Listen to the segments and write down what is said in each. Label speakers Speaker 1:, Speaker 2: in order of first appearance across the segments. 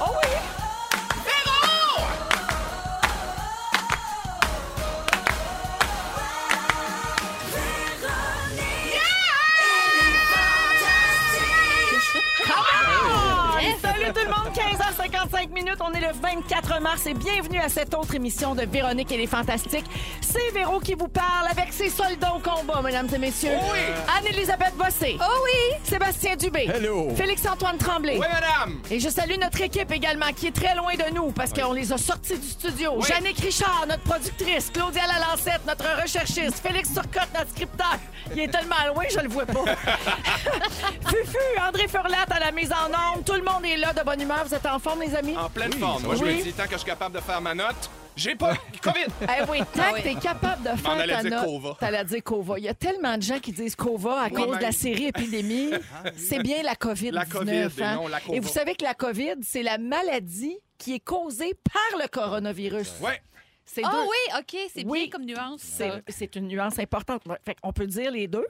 Speaker 1: Oh
Speaker 2: Ah! 55 minutes, on est le 24 mars et bienvenue à cette autre émission de Véronique et les Fantastiques. C'est Véro qui vous parle avec ses soldats au combat, mesdames et messieurs.
Speaker 3: Oui.
Speaker 2: Anne-Elisabeth Bossé.
Speaker 1: Oh oui!
Speaker 2: Sébastien Dubé.
Speaker 3: Hello.
Speaker 2: Félix-Antoine Tremblay.
Speaker 3: Oui, madame!
Speaker 2: Et je salue notre équipe également qui est très loin de nous parce qu'on les a sortis du studio.
Speaker 3: Oui.
Speaker 2: Jannick Richard, notre productrice, Claudia Lalancette, notre recherchiste, Félix Turcotte, notre scripteur. Il est tellement loin, je le vois pas. Fufu, André Furlat à la mise en ordre. Tout le monde est là de bonne humeur. Vous êtes en forme, les amis?
Speaker 3: En pleine forme. Moi, je
Speaker 2: Oui.
Speaker 3: me dis, tant que je suis capable de faire ma note, j'ai pas le COVID.
Speaker 2: Eh oui,
Speaker 1: Ah
Speaker 2: tant que t'es capable de faire
Speaker 3: allait
Speaker 2: ta
Speaker 3: dire
Speaker 2: note,
Speaker 3: Cova.
Speaker 2: t'allais dire Cova. Il y a tellement de gens qui disent Cova à cause
Speaker 3: ben-
Speaker 2: de la série Épidémie. C'est bien la COVID-19.
Speaker 3: Ah, La COVID, et
Speaker 2: hein.
Speaker 3: non la Cova.
Speaker 2: Et vous savez que la COVID, c'est la maladie qui est causée par le coronavirus.
Speaker 3: Ouais.
Speaker 2: C'est
Speaker 1: Ah
Speaker 2: deux-
Speaker 1: oui, OK, c'est
Speaker 2: Oui.
Speaker 1: bien comme nuance. euh,
Speaker 2: c'est-
Speaker 1: ça.
Speaker 2: C'est une nuance importante. On peut dire les deux,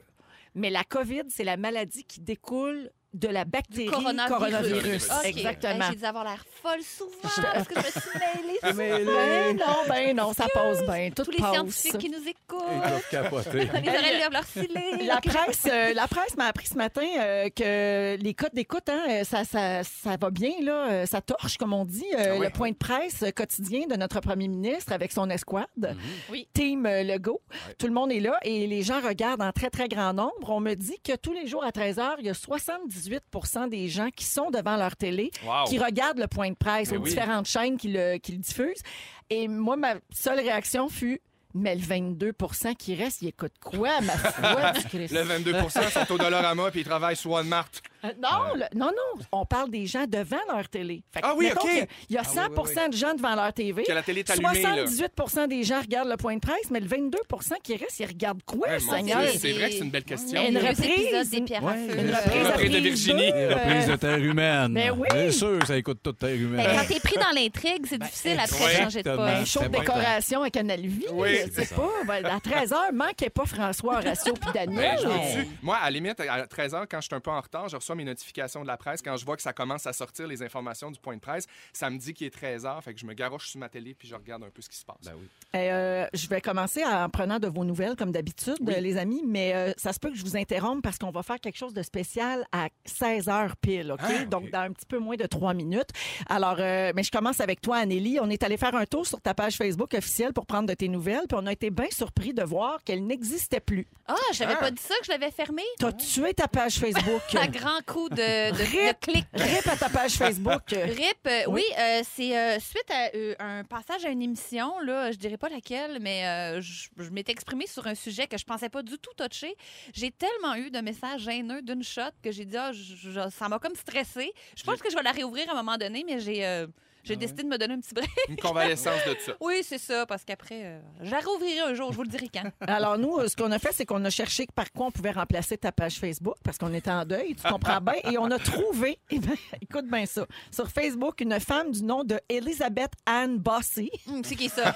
Speaker 2: mais la COVID, c'est la maladie qui découle de la bactérie coronavirus.
Speaker 1: Ok.
Speaker 2: Exactement.
Speaker 1: Hey, J'ai dû avoir l'air folle souvent parce que je me suis mêlée. souvent.
Speaker 2: Ben non, ben non, ça passe bien. Tout
Speaker 1: Ah, Tous les
Speaker 2: passe.
Speaker 1: scientifiques qui nous écoutent,
Speaker 4: doivent capoter.
Speaker 1: les oreilles doivent leur filer.
Speaker 2: La presse, euh, la presse m'a appris ce matin euh, que les cotes d'écoute, hein, euh, ça, ça, ça va bien, là, euh, ça torche, comme on dit, euh,
Speaker 3: Ah oui.
Speaker 2: le point de presse euh, quotidien de notre premier ministre avec son escouade.
Speaker 3: Mhm.
Speaker 1: Oui.
Speaker 2: Team euh, Legault. Tout le monde est là et les gens regardent en très, très grand nombre. On me dit que tous les jours à 13 h, il y a 78 des gens qui sont devant leur télé
Speaker 3: Wow.
Speaker 2: qui regardent le point de presse
Speaker 3: Mais
Speaker 2: aux
Speaker 3: oui.
Speaker 2: différentes chaînes qui le, qui le diffusent. Et moi, ma seule réaction fut. Mais le 22 qui reste, il écoute quoi, ma foi? du Christ?
Speaker 3: Le 22 sont au Dollarama puis ils travaillent sur Walmart.
Speaker 2: Euh, Non, le- non, non. On parle des gens devant leur télé. Fait que,
Speaker 3: Ah oui,
Speaker 2: mettons
Speaker 3: OK.
Speaker 2: que Il y a 100
Speaker 4: oui, oui,
Speaker 2: de gens devant leur TV.
Speaker 3: Que la télé est allumée, là.
Speaker 2: 78 des gens regardent le point de presse, mais le 22 qui reste, ils regardent quoi,
Speaker 3: Ouais, mon
Speaker 2: Seigneur?
Speaker 3: Dieu, C'est vrai que c'est une belle question.
Speaker 2: Une
Speaker 1: Deux
Speaker 2: reprise.
Speaker 1: épisodes des pierres à
Speaker 4: Ouais.
Speaker 1: feu.
Speaker 4: Une
Speaker 2: Une
Speaker 1: là.
Speaker 2: reprise,
Speaker 3: Reprise
Speaker 2: après
Speaker 3: de Virginie.
Speaker 2: deux, euh,
Speaker 4: Les reprises de terre humaine.
Speaker 2: Ben oui.
Speaker 4: Bien sûr, ça écoute toute terre humaine.
Speaker 1: Ben, Quand t'es pris dans l'intrigue, c'est difficile après de
Speaker 3: ouais.
Speaker 1: changer de
Speaker 4: Exactement.
Speaker 1: poste.
Speaker 2: Ben,
Speaker 4: Ouais,
Speaker 2: show de
Speaker 4: c'est important.
Speaker 2: décoration à Canal Vie,
Speaker 3: Oui.
Speaker 2: je sais pas. Ben, à 13h, manquez pas François Horacio puis
Speaker 3: Ben,
Speaker 2: Daniel.
Speaker 3: je vous dis, Moi, à la limite, à 13h, quand je suis un peu en retard, je reçois mes notifications de la presse. Quand je vois que ça commence à sortir les informations du point de presse, ça me dit qu'il est 13h, fait que je me garoche sur ma télé puis je regarde un peu ce qui se passe.
Speaker 2: Eh, euh, je vais commencer en prenant de vos nouvelles, comme d'habitude, euh, les amis, mais euh, ça se peut que je vous interrompe parce qu'on va faire quelque chose de spécial à 16 h pile, OK? Donc, dans un petit peu moins de trois minutes. Alors, euh, mais je commence avec toi, Anélie. On est allé faire un tour sur ta page Facebook officielle pour prendre de tes nouvelles, puis on a été bien surpris de voir qu'elle n'existait plus.
Speaker 1: Ah, j'avais pas dit ça, que je l'avais fermé.
Speaker 2: T'as tué ta page Facebook.
Speaker 1: À grand coup de, de, de
Speaker 2: Rip.
Speaker 1: clic.
Speaker 2: Rip à ta page Facebook.
Speaker 1: Rip, euh, oui, euh, c'est euh, suite à euh, un passage à une émission, là, je dirais pas laquelle, mais euh, je, je m'étais exprimée sur un sujet que je pensais pas du tout toucher. J'ai tellement eu de messages gêneux d'une shot que j'ai dit, ah, je- je- ça m'a comme stressée. Je pense que je vais la réouvrir à un moment donné, mais j'ai euh, j'ai décidé de me donner un petit break.
Speaker 3: Une convalescence de ça.
Speaker 1: Oui, c'est ça, parce qu'après, euh, je la rouvrirai un jour, je vous le dirai quand.
Speaker 2: Alors, nous, euh, ce qu'on a fait, c'est qu'on a cherché par quoi on pouvait remplacer ta page Facebook parce qu'on était en deuil, tu comprends bien. Et on a trouvé, eh ben, écoute bien ça, sur Facebook, une femme du nom de Elizabeth Ann Bossy.
Speaker 1: Hum, c'est qui ça?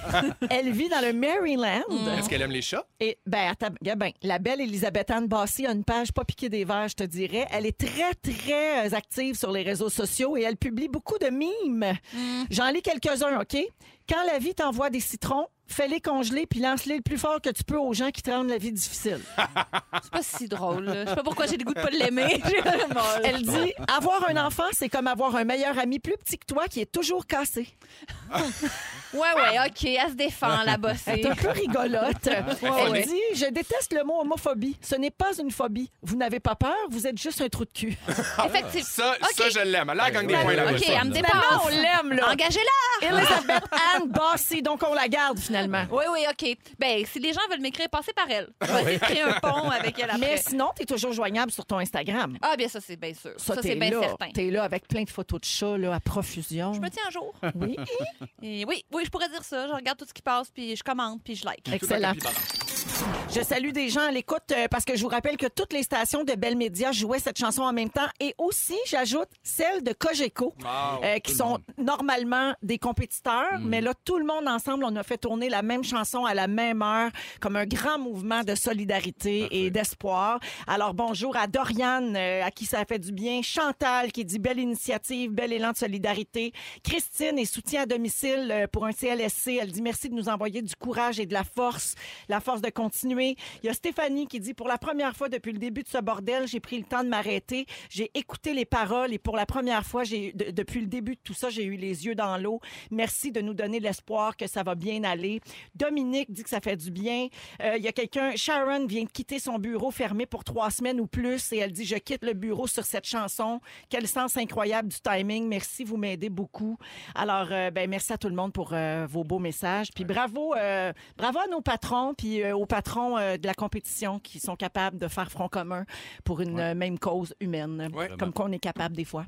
Speaker 2: Elle vit dans le Maryland.
Speaker 3: Est-ce qu'elle aime les chats?
Speaker 2: Et ben, attends, regarde bien, la belle Elisabeth Anne Bossy a une page pas piquée des verres, je te dirais. Elle est très, très euh, active sur les réseaux sociaux et elle publie beaucoup de mimes. J'en lis quelques-uns, OK? Quand la vie t'envoie des citrons, fais-les congeler puis lance-les le plus fort que tu peux aux gens qui te rendent la vie difficile.
Speaker 1: C'est pas si drôle, là. Je sais pas pourquoi j'ai le goût de pas l'aimer. Bon,
Speaker 2: Elle dit avoir un enfant, c'est comme avoir un meilleur ami plus petit que toi qui est toujours cassé.
Speaker 1: Ouais, ouais, OK, elle se défend, la bossée.
Speaker 2: C'est un peu rigolote. Elle
Speaker 1: ouais.
Speaker 2: dit je déteste le mot homophobie. Ce n'est pas une phobie. Vous n'avez pas peur, vous êtes juste un trou de cul.
Speaker 1: Effectivement.
Speaker 3: Ça,
Speaker 1: OK.
Speaker 3: ça je l'aime. Là, elle gagne des
Speaker 4: Ouais,
Speaker 3: points là
Speaker 1: OK, elle me
Speaker 2: Finalement,
Speaker 1: dépense.
Speaker 2: on l'aime là.
Speaker 1: Engagez-la!
Speaker 2: Elizabeth Anne Bossy, donc on la garde finalement.
Speaker 1: Oui, oui, OK. Ben, si les gens veulent m'écrire, passez par elle. Je vais essayer de créer un pont avec elle
Speaker 2: Mais
Speaker 1: après.
Speaker 2: sinon, t'es toujours joignable sur ton Instagram.
Speaker 1: Ah, bien, ça, c'est bien sûr. Ça,
Speaker 2: Ça, t'es
Speaker 1: c'est bien
Speaker 2: là.
Speaker 1: certain.
Speaker 2: T'es là avec plein de photos de chats là, à profusion.
Speaker 1: Je me tiens un jour.
Speaker 2: Oui,
Speaker 1: Et oui, oui, je pourrais dire ça. Je regarde tout ce qui passe, puis je commente, puis je like.
Speaker 2: excellent. Je salue des gens à l'écoute euh, parce que je vous rappelle que toutes les stations de Bell Média jouaient cette chanson en même temps et aussi, j'ajoute, celle de Cogeco, euh, qui sont normalement des compétiteurs, mais là, tout le monde ensemble, on a fait tourner la même chanson à la même heure comme un grand mouvement de solidarité et d'espoir. Alors, bonjour à Doriane, euh, à qui ça a fait du bien, Chantal, qui dit belle initiative, bel élan de solidarité, Christine et soutien à domicile euh, pour un CLSC, elle dit merci de nous envoyer du courage et de la force, la force de continuer continuer. Il y a Stéphanie qui dit Pour la première fois depuis le début de ce bordel, j'ai pris le temps de m'arrêter. J'ai écouté les paroles et pour la première fois, j'ai de- depuis le début de tout ça, j'ai eu les yeux dans l'eau. Merci de nous donner l'espoir que ça va bien aller. Dominique dit que ça fait du bien. Euh, Il y a quelqu'un, Sharon vient de quitter son bureau fermé pour trois semaines ou plus et elle dit Je quitte le bureau sur cette chanson. Quel sens incroyable du timing. Merci, vous m'aidez beaucoup. Alors, euh, ben, merci à tout le monde pour euh, vos beaux messages. Puis bravo, euh, bravo à nos patrons, puis euh, aux patrons euh, de la compétition qui sont capables de faire front commun pour une euh, même cause humaine,
Speaker 3: Ouais.
Speaker 2: comme qu'on est capable des fois.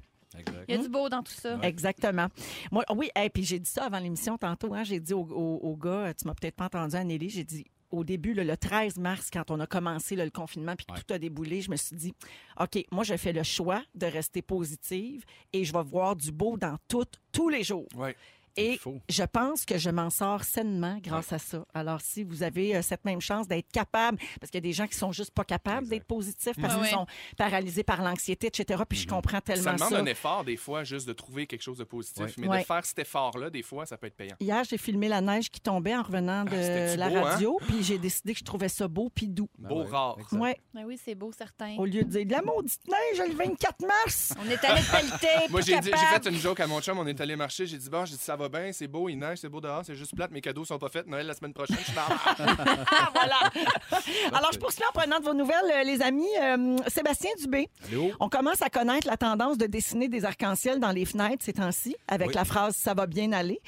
Speaker 1: Il y
Speaker 2: hum.
Speaker 1: a du beau dans tout ça.
Speaker 2: Exactement. Moi, oui, et puis j'ai dit ça avant l'émission tantôt. Hein, j'ai dit au, au- au gars, euh, tu m'as peut-être pas entendu, Anneli, j'ai dit. Au début, là, le 13 mars, quand on a commencé là, le confinement puis que tout a déboulé, je me suis dit, OK, moi, je fais le choix de rester positive et je vais voir du beau dans tout, tous les jours.
Speaker 3: Ouais.
Speaker 4: Il
Speaker 2: Et
Speaker 4: faut.
Speaker 2: je pense que je m'en sors sainement grâce à ça. Alors, si vous avez euh, cette même chance d'être capable, parce qu'il y a des gens qui sont juste pas capables d'être positifs parce
Speaker 1: Ouais,
Speaker 2: qu'ils
Speaker 1: ouais.
Speaker 2: sont paralysés par l'anxiété, etc. Puis je comprends
Speaker 3: Mhm. Ça
Speaker 2: tellement ça.
Speaker 3: demande un effort, des fois, juste de trouver quelque chose de positif. Mais
Speaker 2: Ouais.
Speaker 3: de faire cet effort-là, des fois, ça peut être payant.
Speaker 2: Hier, j'ai filmé la neige qui tombait en revenant de
Speaker 3: Ah, c'était-tu
Speaker 2: la
Speaker 3: beau, hein?
Speaker 2: radio, puis j'ai décidé que je trouvais ça beau puis doux.
Speaker 3: Beau rare.
Speaker 2: Ouais,
Speaker 1: Ben oui, c'est beau, certain.
Speaker 2: au lieu de dire de la maudite neige le 24 mars.
Speaker 1: On est à l'égalité.
Speaker 3: Moi,
Speaker 1: plus
Speaker 3: j'ai dit- j'ai
Speaker 1: capable.
Speaker 3: fait une joke à mon chum, on est allé marcher, j'ai dit, bon, j'ai dit, ça va bien, c'est beau, il neige, c'est beau dehors, c'est juste plate, mes cadeaux sont pas faits, Noël la semaine prochaine, je suis dans la merde.
Speaker 2: Ah, voilà. Alors, je poursuis en prenant de vos nouvelles, euh, les amis. Euh, Sébastien Dubé,
Speaker 4: Allô?
Speaker 2: on commence à connaître la tendance de dessiner des arcs-en-ciel dans les fenêtres ces temps-ci, avec
Speaker 4: Oui.
Speaker 2: la phrase « ça va bien aller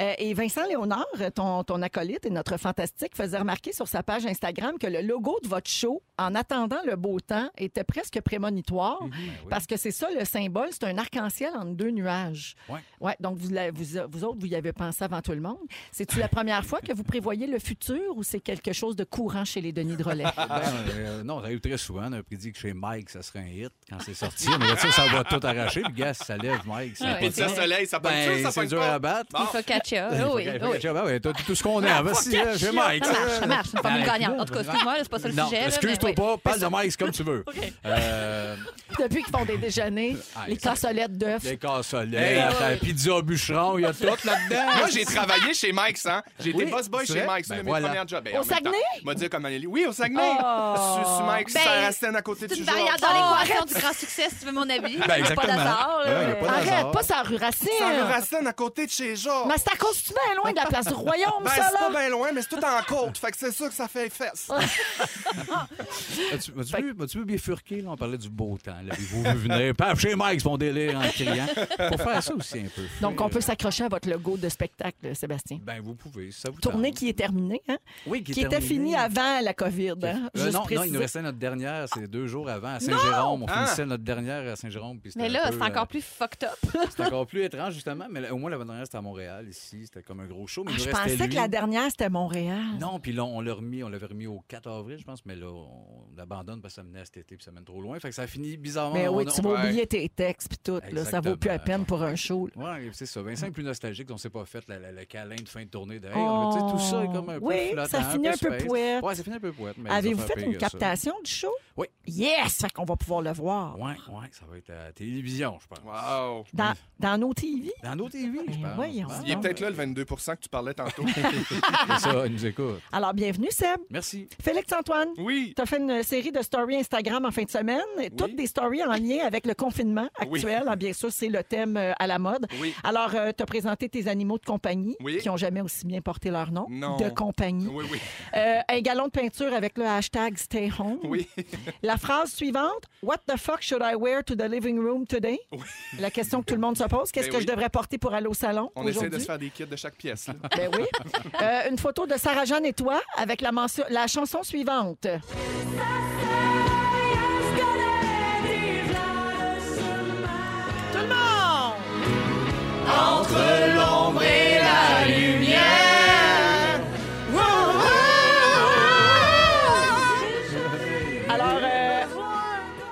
Speaker 2: Euh, Et Vincent Léonard, ton, ton acolyte et notre fantastique, faisait remarquer sur sa page Instagram que le logo de votre show, en attendant le beau temps, était presque
Speaker 4: Mhm,
Speaker 2: prémonitoire,
Speaker 4: ben
Speaker 2: parce que c'est ça le symbole, c'est un arc-en-ciel entre deux nuages.
Speaker 4: Ouais.
Speaker 2: donc, vous, la- vous, vous autres, vous y avez pensé avant tout le monde. C'est-tu la première fois que vous prévoyez le futur ou c'est quelque chose de courant chez les Denis de Relais?
Speaker 4: Ben, euh, non, ça arrive très souvent. On a prédit que chez Mike, ça serait un hit quand c'est sorti. On a dit ça, ça va tout arracher. Puis, gars, si ça lève, Mike.
Speaker 1: Ah
Speaker 4: C'est
Speaker 1: ouais.
Speaker 4: pas
Speaker 3: Pizza
Speaker 4: ça.
Speaker 3: soleil, ça pogne
Speaker 4: Ben,
Speaker 3: ça, ça
Speaker 4: c'est
Speaker 3: pogne
Speaker 4: dur
Speaker 3: pas.
Speaker 4: à battre.
Speaker 3: Bon.
Speaker 1: Focaccia. Oh oui,
Speaker 4: Fait que,
Speaker 1: oh oui.
Speaker 4: fait que, ben, ouais, t'as tout ce qu'on est. Ah, vas-y, hein, j'ai Mike.
Speaker 1: Ça marche, ça marche. C'est une formule
Speaker 4: Ben,
Speaker 1: gagnante. En tout cas, excuse-moi, là, c'est pas ça le
Speaker 4: Non,
Speaker 1: sujet. là,
Speaker 4: excuse-toi
Speaker 1: mais oui.
Speaker 4: pas, parle de Mike comme tu veux. Euh,
Speaker 2: Depuis qu'ils font des déjeuners,
Speaker 4: Ah,
Speaker 2: les
Speaker 4: ça-
Speaker 2: cassolettes d'œufs.
Speaker 4: les cassolettes, la pizza bûcheron, il y a tout là-dedans.
Speaker 3: Moi, j'ai travaillé chez Mike, hein. J'ai été
Speaker 4: Oui,
Speaker 3: boss boy
Speaker 4: c'est
Speaker 3: chez
Speaker 4: vrai.
Speaker 3: Mike, c'est
Speaker 4: Ben
Speaker 3: un de mes
Speaker 4: voilà.
Speaker 3: premiers jobs. Ben,
Speaker 2: Au
Speaker 3: en même temps,
Speaker 2: Saguenay?
Speaker 3: m'a dit comme Anneli, oui, au Saguenay.
Speaker 2: Oh.
Speaker 3: Sur sur Mike,
Speaker 1: Ben,
Speaker 3: sur Rastin à côté
Speaker 1: C'est
Speaker 3: du
Speaker 1: une
Speaker 3: jour.
Speaker 1: variante dans
Speaker 3: Ah,
Speaker 1: l'équation du grand succès, si tu veux mon avis.
Speaker 4: Ben,
Speaker 1: C'est pas
Speaker 4: exactement.
Speaker 1: d'hasard. là,
Speaker 4: Ouais, y a
Speaker 1: mais-
Speaker 4: pas de-
Speaker 2: Arrête,
Speaker 4: hasard.
Speaker 2: pas ça rue Racine.
Speaker 3: Ça Rastin à côté de chez Jean.
Speaker 2: Mais c'est à cause que tu viens loin de la place du royaume,
Speaker 3: Ben,
Speaker 2: ça,
Speaker 3: c'est
Speaker 2: là.
Speaker 3: pas bien loin, mais c'est tout en côte. Fait que c'est sûr que ça fait fesse.
Speaker 4: As-tu as-tu vu- as-tu vu bifurquer? Là, on parlait du beau temps. Là, puis vous, vous venez, paf, chez Mike, c'est mon délire en criant. Pour faire ça aussi un peu.
Speaker 2: Donc, on peut
Speaker 4: Euh,
Speaker 2: s'accrocher à votre logo de spectacle, Sébastien.
Speaker 4: Ben, vous pouvez, si ça vous
Speaker 2: Tournée
Speaker 4: tente.
Speaker 2: qui est terminée, hein?
Speaker 4: Oui,
Speaker 2: qui, était finie
Speaker 4: terminée.
Speaker 2: avant la COVID. hein?
Speaker 4: Euh,
Speaker 2: Juste
Speaker 4: non, non, il
Speaker 2: préciser.
Speaker 4: nous restait notre dernière, c'est deux jours avant, à Saint-Jérôme. On
Speaker 3: Ah!
Speaker 4: finissait notre dernière à Saint-Jérôme. puis c'était
Speaker 1: Mais
Speaker 4: un
Speaker 1: là,
Speaker 4: peu,
Speaker 1: c'est
Speaker 4: euh,
Speaker 1: encore plus fucked up.
Speaker 4: C'est encore plus étrange, justement. Mais là, au moins, la dernière, c'était à Montréal, ici. C'était comme un gros show. Mais
Speaker 2: Ah,
Speaker 4: il nous
Speaker 2: je
Speaker 4: restait
Speaker 2: pensais que
Speaker 4: lui.
Speaker 2: la dernière, c'était Montréal.
Speaker 4: Non, puis là, on l'a remis, on l'avait remis au 4 avril, je pense, mais là, on l'abandonne parce que ça menait cet été puis ça mène trop loin. Fait que ça a fini bizarrement.
Speaker 2: Mais oui,
Speaker 4: on-
Speaker 2: tu
Speaker 4: on-
Speaker 2: vas
Speaker 3: ouais.
Speaker 2: oublier tes textes puis tout. Là, ça vaut plus la peine
Speaker 4: Exactement.
Speaker 2: pour un show. là.
Speaker 4: Ouais, c'est ça. Vincent est plus nostalgique, on s'est pas fait la- la- le câlin de fin de tournée de Hey,
Speaker 2: Oh.
Speaker 4: on- tu sais, tout ça est comme un
Speaker 2: Oui,
Speaker 4: peu flottant.
Speaker 2: ça finit un peu
Speaker 4: space.
Speaker 2: poète.
Speaker 4: Ouais, ça finit un peu poète. mais
Speaker 2: Avez-vous
Speaker 4: les affaires
Speaker 2: fait
Speaker 4: pires
Speaker 2: une
Speaker 4: que ça.
Speaker 2: captation du show?
Speaker 4: Oui.
Speaker 2: Yes! Fait qu'on va pouvoir le voir.
Speaker 4: Ouais, ouais, ça va être à la télévision, je pense.
Speaker 3: Wow.
Speaker 2: Dans, dans nos TV.
Speaker 4: Dans nos TV, je
Speaker 2: Ben
Speaker 4: pense.
Speaker 2: voyons.
Speaker 4: Ouais,
Speaker 3: Il est
Speaker 4: ouais.
Speaker 3: peut-être là le 22 que tu parlais tantôt.
Speaker 4: Ah, C'est ça, il nous écoute.
Speaker 2: Alors, bienvenue, Seb.
Speaker 4: Merci.
Speaker 2: Félix-Antoine,
Speaker 3: Oui.
Speaker 2: tu as fait une série de stories Instagram en fin de semaine. Toutes des stories en lien avec le confinement
Speaker 3: Oui.
Speaker 2: actuel. Ah, Bien sûr, c'est le thème euh, à la mode.
Speaker 3: Oui.
Speaker 2: Alors, tu as présenté tes animaux de compagnie
Speaker 3: Oui.
Speaker 2: qui n'ont jamais aussi bien porté leur nom.
Speaker 3: Non.
Speaker 2: De compagnie.
Speaker 3: Oui, oui.
Speaker 2: Euh, un galon de peinture avec le hashtag Stay Home.
Speaker 3: Oui.
Speaker 2: La phrase suivante, What the fuck should I wear to the living room today? La question que tout le monde se pose, qu'est-ce
Speaker 3: Ben
Speaker 2: que
Speaker 3: oui.
Speaker 2: je devrais porter pour aller au salon
Speaker 3: On essaie de
Speaker 2: aujourd'hui?
Speaker 3: se faire des kits de chaque pièce. là.
Speaker 2: Ben oui. Euh, une photo de Sarah-Jeanne et toi avec la, mention- la chanson suivante. Tout le monde! Alors, euh,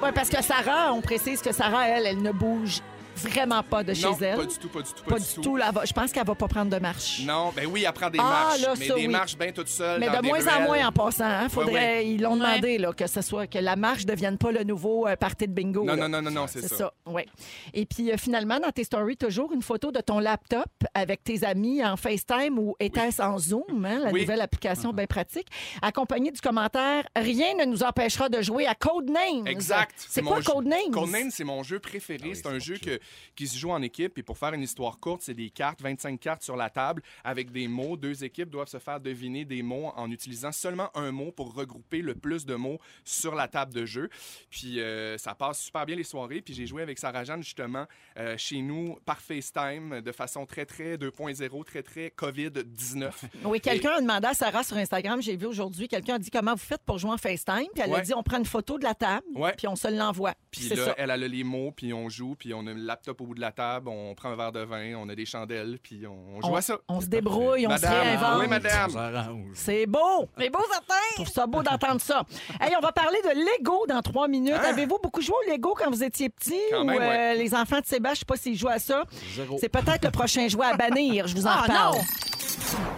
Speaker 2: ouais, parce que Sarah, on précise que Sarah, elle, elle ne bouge vraiment pas de chez
Speaker 3: non,
Speaker 2: elle.
Speaker 3: pas du tout, pas du tout, pas,
Speaker 2: Pas du tout. là, elle va- je pense qu'elle va pas prendre de marche.
Speaker 3: Non, ben oui, elle prend des
Speaker 2: Ah,
Speaker 3: marches,
Speaker 2: là,
Speaker 3: mais
Speaker 2: ça,
Speaker 3: des
Speaker 2: oui.
Speaker 3: marches bien toute seule.
Speaker 2: Mais
Speaker 3: dans
Speaker 2: de
Speaker 3: des
Speaker 2: moins en
Speaker 3: ruelles.
Speaker 2: moins en passant, hein. faudrait, ils l'ont
Speaker 1: Ouais.
Speaker 2: demandé là, que ce soit que la marche ne devienne pas le nouveau euh, party de bingo.
Speaker 3: Non,
Speaker 2: là.
Speaker 3: non, non, non, non, c'est ça.
Speaker 2: ouais. Et puis euh, finalement, dans tes stories, toujours une photo de ton laptop avec tes amis en FaceTime ou était-ce en Zoom, hein, la
Speaker 3: Oui. Mm-hmm.
Speaker 2: nouvelle application bien pratique, accompagnée du commentaire Rien ne nous empêchera de jouer à Codenames.
Speaker 3: Exact.
Speaker 2: C'est
Speaker 3: mon
Speaker 2: quoi
Speaker 3: jeu-
Speaker 2: Codenames?
Speaker 3: Codenames, c'est mon jeu préféré. c'est un jeu que- qui se joue en équipe. Et pour faire une histoire courte, c'est des cartes, 25 cartes sur la table avec des mots. Deux équipes doivent se faire deviner des mots en utilisant seulement un mot pour regrouper le plus de mots sur la table de jeu. Puis euh, ça passe super bien les soirées. Puis j'ai joué avec Sarah Jeanne justement euh, chez nous par FaceTime de façon très, très 2.0, très, très COVID-19.
Speaker 2: Oui, quelqu'un a demandé à Sarah sur Instagram, j'ai vu aujourd'hui, quelqu'un a dit comment vous faites pour jouer en FaceTime. Puis elle a
Speaker 3: Ouais.
Speaker 2: dit on prend une photo de la table,
Speaker 3: Ouais.
Speaker 2: puis on se l'envoie.
Speaker 3: Puis
Speaker 2: C'est
Speaker 3: là,
Speaker 2: ça.
Speaker 3: elle a les mots, puis on joue, puis on a le laptop au bout de la table, on prend un verre de vin, on a des chandelles, puis on, on joue à ça.
Speaker 2: On se débrouille, on se
Speaker 3: Madame,
Speaker 4: Ah,
Speaker 2: réinvente.
Speaker 3: oui, madame.
Speaker 4: On s'arrange.
Speaker 2: C'est beau!
Speaker 1: Mais beau certain!
Speaker 2: Je trouve ça beau d'entendre ça. Hey, on va parler de Lego dans trois minutes. Avez-vous beaucoup joué au Lego quand vous étiez petit?
Speaker 3: Hein? Quand
Speaker 2: ou
Speaker 3: même, ouais.
Speaker 2: euh,
Speaker 3: Oh.
Speaker 2: les enfants de Sébastien, je sais pas s'ils jouent à ça.
Speaker 4: Zéro.
Speaker 2: C'est peut-être le prochain jouet à bannir. Je vous en
Speaker 1: Ah,
Speaker 2: parle.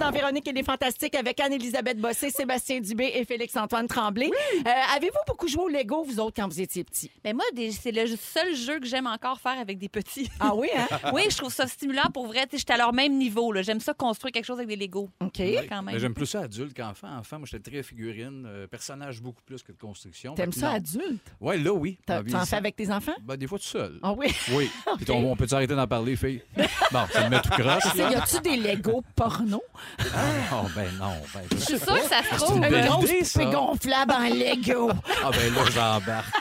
Speaker 2: Dans Véronique et les Fantastiques avec Anne-Elisabeth Bossé, Sébastien Dubé et Félix-Antoine Tremblay. Euh, Avez-vous beaucoup joué au Lego, vous autres, quand vous étiez petit?
Speaker 1: Mais moi, des- c'est le seul jeu que j'aime encore faire avec des petits.
Speaker 2: Ah oui, hein?
Speaker 1: oui, je trouve ça stimulant pour vrai. Tu sais, J'étais à leur même niveau. là. J'aime ça construire quelque chose avec des Legos.
Speaker 2: OK.
Speaker 1: Quand même.
Speaker 4: Mais J'aime plus ça adulte qu'enfant. Enfant, moi, j'étais très figurine, euh, personnage beaucoup plus que de construction.
Speaker 2: T'aimes
Speaker 4: Fait que
Speaker 2: ça
Speaker 4: non.
Speaker 2: adulte?
Speaker 4: Ouais, là, oui.
Speaker 2: T'as-
Speaker 3: Ah,
Speaker 4: En
Speaker 2: T'en
Speaker 4: vieillissant.
Speaker 2: fais avec tes enfants?
Speaker 4: Ben, des fois, tout seul.
Speaker 2: Ah oui.
Speaker 4: Oui. Puis on, on peut s'arrêter d'en parler, fille? Bon, ça me met tout croche,
Speaker 2: Y
Speaker 4: là.
Speaker 2: a-tu des Lego porno?
Speaker 4: Oh, ben non. Ben, je
Speaker 1: Je
Speaker 4: sais
Speaker 1: suis sûre que ça se trouve.
Speaker 4: une
Speaker 2: Un
Speaker 4: belle
Speaker 2: gros
Speaker 4: idée,
Speaker 2: Oh, poupée
Speaker 4: ça.
Speaker 2: gonflable en Lego.
Speaker 4: Ah ben là, j'embarque.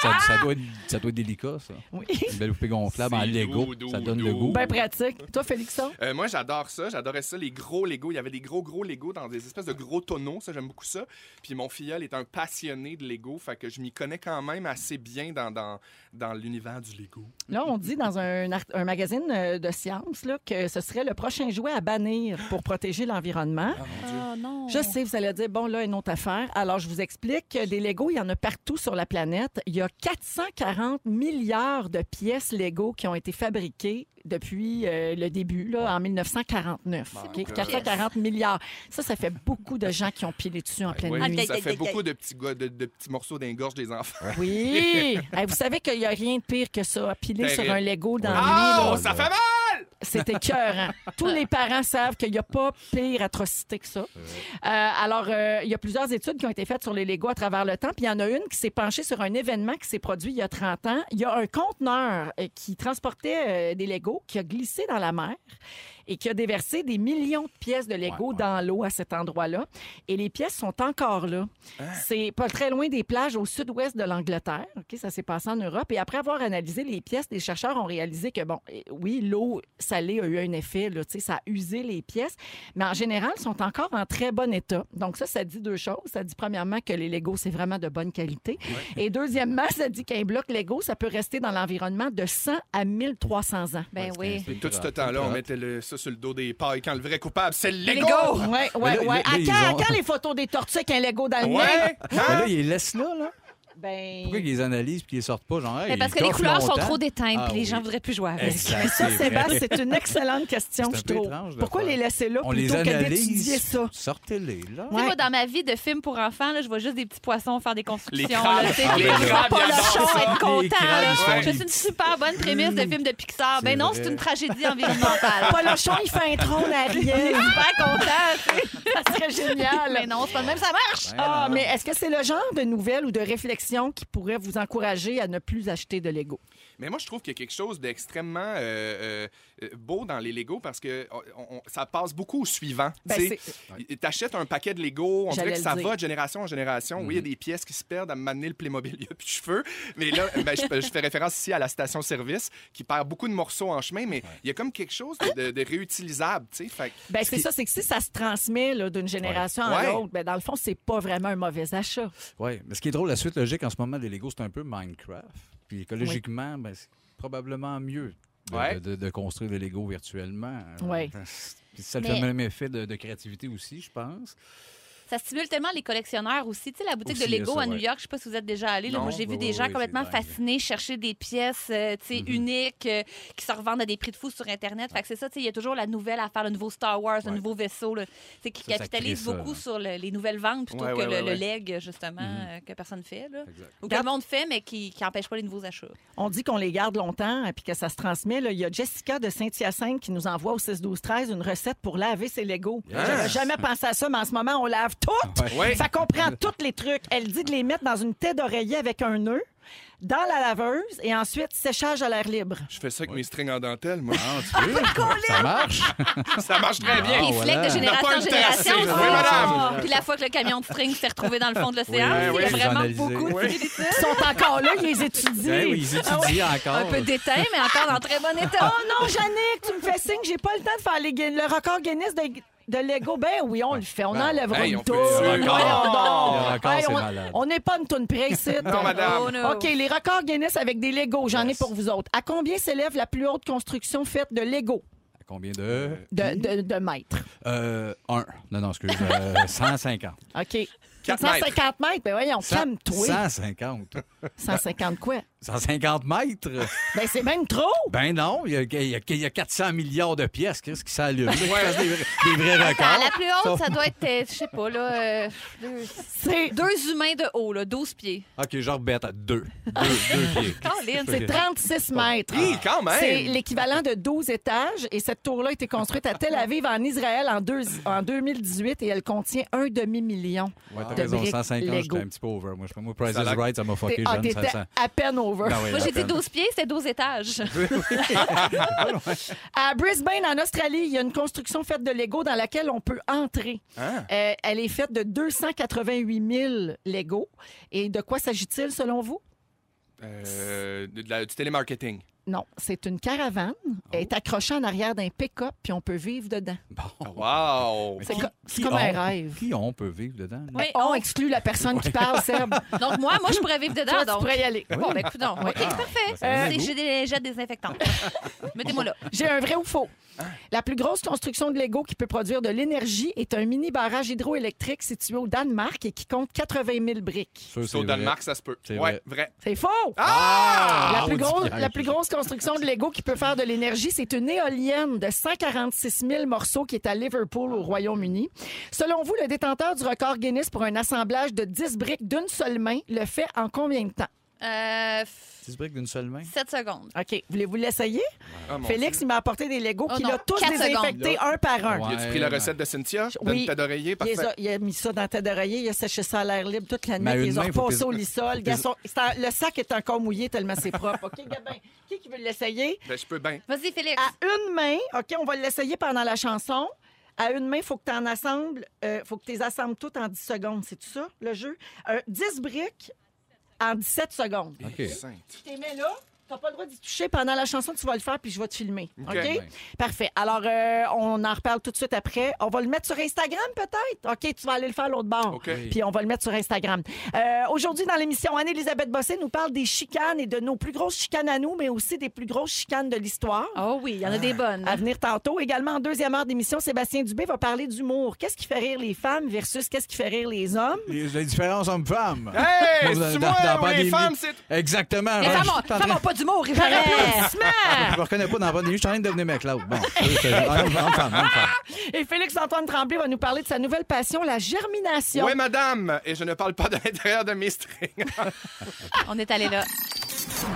Speaker 4: ça, ça, doit être, ça doit être délicat, ça.
Speaker 2: Oui.
Speaker 4: Une belle poupée gonflable en
Speaker 3: C'est
Speaker 4: Lego.
Speaker 3: doux, doux,
Speaker 4: ça donne le
Speaker 3: doux.
Speaker 4: goût.
Speaker 2: Bien pratique. Toi, Félixon?
Speaker 3: Euh, moi, j'adore ça. J'adorais ça, les gros Lego. Il y avait des gros, gros Lego dans des espèces de gros tonneaux. Ça, j'aime beaucoup ça. Puis mon filleul est un passionné de Lego. Fait que je m'y connais quand même assez bien dans, dans, dans l'univers du Lego.
Speaker 2: Là, on dit dans un, art- un magazine euh, de science là, que ce serait le prochain jouet à bannir pour protéger l'environnement.
Speaker 1: Ah, non.
Speaker 2: Je sais, vous allez dire, bon, là, une autre affaire. Alors, je vous explique. euh, Des Legos, il y en a partout sur la planète. Il y a 440 milliards de pièces Lego qui ont été fabriquées depuis euh, le début, là, en 1949.
Speaker 3: C'est
Speaker 2: OK?
Speaker 3: beaucoup de
Speaker 2: 440 milliards. Ça, ça fait beaucoup de gens qui ont pilé dessus en
Speaker 3: Eh
Speaker 2: pleine
Speaker 3: oui,
Speaker 2: nuit.
Speaker 3: ça fait beaucoup de petits, gars- de, de petits morceaux d'ingorge des enfants.
Speaker 2: Oui! Hey, vous savez qu'il n'y a rien de pire que ça, à
Speaker 4: Ben
Speaker 2: piler sur
Speaker 3: Terrible.
Speaker 2: un Lego dans la nuit. Ah, là.
Speaker 4: Ah!
Speaker 3: Oh, ça fait mal!
Speaker 2: C'est écœurant. Tous les parents savent qu'il n'y a pas pire atrocité que ça. Euh, alors, euh, il y a plusieurs études qui ont été faites sur les Legos à travers le temps. Puis il y en a une qui s'est penchée sur un événement qui s'est produit il y a 30 ans. Il y a un conteneur euh, qui transportait euh, des Legos qui a glissé dans la mer et qui a déversé des millions de pièces de Lego
Speaker 4: Ouais, ouais.
Speaker 2: dans l'eau à cet endroit-là. Et les pièces sont encore là. C'est pas très loin des plages au sud-ouest de l'Angleterre. Ok, Ça s'est passé en Europe. Et après avoir analysé les pièces, les chercheurs ont réalisé que, bon, eh, oui, l'eau salée a eu un effet. Là, tu sais, ça a usé les pièces. Mais en général, sont encore en très bon état. Donc ça, ça dit deux choses. Ça dit premièrement que les Legos, c'est vraiment de bonne qualité. Et deuxièmement, ça dit qu'un bloc Lego, ça peut rester dans l'environnement de 100 à 1300 ans.
Speaker 1: Ben oui.
Speaker 3: Puis tout ce temps-là, on mettait le- ça sur le dos des pailles. Quand le vrai coupable, c'est le Lego!
Speaker 2: Ouais, ouais,
Speaker 4: là,
Speaker 2: ouais.
Speaker 4: là,
Speaker 2: À
Speaker 4: là, ils
Speaker 2: quand,
Speaker 4: ont-
Speaker 2: quand les photos des tortues avec un Lego dans le nez?
Speaker 3: Ouais!
Speaker 4: Mais là, ils les laissent là, là.
Speaker 2: Ben...
Speaker 4: Pourquoi ils les analysent puis ils les sortent pas, genre? hey,
Speaker 1: Mais parce
Speaker 4: ils
Speaker 1: que les
Speaker 4: coffrent
Speaker 1: couleurs sont
Speaker 4: longtemps.
Speaker 1: trop déteintes,
Speaker 4: Ah
Speaker 1: puis les gens
Speaker 4: oui.
Speaker 1: voudraient plus jouer avec.
Speaker 4: Exact,
Speaker 2: Mais ça,
Speaker 4: c'est vrai.
Speaker 2: Sébastien, c'est une excellente question,
Speaker 4: C'est un
Speaker 2: je
Speaker 4: peu
Speaker 2: trouve.
Speaker 4: étrange de
Speaker 2: Pourquoi
Speaker 4: faire.
Speaker 2: les laisser là
Speaker 4: On les
Speaker 2: plutôt que d'étudier
Speaker 4: analyse.
Speaker 2: ça?
Speaker 4: Sortez-les, là.
Speaker 1: Tu sais,
Speaker 2: Ouais.
Speaker 1: moi, dans ma vie de film pour enfants, là, je vois juste des petits poissons faire des constructions.
Speaker 3: Les crabes.
Speaker 1: là, tu sais,
Speaker 3: Ah,
Speaker 1: les
Speaker 3: ben,
Speaker 1: crabes,
Speaker 3: les
Speaker 1: pas
Speaker 3: crabes,
Speaker 1: le
Speaker 3: ils
Speaker 1: chon,
Speaker 4: adorent
Speaker 1: être
Speaker 4: ça. Les
Speaker 1: content.
Speaker 4: crabes,
Speaker 1: là.
Speaker 4: ils
Speaker 1: Je
Speaker 4: font
Speaker 1: trouve
Speaker 4: des
Speaker 1: C'est une super bonne prémisse de film de Pixar. Ben non,
Speaker 4: vrai.
Speaker 1: c'est une tragédie environnementale.
Speaker 2: Polochon, il fait un trône à Ariel.
Speaker 1: super content. tu sais.
Speaker 2: ça serait génial.
Speaker 1: Mais non, c'est pas de même, ça marche.
Speaker 4: Ben,
Speaker 2: Ah,
Speaker 4: non.
Speaker 2: mais est-ce que c'est le genre de nouvelles ou de réflexion qui pourrait vous encourager à ne plus acheter de Lego?
Speaker 3: Mais moi, je trouve qu'il y a quelque chose d'extrêmement euh, euh, beau dans les Lego parce que oh, on- on- ça passe beaucoup au suivant.
Speaker 2: Ben,
Speaker 3: tu sais.
Speaker 2: c'est-
Speaker 3: Et T'achètes un paquet de Lego, on
Speaker 2: J'allais
Speaker 3: dirait que
Speaker 2: le
Speaker 3: ça
Speaker 2: dire.
Speaker 3: va de génération en génération. Oui, il y
Speaker 4: Mhm.
Speaker 3: a des pièces qui se perdent à m'amener le Playmobil, il y a plus de cheveux. Mais là, ben, je, je fais référence ici à la station-service qui perd beaucoup de morceaux en chemin, mais il y a comme quelque chose de, de- de réutilisable, tu sais. Fait que-
Speaker 2: Ben,
Speaker 3: ce
Speaker 2: c'est
Speaker 3: qui-
Speaker 2: ça, c'est que si ça se transmet là, d'une génération à
Speaker 3: Ouais.
Speaker 2: l'autre, ben, dans le fond, c'est pas vraiment un mauvais achat.
Speaker 4: Oui, mais ce qui est drôle, la suite logique en ce moment des Lego, c'est un peu Minecraft. Puis écologiquement, ben, c'est probablement mieux de,
Speaker 3: Ouais.
Speaker 4: de- de construire des Lego virtuellement.
Speaker 2: Ouais.
Speaker 4: Puis ça le
Speaker 1: Mais-
Speaker 4: fait même effet de, de créativité aussi, je pense.
Speaker 1: ça stimule tellement les collectionneurs aussi. Tu sais, la boutique
Speaker 4: Aussi,
Speaker 1: de Lego
Speaker 4: ça,
Speaker 1: à
Speaker 4: ouais.
Speaker 1: New York, je sais pas si vous êtes déjà allé. là.
Speaker 3: Non,
Speaker 1: Moi, j'ai
Speaker 4: oui,
Speaker 1: vu des
Speaker 4: oui,
Speaker 1: gens
Speaker 4: oui,
Speaker 1: complètement
Speaker 4: c'est dingue. Mm-hmm.
Speaker 1: fascinés chercher des pièces euh, tu sais, uniques euh, qui se revendent à des prix de fou sur Internet. Fait que c'est ça, tu sais, il y a toujours la nouvelle affaire, le nouveau Star Wars, le
Speaker 4: Ouais.
Speaker 1: nouveau vaisseau, là, tu sais, qui
Speaker 4: Ça, ça
Speaker 1: capitalise
Speaker 4: crée ça,
Speaker 1: beaucoup
Speaker 4: là.
Speaker 1: sur le- les nouvelles ventes plutôt
Speaker 3: Ouais,
Speaker 1: que
Speaker 3: ouais,
Speaker 1: le,
Speaker 3: ouais,
Speaker 1: le
Speaker 3: ouais.
Speaker 1: leg, justement, euh, que personne fait. Là.
Speaker 4: Mm-hmm. Exact.
Speaker 1: Ou que le monde fait, mais qui n'empêche pas les nouveaux achats.
Speaker 2: On dit qu'on les garde longtemps et puis que ça se transmet. là. Il y a Jessica de Saint-Hyacinthe qui nous envoie au 6-12-13 une recette pour laver ses Legos.
Speaker 4: Yes. Ah
Speaker 2: J'avais jamais pensé à ça, mais en ce moment, on lave toutes.
Speaker 4: Ouais.
Speaker 3: Ouais.
Speaker 2: Ça comprend tous les trucs. Elle dit de les mettre dans une tête d'oreiller avec un nœud, dans la laveuse et ensuite séchage à l'air libre.
Speaker 3: Je fais ça avec mes strings en dentelle, moi.
Speaker 4: Ah, tu veux? ça marche?
Speaker 3: ça marche très bien.
Speaker 4: Ah,
Speaker 1: Les
Speaker 4: voilà.
Speaker 1: flecs de génération
Speaker 3: On n'a pas
Speaker 1: en
Speaker 3: le temps,
Speaker 1: génération.
Speaker 3: c'est-
Speaker 1: ça.
Speaker 3: Oui, madame.
Speaker 1: Puis la fois que le camion de string s'est retrouvé dans le fond de
Speaker 4: Oui,
Speaker 1: l'océan, il y
Speaker 3: oui,
Speaker 1: a
Speaker 3: oui.
Speaker 1: vraiment
Speaker 4: Analyser.
Speaker 1: beaucoup de
Speaker 3: Oui.
Speaker 1: similitudes.
Speaker 2: Ils sont encore là, ils les étudient.
Speaker 4: Ben oui, ils étudient encore.
Speaker 1: Un peu déteint, mais encore en très bon état.
Speaker 2: Oh non, Jannick, tu me fais signe, j'ai pas le temps de faire les Guin- le record Guinness de, de Lego. Ben oui, on le fait, on
Speaker 4: Ben,
Speaker 2: enlèvera
Speaker 3: hey,
Speaker 2: une
Speaker 3: on fait
Speaker 2: toune.
Speaker 3: le record.
Speaker 2: Voyons donc.
Speaker 4: Le record,
Speaker 2: Hey,
Speaker 4: c'est
Speaker 2: on-
Speaker 4: malade.
Speaker 2: On n'est pas une toune près ici.
Speaker 3: Non, madame.
Speaker 1: Oh, no.
Speaker 2: OK, les records Guinness avec des Legos, j'en ai pour vous autres. À combien s'élève la plus haute construction faite de Lego
Speaker 4: À combien de?
Speaker 2: de, de, de mètres?
Speaker 4: Euh, un. Non, non, excuse. euh, 150.
Speaker 2: OK.
Speaker 3: Quatre
Speaker 2: 150 mètres, ben voyons, calme-toi.
Speaker 4: 150.
Speaker 2: 150 quoi?
Speaker 4: 150 mètres?
Speaker 2: Ben c'est même trop!
Speaker 4: Ben non, il y a, il y a- il y a 400 milliards de pièces qu'est-ce qui s'allument. là, qui fassent des, vrais- des vrais
Speaker 1: Ah,
Speaker 4: records.
Speaker 1: la plus haute, ça doit être, euh, je sais pas, là, euh, deux,
Speaker 2: C'est
Speaker 1: deux humains de haut, là, 12 pieds.
Speaker 4: OK, genre bête à deux. Deux, deux pieds.
Speaker 1: Colin,
Speaker 2: C'est 36
Speaker 4: Ah.
Speaker 2: mètres.
Speaker 3: Hi, quand même!
Speaker 2: C'est l'équivalent de 12 étages et cette tour-là a été construite à Tel Aviv en Israël en, deux- en 2018 et elle contient un demi-million.
Speaker 4: Ouais, t'as
Speaker 2: De
Speaker 4: raison,
Speaker 2: briques
Speaker 4: 150,
Speaker 2: Lego.
Speaker 4: j'étais un petit peu over. Moi, je moi, Price
Speaker 3: Ça
Speaker 4: is
Speaker 3: la-
Speaker 4: Right, ça m'a fucké
Speaker 2: T'es- ah,
Speaker 4: jeune.
Speaker 2: t'étais
Speaker 4: ça, ça...
Speaker 2: à peine over.
Speaker 4: Ben oui,
Speaker 1: Moi,
Speaker 4: la
Speaker 1: j'ai dit
Speaker 4: peine.
Speaker 1: 12 pieds, c'était 12 étages.
Speaker 2: À Brisbane, en Australie, il y a une construction faite de Lego dans laquelle on peut entrer.
Speaker 3: Hein?
Speaker 2: Euh, elle est faite de 288 000 Lego. Et de quoi s'agit-il selon vous?
Speaker 3: Euh, de la- du télémarketing.
Speaker 2: Non, c'est une caravane. Elle est accrochée en arrière d'un pick-up puis on peut vivre dedans.
Speaker 4: Bon.
Speaker 3: Wow!
Speaker 2: C'est
Speaker 4: Qui-
Speaker 2: co- c'est
Speaker 4: qui
Speaker 2: comme un
Speaker 4: on-
Speaker 2: rêve.
Speaker 4: Qui on peut vivre dedans? là?
Speaker 1: Oui, oh.
Speaker 2: On
Speaker 1: on-
Speaker 2: exclut la personne qui parle, Seb.
Speaker 1: Donc, moi, moi, je pourrais vivre dedans.
Speaker 2: Toi, tu
Speaker 1: Donc.
Speaker 2: pourrais Ah, y aller.
Speaker 1: Bon, ben, coudonc. OK, c'est parfait.
Speaker 4: c'est un
Speaker 1: C'est-
Speaker 4: goût.
Speaker 1: J'ai des jets désinfectants. Mettez-moi là.
Speaker 2: J'ai un vrai ou faux. La plus grosse construction de Lego qui peut produire de l'énergie est un mini barrage hydroélectrique situé au Danemark et qui compte 80 000 briques.
Speaker 4: Sûr,
Speaker 3: C'est au
Speaker 4: vrai.
Speaker 3: Danemark, ça se peut.
Speaker 4: C'est
Speaker 3: ouais, vrai.
Speaker 2: C'est faux!
Speaker 3: Ah!
Speaker 2: La plus,
Speaker 4: maudit
Speaker 2: grosse,
Speaker 4: piège.
Speaker 2: la plus grosse construction de Lego qui peut faire de l'énergie, c'est une éolienne de 146 000 morceaux qui est à Liverpool, au Royaume-Uni. Selon vous, le détenteur du record Guinness pour un assemblage de 10 briques d'une seule main le fait en combien de temps?
Speaker 1: Euh, f-
Speaker 4: 10 briques d'une seule main?
Speaker 1: 7 secondes.
Speaker 2: OK. Voulez-vous l'essayer?
Speaker 3: Ah, mon
Speaker 2: Félix, il m'a apporté des Legos
Speaker 1: Oh
Speaker 2: qu'il
Speaker 1: non,
Speaker 2: a tous
Speaker 1: quatre
Speaker 2: désinfectés un par un.
Speaker 3: Dieu. Y a-tu pris la recette de Cynthia?
Speaker 2: Oui.
Speaker 3: Donne ta d'oreiller,
Speaker 2: Il, les
Speaker 3: parfait.
Speaker 2: a, il a mis ça dans ta d'oreiller, il a séché ça à l'air libre toute la nuit,
Speaker 4: Mais
Speaker 2: puis
Speaker 4: une
Speaker 2: il les a
Speaker 4: main, faut
Speaker 2: repassés
Speaker 4: pis-
Speaker 2: au lissol.
Speaker 4: pis-
Speaker 2: Gaston- c'est en- le sac est encore mouillé tellement c'est propre. OK, Gabin, qui, qui veut l'essayer?
Speaker 3: Ben, je peux bien.
Speaker 1: Vas-y, Félix.
Speaker 2: À une main, OK, on va l'essayer pendant la chanson. À une main, il faut que tu en assembles, euh, faut que tu les assembles toutes en 10 secondes. C'est tout ça, le jeu? Euh, 10 briques en 17 secondes.
Speaker 4: OK.
Speaker 3: Sainte.
Speaker 2: Tu les mets là. T'as pas le droit d'y toucher pendant la chanson, tu vas le faire puis je vais te filmer. OK?
Speaker 3: OK.
Speaker 2: Parfait. Alors, euh, on en reparle tout de suite après. On va le mettre sur Instagram peut-être? OK, tu vas aller le faire à l'autre bord.
Speaker 3: OK.
Speaker 4: Oui.
Speaker 2: Puis on va le mettre sur Instagram. Euh, Aujourd'hui, dans l'émission, Anne-Elisabeth Bossé nous parle des chicanes et de nos plus grosses chicanes à nous, mais aussi des plus grosses chicanes de l'histoire.
Speaker 1: Oh oui, il y en a des bonnes.
Speaker 2: À venir tantôt. Également, en deuxième heure d'émission, Sébastien Dubé va parler d'humour. Qu'est-ce qui fait rire les femmes versus qu'est-ce qui fait rire les hommes?
Speaker 4: Les, les différences hommes-femmes.
Speaker 3: Hey,
Speaker 4: Dans-
Speaker 3: c'est
Speaker 4: dans-
Speaker 3: moi
Speaker 4: dans la
Speaker 3: ou les
Speaker 4: pandémie.
Speaker 3: femmes, c'est...
Speaker 4: Exactement.
Speaker 1: Les
Speaker 4: Je-
Speaker 1: femmes
Speaker 4: ah, je-
Speaker 1: ont- femmes n'ont pas d'humour, ils
Speaker 2: Par
Speaker 1: paraissent.
Speaker 2: applaudissement!
Speaker 4: Je me reconnais pas dans la pandémie, je suis en train de devenir McLeod. Bon, c'est-
Speaker 3: Ah,
Speaker 4: homme, homme, femme, homme, femme.
Speaker 2: Et Félix-Antoine Tremblay va nous parler de sa nouvelle passion, la germination.
Speaker 3: Oui, madame! Et je ne parle pas de l'intérieur de mes strings.
Speaker 1: On est allé là.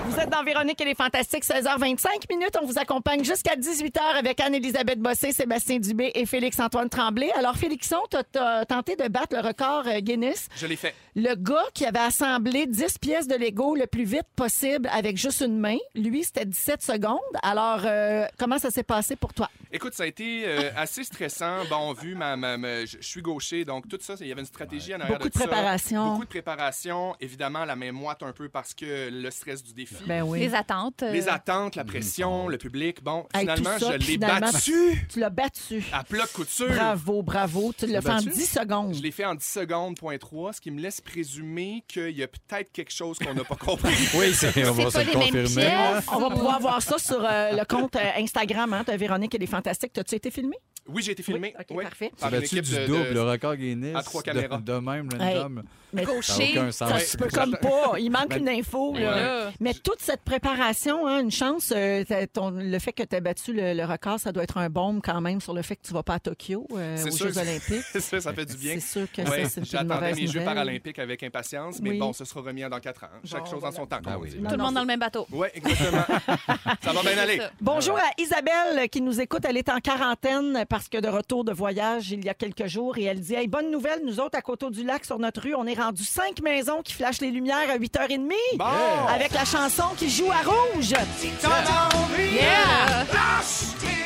Speaker 2: Vous êtes dans Véronique et les Fantastiques, 16h25 minutes. On vous accompagne jusqu'à 18h avec Anne-Elisabeth Bossé, Sébastien Dubé et Félix-Antoine Tremblay. Alors, Félixon, t'as- t'as tenté de battre le record euh, Guinness.
Speaker 3: Je l'ai fait.
Speaker 2: Le gars qui avait assemblé 10 pièces de Lego le plus vite possible avec juste une main, lui, c'était 17 secondes. Alors, euh, comment ça s'est passé pour toi?
Speaker 3: Écoute, ça a été euh, assez stressant. Bon, vu ma, ma- ma- je je suis gaucher, donc tout ça, il y avait une stratégie en arrière
Speaker 2: Beaucoup de
Speaker 3: tout ça.
Speaker 2: préparation.
Speaker 3: Beaucoup de préparation. Évidemment, la main moite un peu parce que le stress du défi.
Speaker 2: Ben
Speaker 1: Les attentes. euh,
Speaker 3: Les attentes, la pression, le public. Bon,
Speaker 2: Hey, tout
Speaker 3: finalement,
Speaker 2: ça,
Speaker 3: je
Speaker 2: puis
Speaker 3: l'ai
Speaker 2: finalement-
Speaker 3: battu
Speaker 2: Tu l'as battu.
Speaker 3: à plat couture.
Speaker 2: Bravo, bravo. Tu l'as fait en
Speaker 4: battu?
Speaker 2: 10 secondes.
Speaker 3: Je l'ai fait en 10 secondes, point 3, ce qui me laisse présumer qu'il y a peut-être quelque chose qu'on n'a pas compris.
Speaker 4: Oui, c'est- on
Speaker 1: C'est
Speaker 4: va se
Speaker 1: pas
Speaker 4: le
Speaker 1: les mêmes
Speaker 4: confirmer.
Speaker 1: pièces.
Speaker 2: On va pouvoir voir ça sur euh, le compte euh, Instagram hein, de Véronique et les Fantastiques. T'as-tu été filmé?
Speaker 3: Oui, j'ai été filmé.
Speaker 2: Oui, ok,
Speaker 3: oui,
Speaker 2: parfait.
Speaker 3: par
Speaker 4: C'est
Speaker 3: une
Speaker 4: battu
Speaker 3: équipe
Speaker 4: du
Speaker 3: de- de-
Speaker 4: double, le record Guinness.
Speaker 3: à trois
Speaker 4: de-
Speaker 3: caméras.
Speaker 4: De, même,
Speaker 2: Hey.
Speaker 4: random. Ça n'a
Speaker 1: Coché.
Speaker 4: aucun sens.
Speaker 2: Ça se peut comme pas. Il manque une info.
Speaker 3: Ouais.
Speaker 2: là.
Speaker 1: Là.
Speaker 2: Mais toute cette préparation, hein, une chance, euh, t'as- ton- le fait que tu as battu le, le record, ça doit être un bombe quand même sur le fait que tu vas pas à Tokyo euh,
Speaker 3: C'est
Speaker 2: aux
Speaker 3: sûr.
Speaker 2: Jeux Olympiques.
Speaker 3: ça, ça fait du bien.
Speaker 2: C'est sûr que
Speaker 3: Ouais,
Speaker 2: ça, c'est une
Speaker 3: J'attendais
Speaker 2: mauvaise
Speaker 3: mes Jeux
Speaker 2: nouvelle.
Speaker 3: paralympiques avec impatience, mais
Speaker 2: Oui.
Speaker 3: bon, ce sera remis à dans quatre ans. Chaque
Speaker 2: Bon,
Speaker 3: chose en
Speaker 2: voilà.
Speaker 3: son temps, comme
Speaker 4: Ah
Speaker 3: on
Speaker 4: oui.
Speaker 3: dit.
Speaker 1: Tout
Speaker 2: Non,
Speaker 1: le
Speaker 2: non,
Speaker 1: monde dans le même bateau.
Speaker 3: Oui, exactement. ça va bien aller.
Speaker 1: C'est ça.
Speaker 2: Bonjour à Isabelle qui nous écoute. Elle est en quarantaine parce que de retour de voyage il y a quelques jours et elle dit hey, Bonne nouvelle, nous autres à Coteau du Lac sur notre rue, on est rendu cinq maisons qui flashent les lumières à 8h30
Speaker 3: Bon!
Speaker 2: avec la chanson qui joue à rouge.
Speaker 3: T'en as envie?
Speaker 1: Yeah!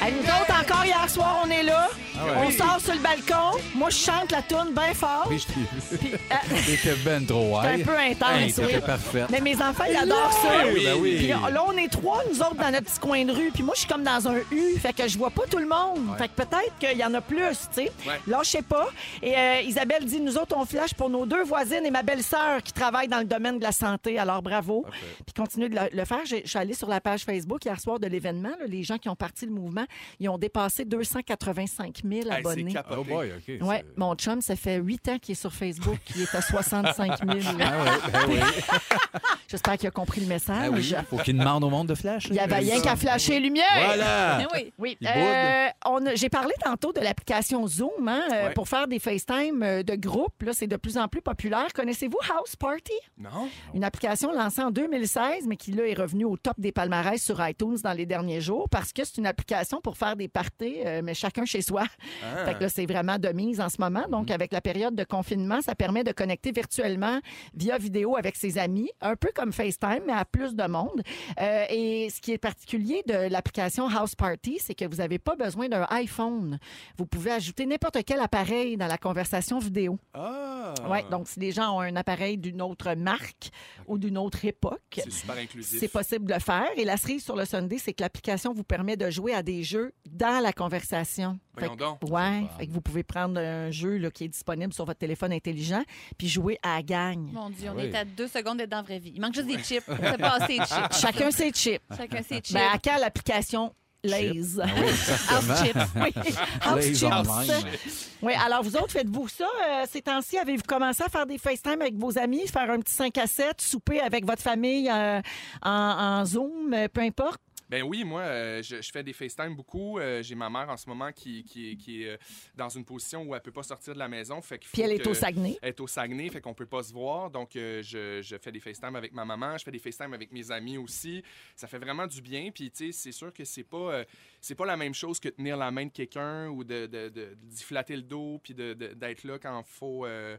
Speaker 2: À nous autres, encore hier soir, on est là.
Speaker 4: Ah
Speaker 2: on sort sur le balcon. Moi, je chante la tourne bien fort.
Speaker 4: Puis je t'ai vu.
Speaker 2: Puis, euh,
Speaker 4: T'étais ben trop
Speaker 2: C'est
Speaker 4: high.
Speaker 2: un peu intense,
Speaker 4: Hey,
Speaker 2: oui.
Speaker 4: T'étais parfait.
Speaker 2: Mais mes enfants, ils adorent ça.
Speaker 4: Oui, ben oui.
Speaker 2: Puis là, là, on est trois, nous autres, dans notre petit coin de rue. Puis moi, je suis comme dans un U. Fait que je vois pas tout le monde. Fait que peut-être qu'il y en a plus, tu sais.
Speaker 3: Ouais.
Speaker 2: Là, je sais pas. Et euh, Isabelle dit, nous autres, on flash pour nos deux voisines et ma belle-sœur qui travaille dans le domaine de la santé. Alors, bravo. Puis continue de le, le faire. J'ai- Je suis allée sur la page Facebook hier soir de l'événement. là. Les gens qui ont parti le mouvement, ils ont dépassé 285 000
Speaker 3: Hey, c'est
Speaker 2: abonnés.
Speaker 3: capoté.
Speaker 4: Oh boy, OK.
Speaker 2: Oui,
Speaker 4: c'est-
Speaker 2: mon chum, ça fait huit ans qu'il est sur Facebook, il est à 65 000.
Speaker 4: Ah ouais, ben oui.
Speaker 2: J'espère qu'il a compris le message.
Speaker 4: Ah oui, faut qu'il demande au monde de flash.
Speaker 2: Il y avait rien qu'à flasher les lumières.
Speaker 4: Voilà!
Speaker 1: Mais Eh oui.
Speaker 2: Oui,
Speaker 4: Il boude.
Speaker 2: euh, on a- j'ai parlé tantôt de l'application Zoom hein, euh,
Speaker 3: Ouais.
Speaker 2: pour faire des FaceTime euh, de groupe. Là, c'est de plus en plus populaire. Connaissez-vous House Party?
Speaker 3: Non?
Speaker 2: Une application lancée en 2016, mais qui là est revenue au top des palmarès sur iTunes dans les derniers jours parce que c'est une application pour faire des parties, euh, mais chacun chez soi.
Speaker 3: Ah.
Speaker 2: Fait que là, c'est vraiment de mise en ce moment. Donc,
Speaker 3: Mhm.
Speaker 2: avec la période de confinement, ça permet de connecter virtuellement via vidéo avec ses amis, un peu comme FaceTime, mais à plus de monde. Euh, et ce qui est particulier de l'application House Party, c'est que vous n'avez pas besoin d'un iPhone. Vous pouvez ajouter n'importe quel appareil dans la conversation vidéo.
Speaker 3: Ah!
Speaker 2: Ouais, donc, si les gens ont un appareil d'une autre marque ou d'une autre époque,
Speaker 3: C'est super inclusif.
Speaker 2: c'est possible de le faire. Et la cerise sur le Sunday, c'est que l'application vous permet de jouer à des jeux dans la conversation. Fait
Speaker 3: Voyons
Speaker 2: que-
Speaker 3: donc.
Speaker 2: Ouais,
Speaker 4: C'est
Speaker 2: fait que vous pouvez prendre un jeu là, qui est disponible sur votre téléphone intelligent puis jouer à la gang.
Speaker 1: Mon Dieu, on
Speaker 4: Oui.
Speaker 1: est à deux secondes d'être dans la vraie vie. Il manque juste des chips. C'est pas assez de chips.
Speaker 2: Chacun ses chips.
Speaker 1: Chacun ses chips.
Speaker 2: Ben, à quand l'application Lays?
Speaker 4: Ah oui, exactement.
Speaker 1: House chips.
Speaker 2: Oui, House
Speaker 4: Lays en
Speaker 2: chips.
Speaker 4: même.
Speaker 2: Oui, alors vous autres, faites-vous ça euh, ces temps-ci? Avez-vous commencé à faire des FaceTime avec vos amis, faire un petit 5 à 7, souper avec votre famille euh, en, en Zoom, euh, peu importe?
Speaker 3: Ben oui, moi, euh, je, je fais des FaceTime beaucoup. Euh, J'ai ma mère en ce moment qui, qui, est- qui est euh, dans une position où elle peut pas sortir de la maison. Fait qu'il faut
Speaker 2: Puis elle est
Speaker 3: que-
Speaker 2: au Saguenay.
Speaker 3: Elle est au Saguenay, fait qu'on peut pas se voir. Donc, euh, je, je fais des FaceTime avec ma maman, je fais des FaceTime avec mes amis aussi. Ça fait vraiment du bien. Puis, tu sais, c'est sûr que c'est pas, euh, c'est pas la même chose que tenir la main de quelqu'un ou de, de, de- d'y flatter le dos, puis de, de- d'être là quand faut. euh,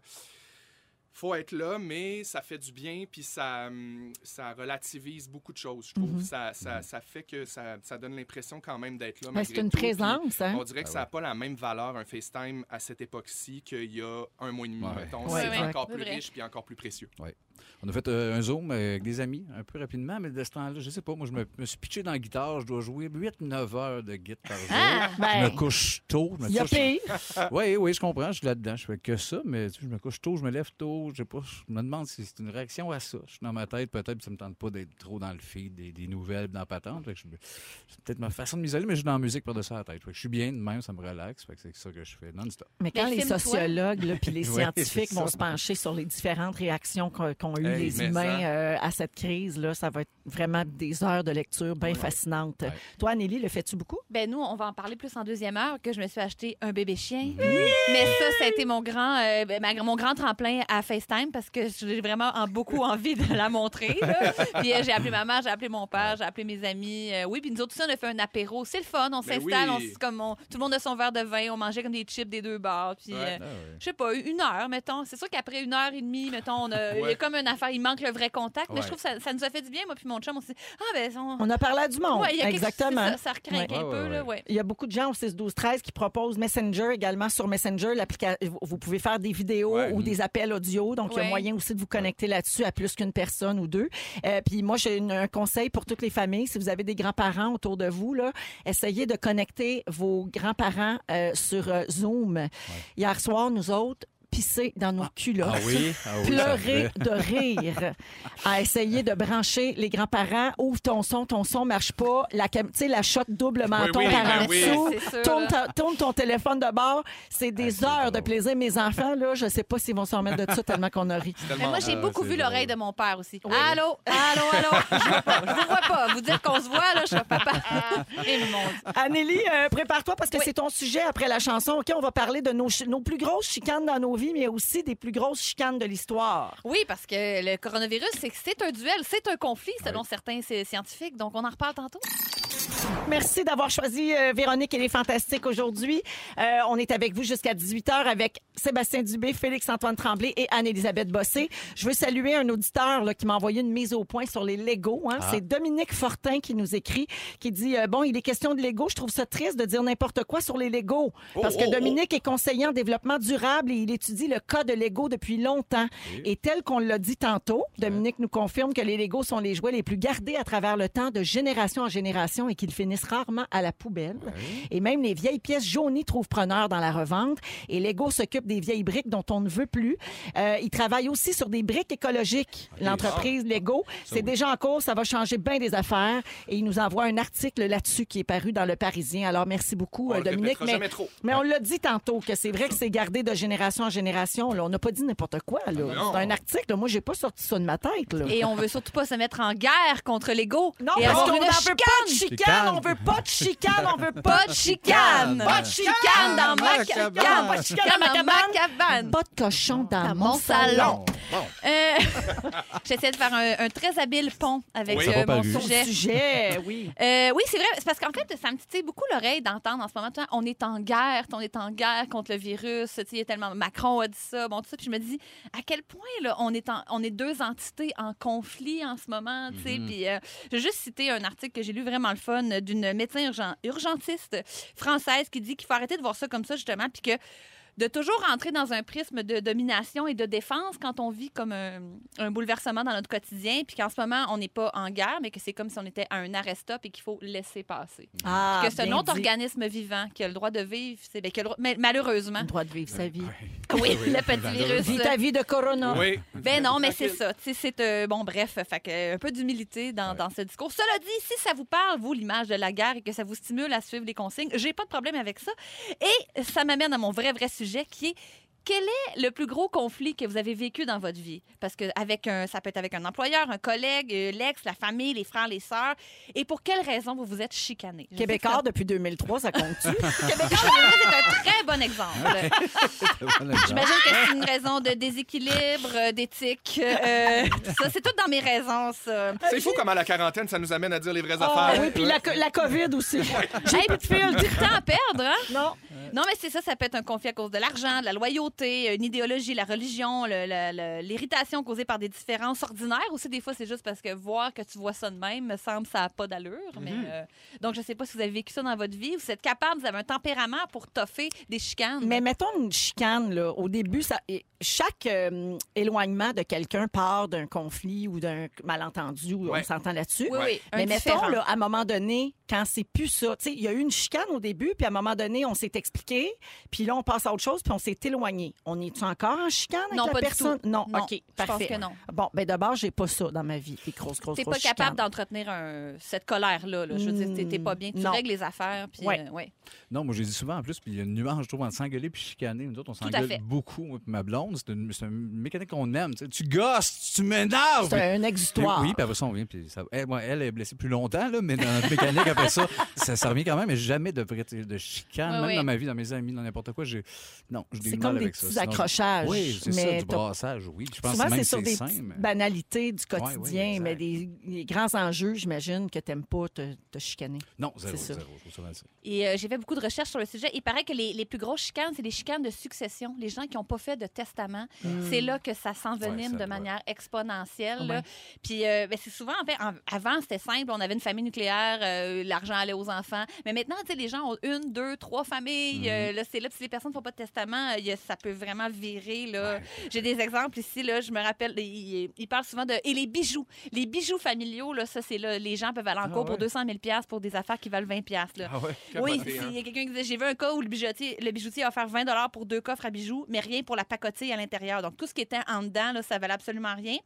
Speaker 3: faut être là, mais ça fait du bien, puis ça, hum, ça relativise beaucoup de choses, je
Speaker 2: Mhm.
Speaker 3: trouve. ça, ça, ça fait que ça, ça donne l'impression quand même d'être là.
Speaker 2: Ben,
Speaker 3: malgré
Speaker 2: c'est une
Speaker 3: tout, puis
Speaker 2: présence. Hein?
Speaker 3: On
Speaker 4: Ah
Speaker 3: dirait que ça n'a pas la même valeur, un FaceTime, à cette époque-ci qu'il y a un mois et demi,
Speaker 4: Ouais.
Speaker 3: mettons.
Speaker 2: Ouais,
Speaker 3: c'est
Speaker 2: ouais.
Speaker 3: encore
Speaker 1: C'est
Speaker 3: plus
Speaker 1: vrai.
Speaker 3: riche puis encore plus précieux.
Speaker 4: On a fait euh, un Zoom euh, avec des amis, un peu rapidement, mais de ce temps-là, je sais pas, moi, je me, me suis pitché dans la guitare, je dois jouer 8-9 heures de guitare par jour. Je me
Speaker 2: Ben,
Speaker 4: couche tôt. Je me
Speaker 2: il y a
Speaker 4: couche-
Speaker 2: pire.
Speaker 4: Oui, oui, je comprends, je suis là-dedans. Je fais que ça, mais tu sais, je me couche tôt, je me lève tôt. Je sais pas, je me demande si c'est une réaction à ça. Je suis dans ma tête, peut-être que ça me tente pas d'être trop dans le feed des, des nouvelles, dans la patente. Fait que je- C'est peut-être ma façon de m'isoler, mais je suis dans la musique par-dessus la tête. Fait que je suis bien de même, ça me relaxe. Fait que c'est ça que je fais non-stop.
Speaker 2: Mais quand
Speaker 1: Mais
Speaker 2: les
Speaker 1: filme-toi.
Speaker 2: sociologues là, puis les
Speaker 4: Ouais,
Speaker 2: scientifiques
Speaker 4: c'est ça.
Speaker 2: vont se pencher sur les différentes réactions qu'ont qu'ont eues
Speaker 3: Hey,
Speaker 2: les
Speaker 3: mais
Speaker 2: humains
Speaker 3: ça.
Speaker 2: euh, à cette crise, là, ça va être vraiment des heures de lecture bien fascinantes.
Speaker 4: Ouais.
Speaker 2: Toi, Nelly, le fais-tu beaucoup?
Speaker 1: Ben nous, on va en parler plus en deuxième heure que je me suis acheté un bébé chien.
Speaker 3: Mm-hmm.
Speaker 1: Mais ça, ça a été mon grand, euh, ben, ma- mon grand tremplin à FaceTime parce que j'ai vraiment en- beaucoup envie de la montrer. là. Puis euh, j'ai appelé maman, j'ai appelé mon père, j'ai appelé mes amis. Euh, oui, puis nous autres aussi, on a fait un apéro. C'est le fun, on
Speaker 3: Ben
Speaker 1: s'installe,
Speaker 3: oui.
Speaker 1: on s- comme on- tout le monde a son verre de vin, on mangeait comme des chips des deux bars. Puis
Speaker 3: Ouais.
Speaker 4: Ah
Speaker 1: euh, je sais pas, une heure, mettons. C'est sûr qu'après une heure et demie, mettons, on a, il y
Speaker 3: Ouais.
Speaker 1: a comme une affaire, il manque le vrai contact. Mais
Speaker 4: Ouais.
Speaker 1: je trouve que ça, ça nous a fait du bien, moi puis mon chum. On s'est dit, ah ben, on,
Speaker 2: On a parlé à du monde.
Speaker 1: Ouais, il y a quelque-
Speaker 2: Exactement.
Speaker 1: Ça, ça recrinque
Speaker 4: Ouais.
Speaker 1: un
Speaker 4: Ouais,
Speaker 1: peu,
Speaker 4: ouais,
Speaker 1: là,
Speaker 4: ouais.
Speaker 1: ouais.
Speaker 2: Il y a beaucoup de gens au 6 12 13 qui proposent Messenger également sur Messenger l'applica- vous- vous pouvez faire des vidéos
Speaker 3: Ouais.
Speaker 2: ou des appels audio donc il y a
Speaker 1: Ouais.
Speaker 2: moyen aussi de vous connecter là-dessus à plus qu'une personne ou deux. Euh, puis moi j'ai une- un conseil pour toutes les familles si vous avez des grands-parents autour de vous là, essayez de connecter vos grands-parents euh, sur euh, Zoom. Hier soir nous autres pisser dans nos culottes.
Speaker 4: Ah oui? Ah oui, ça
Speaker 2: pleurer
Speaker 4: fait.
Speaker 2: de rire à essayer de brancher les grands-parents. Ouvre ton son, ton son marche pas. La, cam- tu sais, la shot double menton
Speaker 3: oui,
Speaker 2: par
Speaker 3: ben
Speaker 2: en
Speaker 3: oui.
Speaker 2: dessous.
Speaker 1: C'est sûr,
Speaker 2: Tourne, ta- tourne ton téléphone de bord. C'est des
Speaker 4: c'est
Speaker 2: heures de
Speaker 4: drôle.
Speaker 2: plaisir. Mes enfants, là, je sais pas s'ils vont s'en remettre de ça tellement qu'on a ri.
Speaker 1: Mais moi, j'ai
Speaker 4: Ah,
Speaker 1: beaucoup
Speaker 4: c'est
Speaker 1: vu
Speaker 4: drôle.
Speaker 1: l'oreille de mon père aussi. Allô, allô, allô. Je vois pas. Je vous vois pas. Vous dites qu'on se voit, là, je suis papa. Et le monde.
Speaker 2: Anélie, euh, prépare-toi parce que
Speaker 1: Oui.
Speaker 2: c'est ton sujet après la chanson. OK, on va parler de nos, chi- nos plus grosses chicanes dans nos vies, mais aussi des plus grosses chicanes de l'histoire.
Speaker 1: Oui, parce que le coronavirus, c'est- c'est un duel, c'est un conflit, selon certains euh, scientifiques. Donc, on en reparle tantôt.
Speaker 2: Merci d'avoir choisi euh, Véronique et les Fantastiques aujourd'hui. Euh, on est avec vous jusqu'à 18h avec Sébastien Dubé, Félix-Antoine Tremblay et Anne-Élisabeth Bossé. Je veux saluer un auditeur là, qui m'a envoyé une mise au point sur les Legos. hein. C'est Dominique Fortin qui nous écrit, qui dit euh, Bon, il est question de Lego. Je trouve ça triste de dire n'importe quoi sur les Legos. Parce que
Speaker 3: oh, oh.
Speaker 2: Dominique est conseiller en développement durable et il étudie le cas de Lego depuis longtemps. Et tel qu'on l'a dit tantôt, Dominique nous confirme que les Legos sont les jouets les plus gardés à travers le temps de génération en génération et qu'ils finissent rarement à la poubelle.
Speaker 4: Ah
Speaker 2: Et même les vieilles pièces jaunies trouvent preneur dans la revente. Et Lego s'occupe des vieilles briques dont on ne veut plus. Euh, il travaille aussi sur des briques écologiques. L'entreprise
Speaker 3: Ah,
Speaker 2: Lego, c'est déjà en cours, ça va changer bien des affaires. Et il nous envoie un article là-dessus qui est paru dans Le Parisien. Alors merci beaucoup,
Speaker 3: On
Speaker 2: euh,
Speaker 3: Oh, le
Speaker 2: Dominique.
Speaker 3: répétera jamais trop.
Speaker 2: Mais on l'a dit tantôt que c'est vrai que c'est gardé de génération en génération. là. On n'a pas dit n'importe quoi. là.
Speaker 3: Non.
Speaker 2: C'est un article. là. Moi, j'ai pas sorti ça de ma tête. là.
Speaker 1: Et on veut surtout pas se mettre en guerre contre l'ego.
Speaker 2: Non,
Speaker 1: Et
Speaker 2: parce
Speaker 1: avoir
Speaker 2: qu'on
Speaker 1: une
Speaker 2: n'en veut pas de
Speaker 1: chicane.
Speaker 2: chicane. On veut pas de chicane. On veut pas
Speaker 1: Pas de chicane.
Speaker 2: Pas de chicane
Speaker 1: dans ma
Speaker 4: Ma
Speaker 1: cabane.
Speaker 4: cabane.
Speaker 1: Pas de chicane dans ma cabane.
Speaker 2: Pas de cochon dans,
Speaker 1: Dans
Speaker 2: mon salon.
Speaker 1: Euh, J'essaie de faire un, un très habile pont avec
Speaker 3: Oui.
Speaker 1: euh,
Speaker 4: Ça va pas
Speaker 1: mon
Speaker 4: paru.
Speaker 2: Ton
Speaker 1: sujet.
Speaker 2: sujet, oui.
Speaker 1: Euh, oui, c'est vrai. C'est parce qu'en fait, ça me titille beaucoup l'oreille d'entendre en ce moment. tu vois, On est en guerre, on est en guerre contre le virus. Tu sais, il y a tellement Macron a dit ça, bon tout ça. Puis je me dis à quel point là, on est en- on est deux entités en conflit en ce moment. Tu sais, puis euh, je vais juste citer un article que j'ai lu vraiment le fun euh, d'une médecin urgen- urgentiste française qui dit qu'il faut arrêter de voir ça comme ça justement, puis que de toujours entrer dans un prisme de domination et de défense quand on vit comme un, un bouleversement dans notre quotidien, puis qu'en ce moment, on n'est pas en guerre, mais que c'est comme si on était à un arrest-stop et qu'il faut laisser passer.
Speaker 2: Ah,
Speaker 1: que c'est un
Speaker 2: bien
Speaker 1: autre
Speaker 2: dit.
Speaker 1: organisme vivant qui a le droit de vivre, c'est ben, qui a le droit- mais malheureusement.
Speaker 2: Le droit de vivre sa vie.
Speaker 4: Ah
Speaker 1: Oui, le petit virus.
Speaker 2: Vis ta vie de corona.
Speaker 3: Oui.
Speaker 1: Ben non, mais c'est
Speaker 3: Tranquille.
Speaker 1: ça. Tu sais, C'est euh, bon, bref, fait que, euh, un peu d'humilité dans, dans ce discours. Cela dit, si ça vous parle, vous, l'image de la guerre et que ça vous stimule à suivre les consignes, j'ai pas de problème avec ça. Et ça m'amène à mon vrai, vrai sujet qui est. Quel est le plus gros conflit que vous avez vécu dans votre vie? Parce que avec un, ça peut être avec un employeur, un collègue, euh, l'ex, la famille, les frères, les sœurs. Et pour quelles raisons vous vous êtes chicané? Je sais
Speaker 2: Québécois depuis 2003, ça compte-tu?
Speaker 1: que ça- Québécois, c'est un très bon exemple. J'imagine que c'est une raison de déséquilibre, euh, d'éthique. euh, tout ça, c'est tout dans mes raisons, ça.
Speaker 3: C'est fou comment la quarantaine, ça nous amène à dire les vraies
Speaker 2: Ah
Speaker 3: affaires.
Speaker 2: oui, puis la, co- la COVID aussi.
Speaker 1: J'ai hey, tu fais du temps à perdre, hein?
Speaker 2: Non.
Speaker 1: Non, mais c'est ça, ça peut être un conflit à cause de l'argent, de la loyauté, une idéologie, la religion, le- le- le- l'irritation causée par des différences ordinaires. Aussi, des fois, c'est juste parce que voir que tu vois ça de même, me semble, ça n'a pas d'allure. mais, euh, donc, je ne sais pas si vous avez vécu ça dans votre vie, vous êtes capable, vous avez un tempérament pour toffer des chicanes.
Speaker 2: Mais mettons une chicane, là. Au début, ça, et chaque euh, éloignement de quelqu'un part d'un conflit ou d'un malentendu. On
Speaker 3: Ouais.
Speaker 2: s'entend là-dessus.
Speaker 1: oui, oui, un
Speaker 2: Mais mettons,
Speaker 1: différent.
Speaker 2: là, à un moment donné, quand c'est plus ça, tu sais, il y a eu une chicane au début, puis à un moment donné, on s'est expliqué, puis là, on passe à autre chose, puis on s'est éloigné. On est-tu encore en chicane avec
Speaker 1: Non,
Speaker 2: la
Speaker 1: pas du
Speaker 2: personne? Non,
Speaker 1: Non,
Speaker 2: OK,
Speaker 1: je pense
Speaker 2: parfait.
Speaker 1: que non.
Speaker 2: Bon, ben d'abord, j'ai pas ça dans ma vie, les grosses, grosses,
Speaker 1: T'es pas
Speaker 2: grosses
Speaker 1: capable
Speaker 2: chicanes.
Speaker 1: d'entretenir un- cette colère-là. là. Je veux dire, t'es- t'es pas bien. Tu
Speaker 2: Non.
Speaker 1: règles les affaires. Puis,
Speaker 2: Ouais.
Speaker 1: euh, ouais.
Speaker 4: Non, moi, j'ai dit souvent en plus, puis il y a une nuance, je trouve, entre s'engueuler puis chicaner. Nous autres, on
Speaker 1: à fait.
Speaker 4: s'engueule beaucoup. Moi, puis ma blonde, c'est une, c'est une mécanique qu'on aime. tu sais. Tu gosses, tu m'énerves.
Speaker 2: C'est un
Speaker 4: Puis-
Speaker 2: exutoire.
Speaker 4: Oui, puis après ça, on vient. Puis ça- elle, moi, elle est blessée plus longtemps, là, mais dans notre mécanique, après ça, ça, ça revient quand même. Mais jamais de, vrai- de chicane,
Speaker 1: Oui,
Speaker 4: même
Speaker 1: oui.
Speaker 4: dans ma vie, dans mes amis, dans n'importe quoi. j'ai- Non, je
Speaker 2: C'est comme des petits accrochages.
Speaker 4: Oui, c'est ça,
Speaker 2: mais
Speaker 4: du
Speaker 2: t'as-
Speaker 4: brassage, oui. Je pense
Speaker 2: Souvent,
Speaker 4: même
Speaker 2: c'est
Speaker 4: que
Speaker 2: sur
Speaker 4: c'est
Speaker 2: des
Speaker 4: simple.
Speaker 2: petites
Speaker 4: mais-
Speaker 2: banalités du
Speaker 4: oui,
Speaker 2: quotidien,
Speaker 4: exact.
Speaker 2: mais des, des grands enjeux, j'imagine, que t'aimes pas te, te chicaner.
Speaker 4: Non, zéro,
Speaker 2: c'est ça.
Speaker 4: zéro. je trouve ça mal, ça.
Speaker 1: Et euh, j'ai fait beaucoup de recherches sur le sujet. Il paraît que les, les plus grosses chicanes, c'est les chicanes de succession. Les gens qui n'ont pas fait de testament. testament, c'est là que ça s'envenime
Speaker 4: Hmm. Ouais, ça
Speaker 1: de
Speaker 4: doit.
Speaker 1: manière exponentielle.
Speaker 2: Ouais.
Speaker 1: là. Puis euh, ben, c'est souvent, en fait, en- avant, c'était simple. On avait une famille nucléaire, euh, l'argent allait aux enfants. Mais maintenant, tu sais, les gens ont une, deux, trois
Speaker 4: Hmm.
Speaker 1: familles. euh, là, c'est là. Puis si les personnes ne font pas de testament, euh, il y a- ça peut vraiment virer. Là. J'ai des exemples ici. Là, je me rappelle, ils il parlent souvent de. Et les bijoux. Les bijoux familiaux, là, ça, c'est là. Les gens peuvent aller en
Speaker 4: Ah
Speaker 1: cours
Speaker 4: ouais.
Speaker 1: pour 200 000 pour des affaires qui valent 20 là.
Speaker 3: Ah ouais,
Speaker 1: Oui,
Speaker 3: capoté,
Speaker 1: si-
Speaker 3: hein.
Speaker 1: il y a quelqu'un qui disait, j'ai vu un cas où le bijoutier, le bijoutier a offert 20 pour deux coffres à bijoux, mais rien pour la pacotille à l'intérieur. Donc, tout ce qui était en dedans, là, ça valait absolument rien.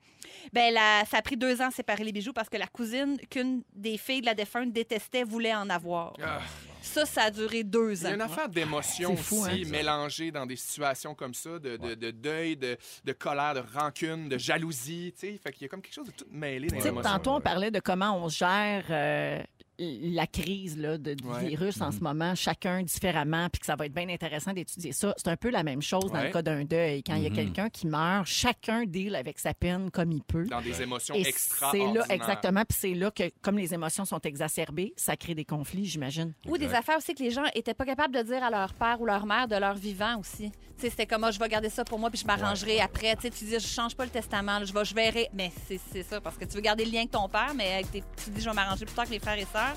Speaker 1: Ben, la- ça a pris deux ans de séparer les bijoux parce que la cousine qu'une des filles de la défunte détestait voulait en avoir.
Speaker 3: Ah.
Speaker 1: Ça, ça a duré deux
Speaker 3: Il y
Speaker 1: ans.
Speaker 3: a une affaire d'émotion
Speaker 2: C'est fou,
Speaker 3: aussi,
Speaker 4: hein.
Speaker 3: mélangée dans des situations comme ça, de, de- de deuil, de, de colère, de rancune, de jalousie. Tu sais, fait qu'il y a comme quelque chose de tout mêlé dans
Speaker 2: Tu
Speaker 3: les
Speaker 2: sais,
Speaker 3: émotions.
Speaker 2: tantôt, on
Speaker 4: ouais.
Speaker 2: parlait de comment on gère euh, la crise là, de, du
Speaker 3: Ouais.
Speaker 2: virus
Speaker 4: Mhm.
Speaker 2: en ce moment, chacun différemment, puis que ça va être bien intéressant d'étudier ça. C'est un peu la même chose dans
Speaker 3: Ouais.
Speaker 2: le cas d'un deuil. Quand il y a
Speaker 4: Mhm.
Speaker 2: quelqu'un qui meurt, chacun deal avec sa peine comme il peut.
Speaker 3: Dans des émotions
Speaker 2: Et c'est
Speaker 3: extraordinaires.
Speaker 2: là, exactement, puis c'est là que, comme les émotions sont exacerbées, ça crée des conflits, j'imagine.
Speaker 1: Ou des affaires aussi que les gens étaient pas capables de dire à leur père ou leur mère de leur vivant aussi. Tu sais, C'était comme, Ah, je vais garder ça pour moi puis je m'arrangerai après. Tu sais, tu dis, je change pas le testament, là, je, vais, je verrai. Mais c'est- c'est ça, parce que tu veux garder le lien avec ton père, mais avec tes- tu dis, je vais m'arranger plus tard que les frères et sœurs.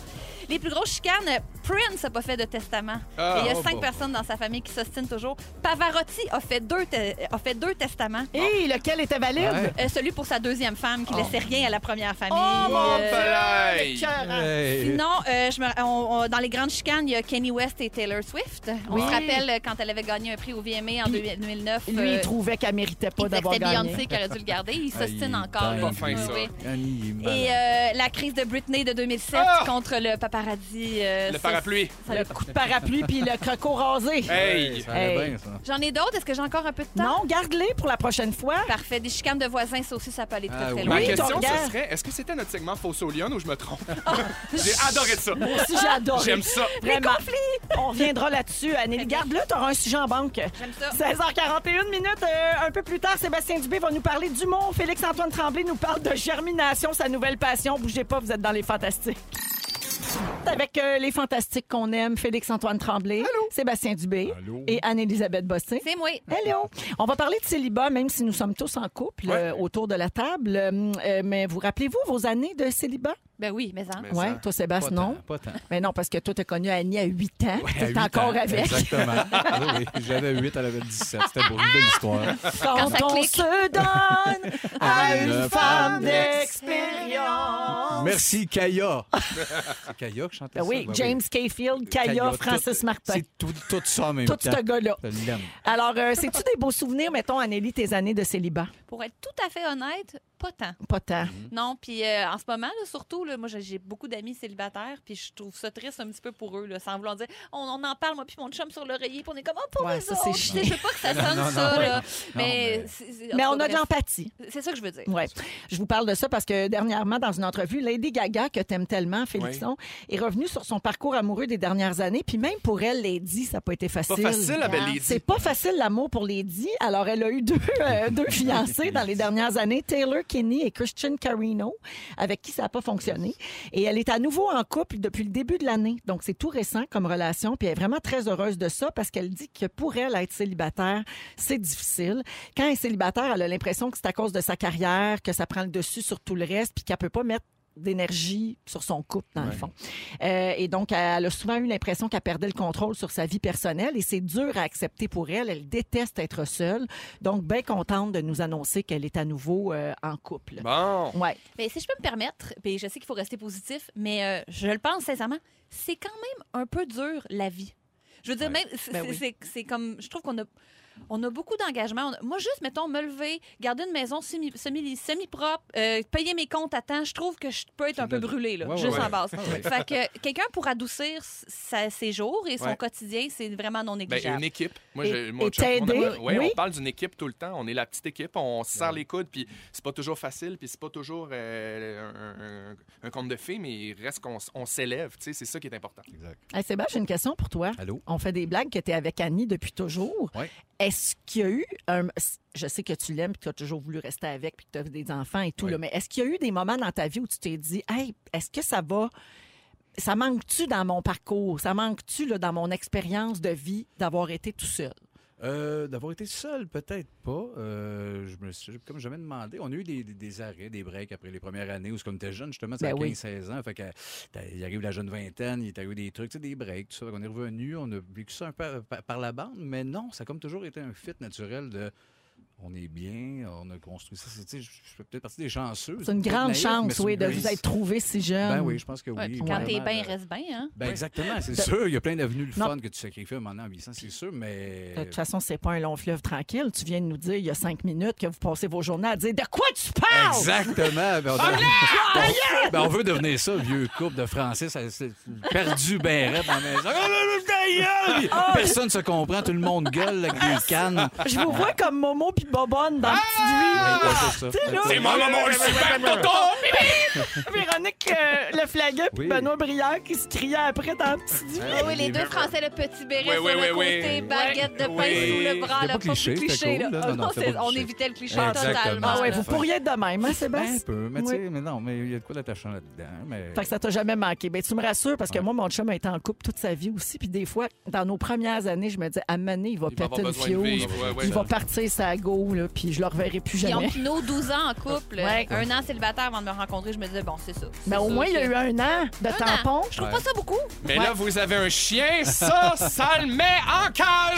Speaker 1: Les plus grosses chicanes, euh, Prince n'a pas fait de testament.
Speaker 3: Ah,
Speaker 1: Et il y a
Speaker 4: oh,
Speaker 1: cinq
Speaker 4: bon.
Speaker 1: personnes dans sa famille qui s'ostinent toujours. Pavarotti a fait deux, te- a fait deux testaments.
Speaker 2: Et lequel était valide?
Speaker 4: Ouais.
Speaker 1: Euh, celui pour sa deuxième femme qui laissait rien à la première famille.
Speaker 2: Oh,
Speaker 3: Oh,
Speaker 1: Euh,
Speaker 3: palais!
Speaker 4: Hey.
Speaker 1: Sinon, euh, je me- on- on- dans les grandes chicanes, il y a Kenny West et Taylor Swift. On
Speaker 2: Oui.
Speaker 1: se rappelle euh, quand elle avait gagné un prix au VMA en 2009.
Speaker 2: Lui,
Speaker 1: euh,
Speaker 2: il trouvait qu'elle méritait
Speaker 1: il disait
Speaker 2: pas
Speaker 1: que
Speaker 2: d'avoir
Speaker 1: c'était
Speaker 2: gagné.
Speaker 1: Beyoncé qui aurait dû le garder. Il s'ostine
Speaker 4: Ah, il
Speaker 1: encore.
Speaker 4: est
Speaker 1: là.
Speaker 3: Pas fin,
Speaker 1: Oui,
Speaker 3: ça. Ben
Speaker 1: oui.
Speaker 4: Annie, il est malade.
Speaker 1: Et euh, la crise de Britney de 2007
Speaker 3: Ah!
Speaker 1: contre le paparazzi. euh,
Speaker 3: Le
Speaker 1: ça-
Speaker 3: parapluie.
Speaker 1: ça l'a
Speaker 2: Le
Speaker 1: pas-
Speaker 2: coup de parapluie puis le croco rasé.
Speaker 3: Hey!
Speaker 4: Ça allait
Speaker 2: euh, Hey.
Speaker 4: bien, ça.
Speaker 1: J'en ai d'autres. Est-ce que j'ai encore un peu de temps?
Speaker 2: Non, garde-les pour la prochaine fois.
Speaker 1: Parfait. Des chicanes de voisins, ça aussi, ça peut aller très,
Speaker 4: Ah
Speaker 1: très
Speaker 4: oui.
Speaker 3: Ma
Speaker 1: loin.
Speaker 2: Oui, ton
Speaker 3: question,
Speaker 2: regard.
Speaker 3: ce serait est-ce que c'était notre segment Faussolion ou je me trompe J'ai adoré ça.
Speaker 2: Moi aussi, j'ai adoré.
Speaker 3: J'aime ça.
Speaker 2: Vraiment. On reviendra là-dessus, Anneli. Garde-le, t'auras un sujet en banque.
Speaker 1: J'aime ça.
Speaker 2: 16h41 minutes, euh, un peu plus tard, Sébastien Dubé va nous parler du mot. Félix-Antoine Tremblay nous parle de germination, sa nouvelle passion. Bougez pas, vous êtes dans les fantastiques. Avec euh, les fantastiques qu'on aime, Félix-Antoine Tremblay, Sébastien Dubé
Speaker 4: Allô.
Speaker 2: et Anne-Élisabeth Bossé.
Speaker 1: C'est moi.
Speaker 2: Hello! Eh, On va parler de célibat, même si nous sommes tous en couple euh, autour de la table. Euh, euh, mais vous rappelez-vous vos années de célibat?
Speaker 1: Ben oui, mais en.
Speaker 3: Mais
Speaker 2: Oui,
Speaker 3: ça,
Speaker 2: toi, Sébastien,
Speaker 4: Pas
Speaker 2: non?
Speaker 4: tant, Pas tant.
Speaker 2: Mais non, parce que toi, t'as connu Annie à 8 ans.
Speaker 4: Ouais, à
Speaker 2: T'es
Speaker 4: huit
Speaker 2: encore
Speaker 4: ans,
Speaker 2: avec.
Speaker 4: Exactement. Ah Oui, oui, J'avais 8, elle avait 17. C'était pour une belle histoire.
Speaker 2: Quand,
Speaker 1: ça
Speaker 2: on
Speaker 1: clique.
Speaker 2: se donne à une
Speaker 4: Une
Speaker 2: femme
Speaker 4: femme
Speaker 2: d'expérience.
Speaker 4: Merci, Kaya. C'est Kaya qui chantait
Speaker 2: Ben
Speaker 4: ça?
Speaker 2: oui,
Speaker 4: Ben
Speaker 2: James Caulfield,
Speaker 4: Kaya,
Speaker 2: Kaya,
Speaker 4: tout-
Speaker 2: Francis Martin.
Speaker 4: C'est tout, tout ça en même
Speaker 2: Tout
Speaker 4: temps.
Speaker 2: ce gars-là.
Speaker 4: Je l'aime.
Speaker 2: Alors, euh, c'est-tu des beaux souvenirs, mettons, Anélie, tes années de célibat?
Speaker 1: Pour être tout à fait honnête, pas tant.
Speaker 2: Pas tant.
Speaker 1: Non, puis euh, en ce moment, là, surtout, là, moi, j'ai- j'ai beaucoup d'amis célibataires, puis je trouve ça triste un petit peu pour eux, là, sans vouloir dire, on, on en parle, moi, puis mon chum sur l'oreiller, puis on est comme, oh, pour
Speaker 2: Ouais,
Speaker 1: eux
Speaker 2: ça,
Speaker 1: autres.
Speaker 2: c'est
Speaker 1: Tu sais,
Speaker 2: chiant.
Speaker 1: Je veux pas que ça sonne ça,
Speaker 4: non,
Speaker 1: là.
Speaker 4: ouais.
Speaker 1: mais
Speaker 4: mais-
Speaker 1: c'est- c'est- en
Speaker 2: Mais
Speaker 1: tout
Speaker 2: on
Speaker 1: cas,
Speaker 2: a
Speaker 1: bref,
Speaker 2: de l'empathie.
Speaker 1: C'est ça que je veux dire.
Speaker 2: Ouais. Je vous parle de ça parce que dernièrement, dans une entrevue, Lady Gaga, que t'aimes tellement, Félixon, est revenue sur son parcours amoureux des dernières années. Puis même pour elle, Lady, ça n'a pas été
Speaker 3: Pas facile, ah, ben, les-
Speaker 2: C'est pas facile l'amour pour Lady. Alors, elle a eu deux, euh, deux fiancés dans les dernières années, Taylor Kinney et Christian Carino, avec qui ça n'a pas fonctionné. Et elle est à nouveau en couple depuis le début de l'année. Donc, c'est tout récent comme relation. Puis elle est vraiment très heureuse de ça parce qu'elle dit que pour elle, être célibataire, c'est difficile. Quand elle est célibataire, elle a l'impression que c'est à cause de sa carrière, que ça prend le dessus sur tout le reste, puis qu'elle peut pas mettre d'énergie sur son couple, dans le fond. Euh, et donc, elle a souvent eu l'impression qu'elle perdait le contrôle sur sa vie personnelle et c'est dur à accepter pour elle. Elle déteste être seule. Donc, bien contente de nous annoncer qu'elle est à nouveau euh, en couple.
Speaker 3: Bon.
Speaker 2: Ouais.
Speaker 1: Mais si je peux me permettre, puis je sais qu'il faut rester positif, mais euh, je le pense sincèrement, c'est quand même un peu dur la vie. Je veux dire,
Speaker 4: Ouais.
Speaker 1: même, c'est
Speaker 2: Ben oui.
Speaker 1: c'est- c'est comme, je trouve qu'on a, on a beaucoup d'engagement. On a- Moi, juste, mettons, me lever, garder une maison semi- semi- semi-propre, euh, payer mes comptes à temps, je trouve que je peux être un peu
Speaker 4: de-
Speaker 1: brûlée, là,
Speaker 4: Ouais, ouais,
Speaker 1: juste
Speaker 4: ouais.
Speaker 1: en base.
Speaker 4: Ah ouais.
Speaker 1: Fait que quelqu'un pour adoucir sa- ses jours et son
Speaker 3: Ouais.
Speaker 1: quotidien, c'est vraiment non
Speaker 3: Ben,
Speaker 1: négligeable.
Speaker 3: une équipe. Moi,
Speaker 2: Et-
Speaker 3: je, moi,
Speaker 2: et
Speaker 3: Chuck, mon
Speaker 2: t'aider,
Speaker 3: ami, ouais,
Speaker 2: oui.
Speaker 3: on parle d'une équipe tout le temps. On est la petite équipe, on se serre les coudes, puis c'est pas toujours facile, puis c'est pas toujours euh, un, un- un conte de fées, mais il reste qu'on s- on s'élève. tu sais, C'est ça qui est important.
Speaker 4: Exact.
Speaker 2: Hey, Sébastien, j'ai une question pour toi.
Speaker 4: Allô?
Speaker 2: On fait des blagues que tu es avec Annie depuis toujours.
Speaker 4: Ouais.
Speaker 2: Est-ce qu'il y a eu un. Je sais que tu l'aimes et que tu as toujours voulu rester avec puis que tu as des enfants et tout,
Speaker 4: Ouais.
Speaker 2: là, mais est-ce qu'il y a eu des moments dans ta vie où tu t'es dit, hey, est-ce que ça va. Ça manque-tu dans mon parcours? Ça manque-tu là, dans mon expérience de vie d'avoir été tout seul?
Speaker 4: Euh, D'avoir été seul, peut-être pas. Euh, je me suis comme jamais demandé. On a eu des, des- des arrêts, des breaks après les premières années où, comme était jeune, justement, c'est
Speaker 2: Ben oui.
Speaker 4: 15-16 ans. Fait que, t'as- il arrive la jeune vingtaine, il est arrivé des trucs, tu sais, des breaks, tout ça. On est revenu, on a vécu ça un peu par- par, par la bande, mais non, ça a comme toujours été un fit naturel de. On est bien, on a construit ça. C'est- tu sais, Je je fais peut-être partie des chanceux.
Speaker 2: C'est une grande chance, oui, de vous être trouvé si jeune.
Speaker 4: Ben oui, je pense que oui.
Speaker 1: Ouais, puis quand t'es
Speaker 4: vraiment,
Speaker 1: bien,
Speaker 4: là.
Speaker 1: reste bien. Hein?
Speaker 4: Ben exactement, c'est sûr. Il y a plein d'avenues le
Speaker 2: Non.
Speaker 4: fun que tu sacrifies un moment en vieillissant, c'est sûr, mais.
Speaker 2: De toute façon, c'est pas un long fleuve tranquille. Tu viens de nous dire il y a cinq minutes que vous passez vos journées à dire de quoi tu parles?
Speaker 4: Exactement. Ben, on, Ben, on veut devenir ça, vieux couple de Français. Ça, c'est perdu ben raide dans la
Speaker 3: Ah,
Speaker 4: maison. Personne ne se comprend. Tout le monde gueule avec des cannes.
Speaker 2: Je vous vois comme Momo puis Bobonne dans le
Speaker 4: Ouais, c'est ça. Ben,
Speaker 2: petit là,
Speaker 3: C'est mon moment, le super coton!
Speaker 2: Véronique euh, Le Flaguet puis
Speaker 4: Oui.
Speaker 2: Benoît Brière qui se criaient après dans le petit duo.
Speaker 1: Ah Oui, les deux Français, le petit béret
Speaker 3: Ouais,
Speaker 1: sur
Speaker 3: ouais,
Speaker 1: le
Speaker 3: ouais,
Speaker 1: côté,
Speaker 3: ouais.
Speaker 1: baguette de pain
Speaker 3: Ouais.
Speaker 1: sous le bras,
Speaker 4: C'était
Speaker 1: là,
Speaker 4: pas
Speaker 1: pas
Speaker 4: cliché,
Speaker 1: cliché.
Speaker 4: c'était
Speaker 1: là.
Speaker 4: cool, là.
Speaker 1: Ah
Speaker 4: Non, non,
Speaker 1: non,
Speaker 4: c'était
Speaker 1: c'est-
Speaker 4: pas
Speaker 1: on
Speaker 4: cliché.
Speaker 1: évitait le cliché
Speaker 4: Exactement.
Speaker 1: totalement.
Speaker 2: Ah ouais,
Speaker 4: Ah,
Speaker 2: vous
Speaker 4: fait-
Speaker 2: pourriez être de même, hein,
Speaker 4: ben, Un
Speaker 2: Sébastien?
Speaker 4: peu, mais tu sais,
Speaker 2: Oui.
Speaker 4: mais non, mais il y a de quoi d'attachant là-dedans. Mais...
Speaker 2: Fait que ça t'a jamais manqué. Ben, tu me rassures parce que
Speaker 4: Ouais.
Speaker 2: moi, mon chum a été en couple toute sa vie aussi. Puis des fois, dans nos premières années, je me dis, à Mané, il va
Speaker 3: Il va
Speaker 2: péter
Speaker 3: avoir
Speaker 2: une
Speaker 3: besoin de
Speaker 2: fiouse.
Speaker 3: vivre. ouais, ouais.
Speaker 2: Il va partir sa go, là, puis je le reverrai plus
Speaker 1: Ils ont
Speaker 2: jamais.
Speaker 1: Pinot, 12 ans en couple,
Speaker 2: Ouais.
Speaker 1: un an célibataire avant de me rencontrer. Je me disais, bon, c'est ça. c'est
Speaker 2: Mais au
Speaker 1: ça,
Speaker 2: moins, il a
Speaker 1: c'est-
Speaker 2: eu un an de tampon.
Speaker 1: Je trouve pas ça beaucoup.
Speaker 3: Mais là, vous avez un chien, ça, ça le met en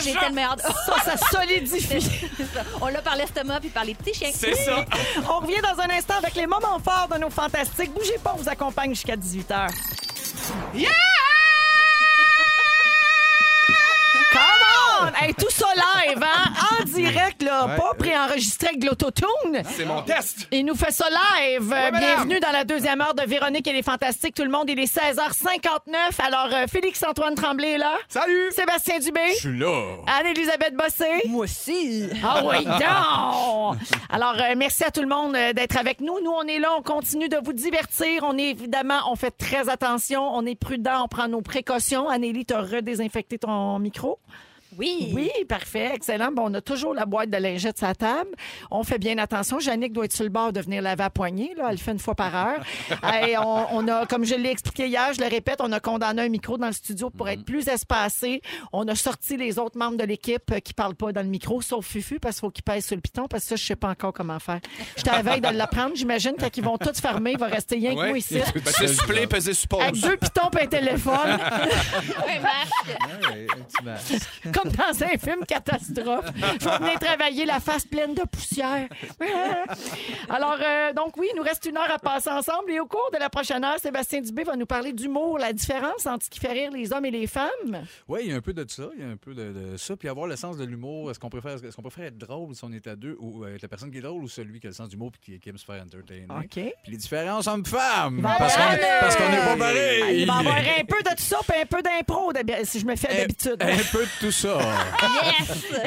Speaker 1: J'ai
Speaker 3: cage!
Speaker 1: tellement hâte.
Speaker 2: Ça, ça solidifie.
Speaker 1: On l'a par l'estomac puis par les petits chiens.
Speaker 3: C'est ça!
Speaker 2: On revient dans un instant avec les moments forts de nos fantastiques. Bougez pas, on vous accompagne jusqu'à 18h.
Speaker 3: Yeah!
Speaker 2: Come on! Hey, tout ça live, hein? En direct, là,
Speaker 4: Ouais.
Speaker 2: pas préenregistré avec de l'autotune.
Speaker 3: C'est mon test!
Speaker 2: Il nous fait ça live. Euh,
Speaker 3: madame.
Speaker 2: Bienvenue dans la deuxième heure de Véronique et les Fantastiques. Tout le monde, il est 16h59. Alors, euh, Félix-Antoine Tremblay est là.
Speaker 3: Salut!
Speaker 2: Sébastien Dubé.
Speaker 4: suis là.
Speaker 2: Anne-Élisabeth Bossé.
Speaker 1: Moi aussi.
Speaker 2: Ah oui, donc! Alors, euh, merci à tout le monde euh, d'être avec nous. Nous, on est là, on continue de vous divertir. On est évidemment, on fait très attention, on est prudent, on prend nos précautions. Anélie, t'as redésinfecté ton micro?
Speaker 1: Oui.
Speaker 2: Oui, parfait, excellent. Bon, on a toujours la boîte de lingettes sur la table. On fait bien attention. Jannick doit être sur le bord de venir laver à poignée. Là. Elle le fait une fois par heure. Et on, on a, comme je l'ai expliqué hier, je le répète, on a condamné un micro dans le studio pour être plus espacé. On a sorti les autres membres de l'équipe euh, qui parlent pas dans le micro, sauf Fufu, parce qu'il faut qu'il pèse sur le piton, parce que ça, je sais pas encore comment faire. Je t'avais de l'apprendre. J'imagine quand ils vont tous fermer, il va rester rien que
Speaker 3: Ouais.
Speaker 2: nous ici.
Speaker 3: Ben, c'est supplé, pesé,
Speaker 2: Avec
Speaker 3: suppose.
Speaker 2: deux pitons et un téléphone.
Speaker 1: Un masque.
Speaker 4: Ouais, un petit masque.
Speaker 2: comme dans un film catastrophe. Je vais venir travailler la face pleine de poussière. Alors, euh, donc oui, il nous reste une heure à passer ensemble. Et au cours de la prochaine heure, Sébastien Dubé va nous parler d'humour, la différence entre ce qui fait rire les hommes et les femmes.
Speaker 4: Oui, il y a un peu de ça, il y a un peu de, de ça. Puis avoir le sens de l'humour, est-ce qu'on préfère, est-ce qu'on préfère être drôle si on est à deux, ou euh, être la personne qui est drôle, ou celui qui a le sens du mot puis qui, qui aime se faire entertainer?
Speaker 2: Ah,
Speaker 4: Puis les différences hommes-femmes,
Speaker 1: Bah
Speaker 2: Ben
Speaker 4: parce qu'on
Speaker 2: ouais!
Speaker 4: parce qu'on n'est pas
Speaker 2: Ah,
Speaker 4: pareil.
Speaker 2: Il va y avoir un peu de tout ça, puis un peu d'impro, d'habi- si je me
Speaker 4: Eh,
Speaker 2: fais d'habitude.
Speaker 4: Un peu de tout ça.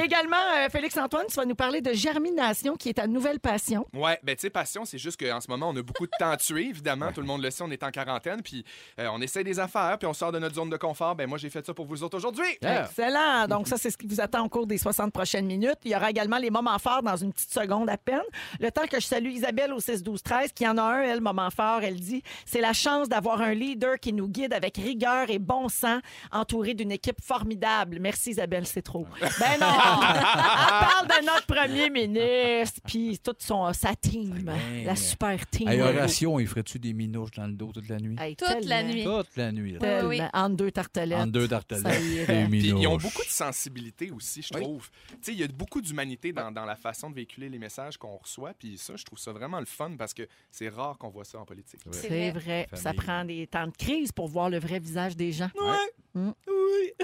Speaker 2: Également, euh, Félix-Antoine, tu vas nous parler de germination, qui est ta nouvelle passion.
Speaker 3: Ouais, ben tu sais, passion, c'est juste qu'en ce moment, on a beaucoup de temps tué, évidemment. Tout le monde le sait, on est en quarantaine, puis euh, on essaie des affaires, puis on sort de notre zone de confort. Ben moi, j'ai fait ça pour vous autres aujourd'hui.
Speaker 4: Yeah. Mm-hmm.
Speaker 2: Excellent. Donc, ça, c'est ce qui vous attend au cours des 60 prochaines minutes. Il y aura également les moments forts dans une petite seconde à peine. Le temps que je salue Isabelle au 6-12-13, qui en a un, elle, moment fort, elle dit C'est la chance d'avoir un leader qui nous guide avec rigueur et bon sens, entouré d'une équipe formidable. Merci, Isabelle, c'est trop. Ben non
Speaker 3: Ah,
Speaker 2: Elle parle de notre premier ministre, puis toute son, sa team,
Speaker 4: Ben.
Speaker 2: la super team.
Speaker 4: Hey, Horatio, il ferait-tu des minouches dans le dos toute la nuit?
Speaker 2: Hey,
Speaker 1: Toute la
Speaker 2: tellement,
Speaker 1: nuit.
Speaker 4: Toute la nuit. là.
Speaker 2: tellement.
Speaker 1: Oui, oui.
Speaker 2: En deux tartelettes.
Speaker 4: En deux tartelettes.
Speaker 2: Ça irait.
Speaker 4: Des
Speaker 3: Puis ils ont
Speaker 4: minouches.
Speaker 3: beaucoup de sensibilité aussi, je
Speaker 4: Oui.
Speaker 3: trouve. Tu sais, il y a beaucoup d'humanité dans, dans la façon de véhiculer les messages qu'on reçoit. Puis ça, je trouve ça vraiment le fun parce que c'est rare qu'on voit ça en politique.
Speaker 4: Ouais.
Speaker 1: C'est vrai.
Speaker 2: C'est vrai.
Speaker 4: Famille.
Speaker 2: Ça prend des temps de crise pour voir le vrai visage des gens. Mm.
Speaker 3: Oui.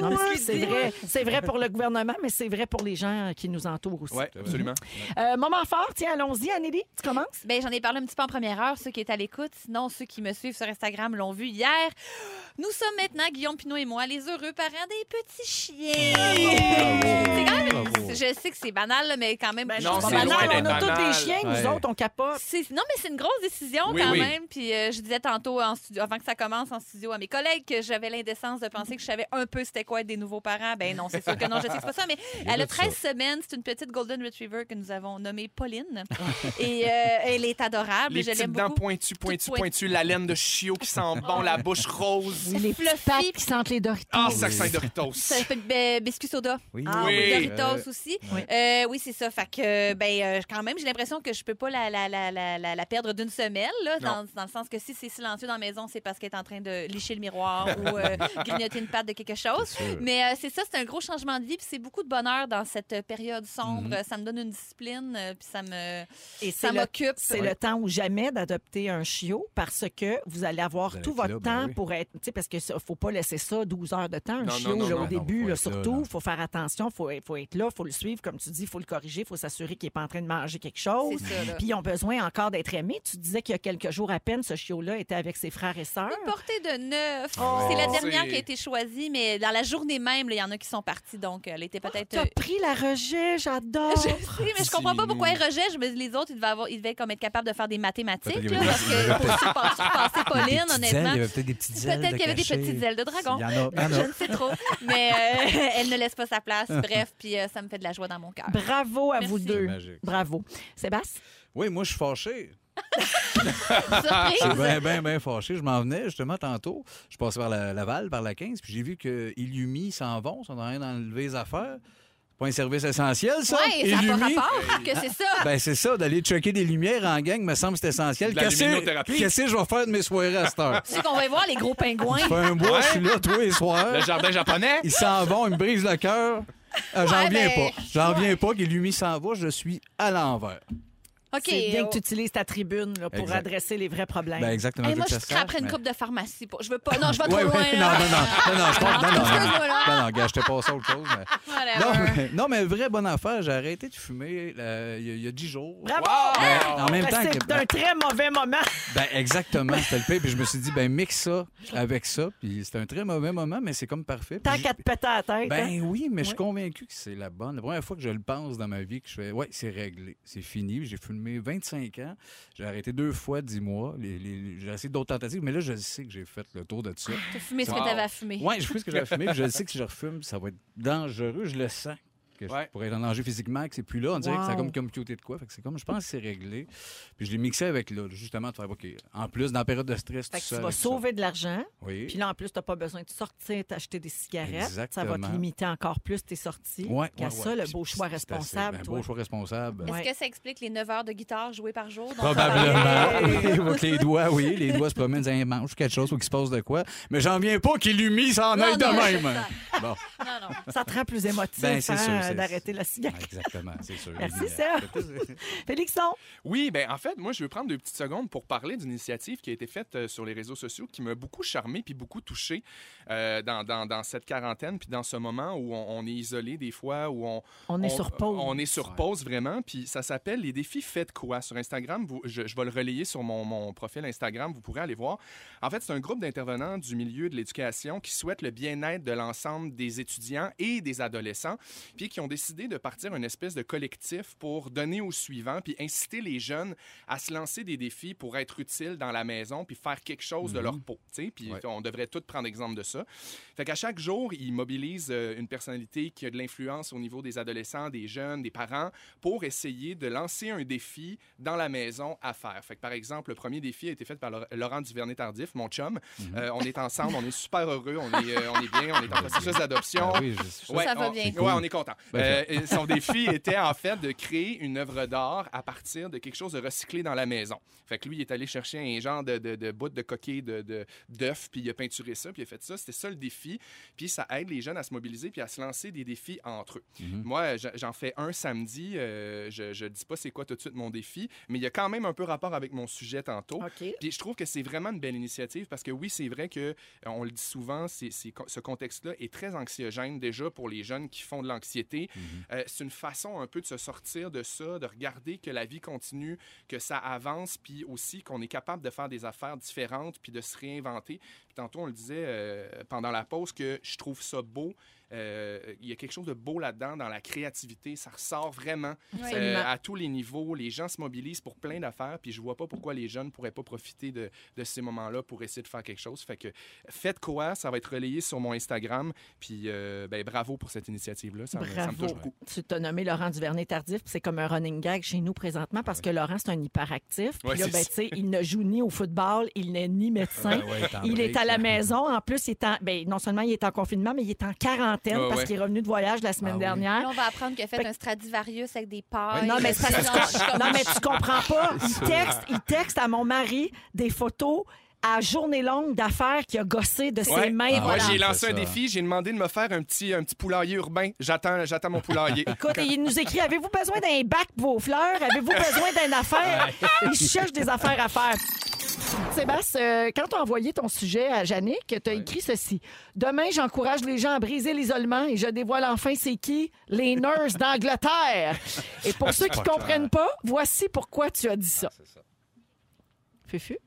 Speaker 2: Non, mais c'est
Speaker 1: dit.
Speaker 2: vrai. C'est vrai pour le gouvernement, mais c'est vrai pour les gens qui nous entourent aussi.
Speaker 3: Oui, absolument.
Speaker 2: Euh, moment fort, tiens, allons-y, Anneli, tu commences?
Speaker 1: Ben, j'en ai parlé un petit peu en première heure, ceux qui étaient à l'écoute. Sinon, ceux qui me suivent sur Instagram l'ont vu hier. Nous sommes maintenant, Guillaume Pinot et moi, les heureux parents des petits chiens. C'est quand même-
Speaker 4: Bravo.
Speaker 1: Je sais que c'est banal, là, mais quand même,
Speaker 2: Ben,
Speaker 1: je
Speaker 3: non,
Speaker 1: trouve
Speaker 2: c'est
Speaker 1: ça
Speaker 3: c'est
Speaker 2: banal,
Speaker 3: loin
Speaker 2: on a
Speaker 3: d'être
Speaker 2: tous des
Speaker 3: banal.
Speaker 2: chiens, nous
Speaker 4: Ouais.
Speaker 2: autres, on capote.
Speaker 1: C'est- Non, mais c'est une grosse décision
Speaker 3: Oui,
Speaker 1: quand
Speaker 3: oui.
Speaker 1: même. Puis euh, je disais tantôt, en studio, avant que ça commence en studio à mes collègues, que j'avais l'indécence de penser que je savais un peu c'était quoi être des nouveaux parents. Ben non, c'est sûr que non, je sais que c'est pas ça. Mais
Speaker 4: Il y a
Speaker 1: elle a
Speaker 4: de
Speaker 1: 13 semaines. C'est une petite Golden Retriever que nous avons nommée Pauline. Et euh, elle est adorable.
Speaker 3: Les
Speaker 1: je l'aime
Speaker 3: petites dents
Speaker 1: beaucoup.
Speaker 3: pointues, pointues,
Speaker 1: Toutes
Speaker 3: pointues, la laine de chiot qui sent bon, la bouche rose.
Speaker 2: Les
Speaker 1: Fluffy.
Speaker 2: petites pattes qui sentent les Doritos.
Speaker 3: Ah, ça sent Doritos.
Speaker 1: Ça s'appelle euh, biscuit soda.
Speaker 4: Oui.
Speaker 2: Ah,
Speaker 3: oui.
Speaker 1: Doritos aussi. aussi.
Speaker 2: Oui.
Speaker 1: Euh, oui, c'est ça. Fait que, euh, ben, euh, quand même, j'ai l'impression que je peux pas la, la, la, la, la- la perdre d'une semelle, là, dans, dans le sens que si c'est silencieux dans la maison, c'est parce qu'elle est en train de licher le miroir ou euh, grignoter une patte de quelque chose.
Speaker 4: C'est sûr.
Speaker 1: Mais euh, c'est ça, c'est un gros changement de vie, puis c'est beaucoup de bonheur dans cette période sombre. Ça me donne une discipline, euh, puis ça me,
Speaker 2: Et
Speaker 1: ça
Speaker 2: c'est le,
Speaker 1: m'occupe.
Speaker 2: c'est le temps ou jamais d'adopter un chiot parce que vous allez avoir
Speaker 4: Vous allez
Speaker 2: tout
Speaker 4: être
Speaker 2: votre
Speaker 4: là, ben
Speaker 2: temps
Speaker 4: oui.
Speaker 2: pour être. tu sais, Parce que ça, faut pas laisser ça 12 heures de temps, un
Speaker 3: Non, non,
Speaker 2: chiot,
Speaker 3: non,
Speaker 2: là,
Speaker 3: non,
Speaker 2: au
Speaker 3: non,
Speaker 2: début,
Speaker 4: faut
Speaker 2: là,
Speaker 4: être là,
Speaker 2: surtout.
Speaker 4: non.
Speaker 2: faut faire attention, faut, faut être là, faut le suivre, comme tu dis, faut le corriger, faut s'assurer qu'il n'est pas en train de manger quelque chose.
Speaker 1: C'est ça, là.
Speaker 2: Puis ils ont besoin encore d'être aimés. Tu disais qu'il y a quelques jours à peine, ce chiot-là était avec ses frères et sœurs.
Speaker 1: Une portée de neuf.
Speaker 2: Oh.
Speaker 1: c'est la
Speaker 3: C'est-
Speaker 1: dernière qui a été choisie, mais dans la journée même, là, il y en a qui sont partis, donc euh, elle était peut-être.
Speaker 2: T'as pris la rejet, j'adore.
Speaker 1: Je sais, mais je comprends pas
Speaker 3: Petit
Speaker 1: pourquoi ils
Speaker 3: minou.
Speaker 1: rejettent. Je me dis, les autres, ils devaient, avoir, ils devaient comme être capables de faire des mathématiques.
Speaker 4: Peut-être
Speaker 1: Là,
Speaker 4: qu'il y
Speaker 1: parce que pour surpasser- surpasser
Speaker 4: Ah,
Speaker 1: Pauline, honnêtement.
Speaker 4: avait peut-être des petites
Speaker 1: Peut-être qu'il y avait des petites ailes de dragon.
Speaker 4: Il y en a. il y Ah, en a.
Speaker 1: Je ne sais trop. Mais euh, elle ne laisse pas sa place. Bref, puis euh, ça me fait de la joie dans mon cœur.
Speaker 2: Bravo à
Speaker 1: Merci.
Speaker 2: vous deux.
Speaker 4: Magique.
Speaker 2: Bravo. Sébastien?
Speaker 4: Oui, moi, je suis fâché. Je suis
Speaker 1: Surprise!
Speaker 4: bien, bien, bien fâché. Je m'en venais justement tantôt. Je passais par la, Laval, par la 15, puis j'ai vu que Illumi s'en vont, sont en train d'enlever les affaires. C'est Pas un service essentiel, ça?
Speaker 1: Oui, ça n'a pas
Speaker 4: Illumi?
Speaker 1: rapport que c'est ça.
Speaker 4: Ben c'est ça, d'aller checker des lumières en gang, me semble c'est essentiel.
Speaker 3: De la
Speaker 4: Qu'est-ce que
Speaker 3: luminothérapie.
Speaker 4: qu'est-ce que je vais faire de mes soirées à cette heure?
Speaker 1: Tu sais qu'on va y voir les gros pingouins.
Speaker 4: Je fais un bois, je suis là tous les soirs.
Speaker 3: Le jardin japonais?
Speaker 4: Ils s'en vont, ils me brisent le cœur. Euh, J'en
Speaker 1: Ouais,
Speaker 4: viens
Speaker 1: ben,
Speaker 4: pas. J'en viens pas qu'Illumi s'en va, je suis à l'envers.
Speaker 1: OK.
Speaker 2: C'est bien
Speaker 1: oh.
Speaker 2: que tu utilises ta tribune là, pour
Speaker 4: Exact.
Speaker 2: adresser les vrais problèmes.
Speaker 4: Ben exactement.
Speaker 1: Hey,
Speaker 4: je veux
Speaker 1: moi,
Speaker 4: que
Speaker 1: je
Speaker 4: ça
Speaker 1: suis
Speaker 4: se
Speaker 1: prêt après
Speaker 4: sache,
Speaker 1: une
Speaker 4: mais-
Speaker 1: coupe de pharmacie. pour- Je veux pas. Non, je vais
Speaker 4: Ouais,
Speaker 1: trop loin.
Speaker 4: ouais.
Speaker 1: là.
Speaker 4: Non, non, non, non, non, je pense- non, non,
Speaker 1: Excuse-moi, là.
Speaker 4: non, non, non, gars, je te passe à autre chose. mais-
Speaker 2: Euh,
Speaker 1: Whatever.
Speaker 4: Non, mais, non, mais vraie bonne affaire, j'ai arrêté de fumer euh, il y a- il y a dix jours.
Speaker 2: Bravo!
Speaker 3: Wow!
Speaker 4: Mais en même temps
Speaker 2: Ah, ben, C'est
Speaker 4: que...
Speaker 2: un très mauvais moment.
Speaker 4: Ben exactement, c'était le pire. Puis je me suis dit, ben mixe ça avec ça. Puis c'était un très mauvais moment, mais c'est comme parfait. Puis
Speaker 2: Tant
Speaker 4: je-
Speaker 2: qu'à te péter à la tête. hein.
Speaker 4: Ben oui, mais je
Speaker 2: Ouais.
Speaker 4: suis convaincu que c'est la bonne. La première fois que je le pense dans ma vie, que je fais, ouais, c'est réglé, c'est fini. J'ai fumé 25 ans, j'ai arrêté deux fois, 10 mois. Les- les- J'ai essayé d'autres tentatives, mais là, je sais que j'ai fait le tour de ça.
Speaker 1: T'as fumé ce que
Speaker 3: Wow.
Speaker 1: t'avais à fumer.
Speaker 4: Ouais, je sais ce que j'ai fumé, puis je sais que si je refume, ça va être dangereux, je le sens. Que je
Speaker 3: Ouais.
Speaker 4: pourrais être en danger physiquement, que c'est plus là. On dirait que ça a
Speaker 2: Wow.
Speaker 4: comme computé de quoi. Fait que c'est comme, je pense que c'est réglé. Puis je l'ai mixé avec là, justement, de faire, OK, en plus, dans la période de stress,
Speaker 2: Fait que
Speaker 4: tout ça,
Speaker 2: tu vas
Speaker 4: avec ça.
Speaker 2: sauver de l'argent.
Speaker 4: Oui.
Speaker 2: Puis là, en plus, tu pas besoin de sortir, t'acheter des cigarettes. Ça va
Speaker 4: Exactement.
Speaker 2: te limiter encore plus tes sorties.
Speaker 4: Ouais,
Speaker 2: Qu'à
Speaker 4: ouais,
Speaker 2: ça,
Speaker 4: ouais.
Speaker 2: le
Speaker 4: Puis
Speaker 2: beau
Speaker 4: c'est-
Speaker 2: choix
Speaker 4: c'est assez.
Speaker 2: responsable.
Speaker 4: Ben,
Speaker 2: toi.
Speaker 4: beau choix responsable.
Speaker 1: Est-ce
Speaker 2: Ouais.
Speaker 1: que ça explique les 9 heures de guitare jouées par jour? dont on parlait?
Speaker 4: Probablement. Avec les doigts, oui. Les doigts se promènent, disent, Hey, mange quelque chose, faut qu'il se passe de quoi. Mais j'en viens pas qu'il lui ça en
Speaker 1: Non,
Speaker 4: aille de
Speaker 1: non,
Speaker 4: même. Bon,
Speaker 1: Non, non.
Speaker 2: Ça te rend plus émotif
Speaker 4: Ben, c'est
Speaker 2: hein,
Speaker 4: sûr, c'est-
Speaker 2: d'arrêter la cigarette.
Speaker 4: exactement, c'est sûr.
Speaker 2: Merci,
Speaker 4: Évidemment.
Speaker 2: Serge. Félixon,
Speaker 3: Oui, ben en fait, moi, je veux prendre deux petites secondes pour parler d'une initiative qui a été faite euh, sur les réseaux sociaux qui m'a beaucoup charmé puis beaucoup touché euh, dans, dans- dans cette quarantaine puis dans ce moment où on, on est isolé des fois, où on,
Speaker 2: on est sur pause.
Speaker 3: on est sur pause, vraiment. Puis ça s'appelle Les défis faites quoi sur Instagram. vous- je, je vais le relayer sur mon, mon profil Instagram. Vous pourrez aller voir. En fait, c'est un groupe d'intervenants du milieu de l'éducation qui souhaitent le bien-être de l'ensemble des étudiants et des adolescents, puis qui ont décidé de partir une espèce de collectif pour donner au suivant, puis inciter les jeunes à se lancer des défis pour être utiles dans la maison, puis faire quelque chose de
Speaker 4: Mhm.
Speaker 3: leur peau. tu sais. Puis
Speaker 4: Ouais.
Speaker 3: on devrait tous prendre exemple de ça. Fait qu'à chaque jour, ils mobilisent euh, une personnalité qui a de l'influence au niveau des adolescents, des jeunes, des parents, pour essayer de lancer un défi dans la maison à faire. Fait que, par exemple, le premier défi a été fait par Laure- Laurent Duvernay-Tardif, mon chum. Euh, on est ensemble, on est super heureux, on est, euh, on est bien, on est en processus d'adoption.
Speaker 4: Ah oui, je suis sûr.
Speaker 1: Ça va
Speaker 3: on,
Speaker 1: bien.
Speaker 3: ouais,
Speaker 4: Cool.
Speaker 3: on est content.
Speaker 4: Ben,
Speaker 3: Euh, et son défi était en fait de créer une œuvre d'art à partir de quelque chose de recyclé dans la maison. Fait que lui, il est allé chercher un genre de, de, de bout de coquille de, de- d'œuf, puis il a peinturé ça, puis il a fait ça. C'était ça le défi. Puis ça aide les jeunes à se mobiliser puis à se lancer des défis entre eux.
Speaker 4: Mhm.
Speaker 3: Moi, j'a- j'en fais un samedi. euh, je ne dis pas c'est quoi tout de suite mon défi, mais il y a quand même un peu rapport avec mon sujet tantôt.
Speaker 2: OK.
Speaker 3: Puis je trouve que c'est vraiment une belle initiative parce que oui, c'est vrai que euh, on le dit souvent, c'est- c'est co- ce contexte-là est très anxiogène déjà pour les jeunes qui font de l'anxiété. Euh, c'est une façon un peu de se sortir de ça, de regarder que la vie continue, que ça avance, puis aussi qu'on est capable de faire des affaires différentes, puis de se réinventer. Puis tantôt, on le disait euh, pendant la pause que je trouve ça beau. Euh, Il y a quelque chose de beau là-dedans, dans la créativité. Ça ressort vraiment
Speaker 1: Ouais.
Speaker 2: Absolument.
Speaker 3: euh, à tous les niveaux. Les gens se mobilisent pour plein d'affaires, puis je vois pas pourquoi les jeunes pourraient pas profiter de, de ces moments-là pour essayer de faire quelque chose. Fait que faites quoi, ça va être relayé sur mon Instagram. Puis euh, ben, bravo pour cette initiative-là, ça, me- ça me touche
Speaker 2: Bravo.
Speaker 3: beaucoup.
Speaker 2: Tu t'as nommé Laurent Duvernay-Tardif, puis c'est comme un running gag chez nous présentement parce que Laurent, c'est un hyperactif. Puis
Speaker 3: Ouais,
Speaker 2: là,
Speaker 3: c'est
Speaker 2: ben,
Speaker 3: ça.
Speaker 2: tu sais, il ne joue ni au football, il n'est ni médecin.
Speaker 4: Ah ouais, t'en
Speaker 2: Il est
Speaker 4: break,
Speaker 2: à la
Speaker 4: là.
Speaker 2: maison. En plus, il est en, ben, non seulement il est en confinement, mais il est en quarantaine. l'antenne
Speaker 3: Ah,
Speaker 2: parce
Speaker 3: ouais.
Speaker 2: qu'il est revenu de voyage la semaine
Speaker 4: Ah oui.
Speaker 2: dernière.
Speaker 1: Là, on va apprendre qu'il a fait
Speaker 2: Fait-
Speaker 1: un Stradivarius avec des pailles.
Speaker 2: Non, mais, c'est parce que-
Speaker 1: Genre, je suis comme-
Speaker 2: non, mais tu comprends pas. Il texte, il texte à mon mari des photos à journée longue d'affaires qu'il a gossé de
Speaker 3: Ouais.
Speaker 2: ses mains.
Speaker 4: Ah,
Speaker 3: Moi,
Speaker 2: voilà.
Speaker 4: ouais,
Speaker 3: j'ai lancé
Speaker 4: C'est
Speaker 3: un
Speaker 4: ça.
Speaker 3: défi. J'ai demandé de me faire un petit, un petit poulailler urbain. J'attends, j'attends mon poulailler.
Speaker 2: Écoute, et il nous écrit Avez-vous besoin d'un bac pour vos fleurs Avez-vous besoin d'une affaire Il cherche des affaires à faire. Sébastien, euh, quand tu as envoyé ton sujet à Yannick, tu as écrit ceci Demain, j'encourage les gens à briser l'isolement et je dévoile enfin c'est qui Les nurses d'Angleterre. Et pour ceux qui ne comprennent pas, voici pourquoi tu as dit ça. Fufu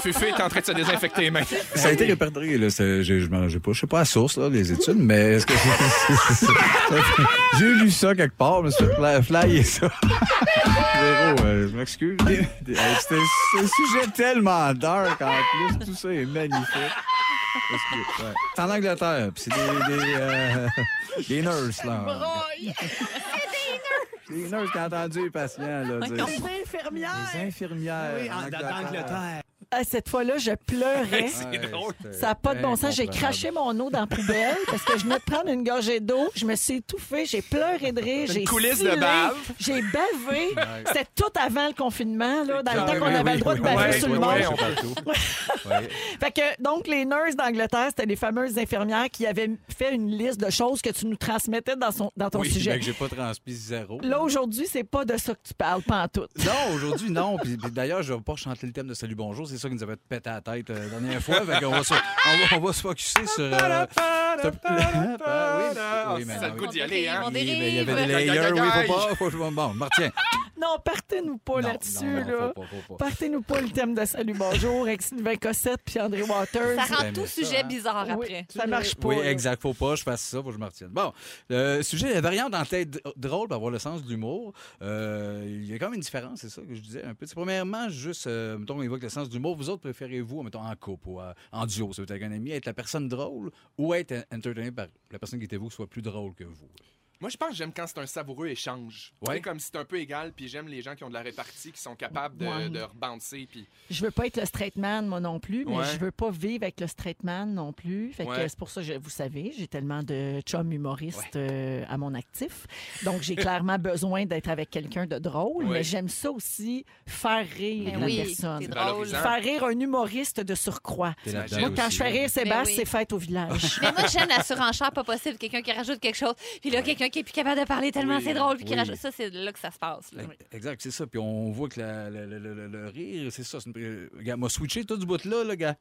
Speaker 3: Fufu est en train de se désinfecter les mains.
Speaker 4: Ça a été répertorié, là. c'est- Je, je, m'en- je sais pas, je sais pas la source, là, les études, mais est-ce que. J'ai lu ça quelque part, mais c'est fly, flyer, ça. Véro, euh, je m'excuse. Des- des- euh, C'était c'est un sujet tellement dark, en plus. Tout ça est magnifique. Parce que, ouais. C'est en Angleterre, puis c'est des, des, euh, des nurses, là. C'est des nurses! Des nurses qui ont entendu les patients, là. dire- Des infirmières.
Speaker 5: Oui, en- d'Angleterre.
Speaker 2: Ah, Cette fois-là, je pleurais.
Speaker 4: C'est drôle.
Speaker 2: Ça n'a pas de bon sens. J'ai craché mon eau dans la poubelle parce que je venais de prendre une gorgée d'eau. Je me suis étouffée. J'ai pleuré de rire. J'ai
Speaker 3: coulisse
Speaker 2: silé,
Speaker 3: de bave.
Speaker 2: J'ai bavé. C'était tout avant le confinement, là, dans le temps
Speaker 4: Oui,
Speaker 2: Bah, qu'on
Speaker 4: oui,
Speaker 2: avait
Speaker 4: oui,
Speaker 2: le droit de
Speaker 4: oui,
Speaker 2: baver
Speaker 4: oui,
Speaker 2: sur
Speaker 4: oui,
Speaker 2: le
Speaker 4: oui,
Speaker 2: monde.
Speaker 4: c'est partout. Oui.
Speaker 2: Fait que, donc, les nurses d'Angleterre, c'était les fameuses infirmières qui avaient fait une liste de choses que tu nous transmettais dans, son, dans ton
Speaker 4: Oui, mais
Speaker 2: sujet.
Speaker 4: que j'ai pas transmis zéro.
Speaker 2: Là, aujourd'hui, c'est pas de ça que tu parles, pas en tout.
Speaker 4: Non, aujourd'hui, non. Puis, puis d'ailleurs, je vais pas chanter le thème de Salut Bonjour. C'est ça qui nous avait pété à la tête euh, la dernière fois. Fait qu'on va se, on va, on va se focusser sur. euh,
Speaker 3: Ah,
Speaker 4: Oui, mais
Speaker 3: ça a le
Speaker 4: non, oui.
Speaker 3: goût d'y aller, hein?
Speaker 1: On
Speaker 4: oui,
Speaker 1: dérive.
Speaker 4: mais il y avait des
Speaker 3: Aïe, aïe,
Speaker 4: layers.
Speaker 3: aïe,
Speaker 4: Oui,
Speaker 3: aïe.
Speaker 4: faut pas. Faut, faut- bon, Martien.
Speaker 2: Non, partez-nous pas Oh, là-dessus, là. Partez-nous pas le thème de Salut Bonjour avec Sylvain Cossette puis André
Speaker 1: Ça
Speaker 2: Waters.
Speaker 4: Ben,
Speaker 1: rend tout
Speaker 4: mais ça,
Speaker 1: sujet
Speaker 4: hein.
Speaker 1: bizarre
Speaker 2: Oui,
Speaker 1: après.
Speaker 2: ça marche pas.
Speaker 4: Oui,
Speaker 2: là.
Speaker 4: exact. Faut pas, je fasse ça, faut que je m'en retienne. Bon, le sujet, la variante en tête drôle, pour avoir le sens de l'humour, euh, il y a quand même une différence, c'est ça que je disais un peu. C'est Premièrement, juste, euh, mettons, on évoque le sens de l'humour. Vous autres, préférez-vous, mettons, en couple ou euh, en duo, ça veut dire avec un ami, être la personne drôle ou être en- entertainé par la personne qui était vous, qui soit plus drôle que vous?
Speaker 3: Moi, je pense que j'aime quand c'est un savoureux échange. Tu
Speaker 4: Ouais.
Speaker 3: sais, comme si c'est un peu égal, puis j'aime les gens qui ont de la répartie, qui sont capables de,
Speaker 2: Ouais.
Speaker 3: de rebouncer, puis
Speaker 2: Je veux pas être le straight man, moi non plus, mais
Speaker 3: Ouais.
Speaker 2: je veux pas vivre avec le straight man non plus. Fait que
Speaker 3: Ouais.
Speaker 2: c'est pour ça, que je- vous savez, j'ai tellement de chums humoristes euh, à mon actif. Donc, j'ai clairement besoin d'être avec quelqu'un de drôle,
Speaker 3: Ouais.
Speaker 2: mais j'aime ça aussi, faire rire
Speaker 1: Ben
Speaker 2: la
Speaker 1: oui, c'est
Speaker 2: personne.
Speaker 1: drôle.
Speaker 3: Valorisant.
Speaker 2: Faire rire un humoriste de surcroît.
Speaker 4: T'es
Speaker 3: Moi,
Speaker 4: là-dedans
Speaker 2: Moi, quand
Speaker 4: aussi.
Speaker 2: je fais rire
Speaker 1: Ben
Speaker 2: Sébastien,
Speaker 1: oui.
Speaker 2: c'est fête au village.
Speaker 1: Mais moi, j'aime la surenchère pas possible. Quelqu'un qui rajoute quelque chose, puis là, quelqu'un qui est plus capable de parler tellement
Speaker 3: Oui,
Speaker 1: c'est drôle, puis qui
Speaker 4: oui.
Speaker 1: rajoute. Ça, c'est là que ça se passe. là.
Speaker 4: Exact, c'est ça. Puis on voit que la- le, le- le- le- le rire, c'est ça. c'est une- euh, Gars, m'a switché tout du bout là, là, gars.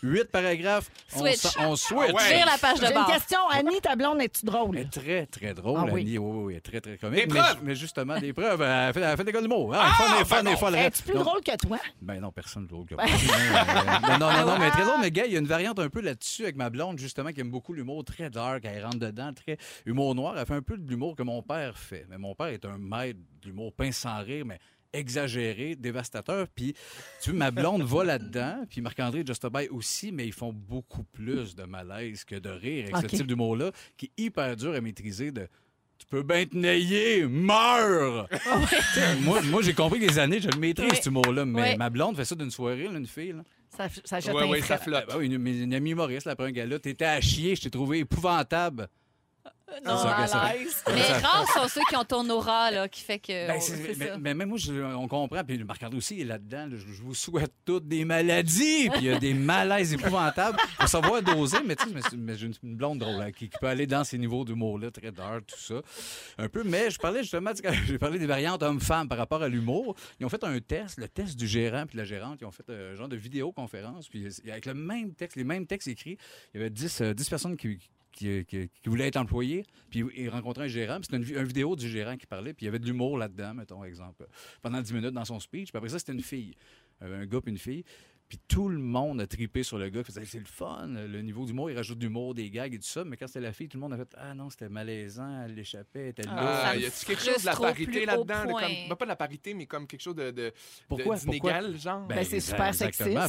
Speaker 4: Huit paragraphes. on
Speaker 1: Switch.
Speaker 4: s-
Speaker 2: Ah
Speaker 4: On, switch.
Speaker 3: Ouais.
Speaker 1: Vire la page de
Speaker 2: J'ai une
Speaker 1: bord.
Speaker 2: question. Annie, ta blonde, es-tu drôle?
Speaker 4: Elle est très, très drôle,
Speaker 2: Ah oui.
Speaker 4: Annie. Oui, oui, oui, elle est très, très comique.
Speaker 3: Des
Speaker 4: mais,
Speaker 3: preuves!
Speaker 4: mais justement, des preuves. euh, Elle fait, elle fait des gars de mots. Ah, fun, fun, fun, fun,
Speaker 2: Es-tu plus
Speaker 4: Non.
Speaker 2: drôle que toi?
Speaker 4: Ben non, personne drôle que moi. Euh, non, non, non, non, mais très drôle. Mais gars, il y a une variante un peu là-dessus avec ma blonde, justement, qui aime beaucoup l'humour très dark. Elle rentre dedans, très humour noir. Elle fait un peu de l'humour que mon père fait. Mais mon père est un maître d'humour pain sans rire, mais exagéré, dévastateur. Puis, tu vois, ma blonde va là-dedans. Puis Marc-André Justobay aussi, mais ils font beaucoup plus de malaise que de rire avec
Speaker 2: Ok.
Speaker 4: ce type d'humour-là, qui est hyper dur à maîtriser de... Tu peux bien te nailler, meurs! Tu sais, moi, moi j'ai compris que les années, je le maîtrise,
Speaker 1: Ah Ouais.
Speaker 4: ce mot-là, mais
Speaker 1: Ouais.
Speaker 4: ma blonde fait ça d'une soirée, là, une fille. Là.
Speaker 2: Ça, ça jette
Speaker 3: Ouais,
Speaker 2: un
Speaker 3: ouais,
Speaker 2: fret.
Speaker 3: ça flotte.
Speaker 4: Ah oui, une, mais une amie humoriste, la première gars-là, t'étais à chier, je t'ai trouvé épouvantable.
Speaker 2: Non,
Speaker 4: Ça,
Speaker 2: à
Speaker 4: ça-
Speaker 2: l'aise.
Speaker 1: Mais rares sont ceux qui ont ton aura, là, qui fait que.
Speaker 4: Ben,
Speaker 1: oh,
Speaker 4: c'est-
Speaker 1: c'est
Speaker 4: mais,
Speaker 1: ça.
Speaker 4: mais même moi, je- on comprend. Puis Marc-André aussi est là-dedans. là. je, je vous souhaite toutes des maladies. Puis il y a des malaises épouvantables. Faut savoir doser. Mais tu sais, mais c'est- mais j'ai une une blonde drôle hein, qui, qui peut aller dans ces niveaux d'humour-là, très dark, tout ça. Un peu. Mais je parlais justement, tu sais, quand j'ai parlé des variantes hommes-femmes par rapport à l'humour. Ils ont fait un test, le test du gérant puis de la gérante. Ils ont fait euh, un genre de vidéoconférence. Puis euh, avec le même texte, les mêmes textes écrits, il y avait 10, euh, 10 personnes qui, qui, qui- qui voulaient être employés, puis ils rencontraient un gérant, puis c'était une, vi- une vidéo du gérant qui parlait, puis il y avait de l'humour là-dedans, mettons, exemple, pendant 10 minutes dans son speech, puis après ça, c'était une fille, Euh, un gars puis une fille, puis tout le monde a tripé sur le gars, qui faisait « c'est le fun, le niveau d'humour, il rajoute de l'humour, des gags et tout ça », mais quand c'était la fille, tout le monde a fait « ah non, c'était malaisant, elle l'échappait, elle était
Speaker 3: Ah,
Speaker 4: là.
Speaker 1: ça me
Speaker 3: y a-tu quelque chose de la
Speaker 1: frustre au
Speaker 3: parité
Speaker 1: plus
Speaker 3: là-dedans?
Speaker 1: haut
Speaker 3: de comme-
Speaker 1: point.
Speaker 3: ben, pas de la parité, mais comme quelque chose de, de,
Speaker 4: Pourquoi?
Speaker 3: de-
Speaker 4: Pourquoi?
Speaker 3: d'inégal, genre.
Speaker 4: Ben,
Speaker 2: Ben, c'est super
Speaker 4: exactement.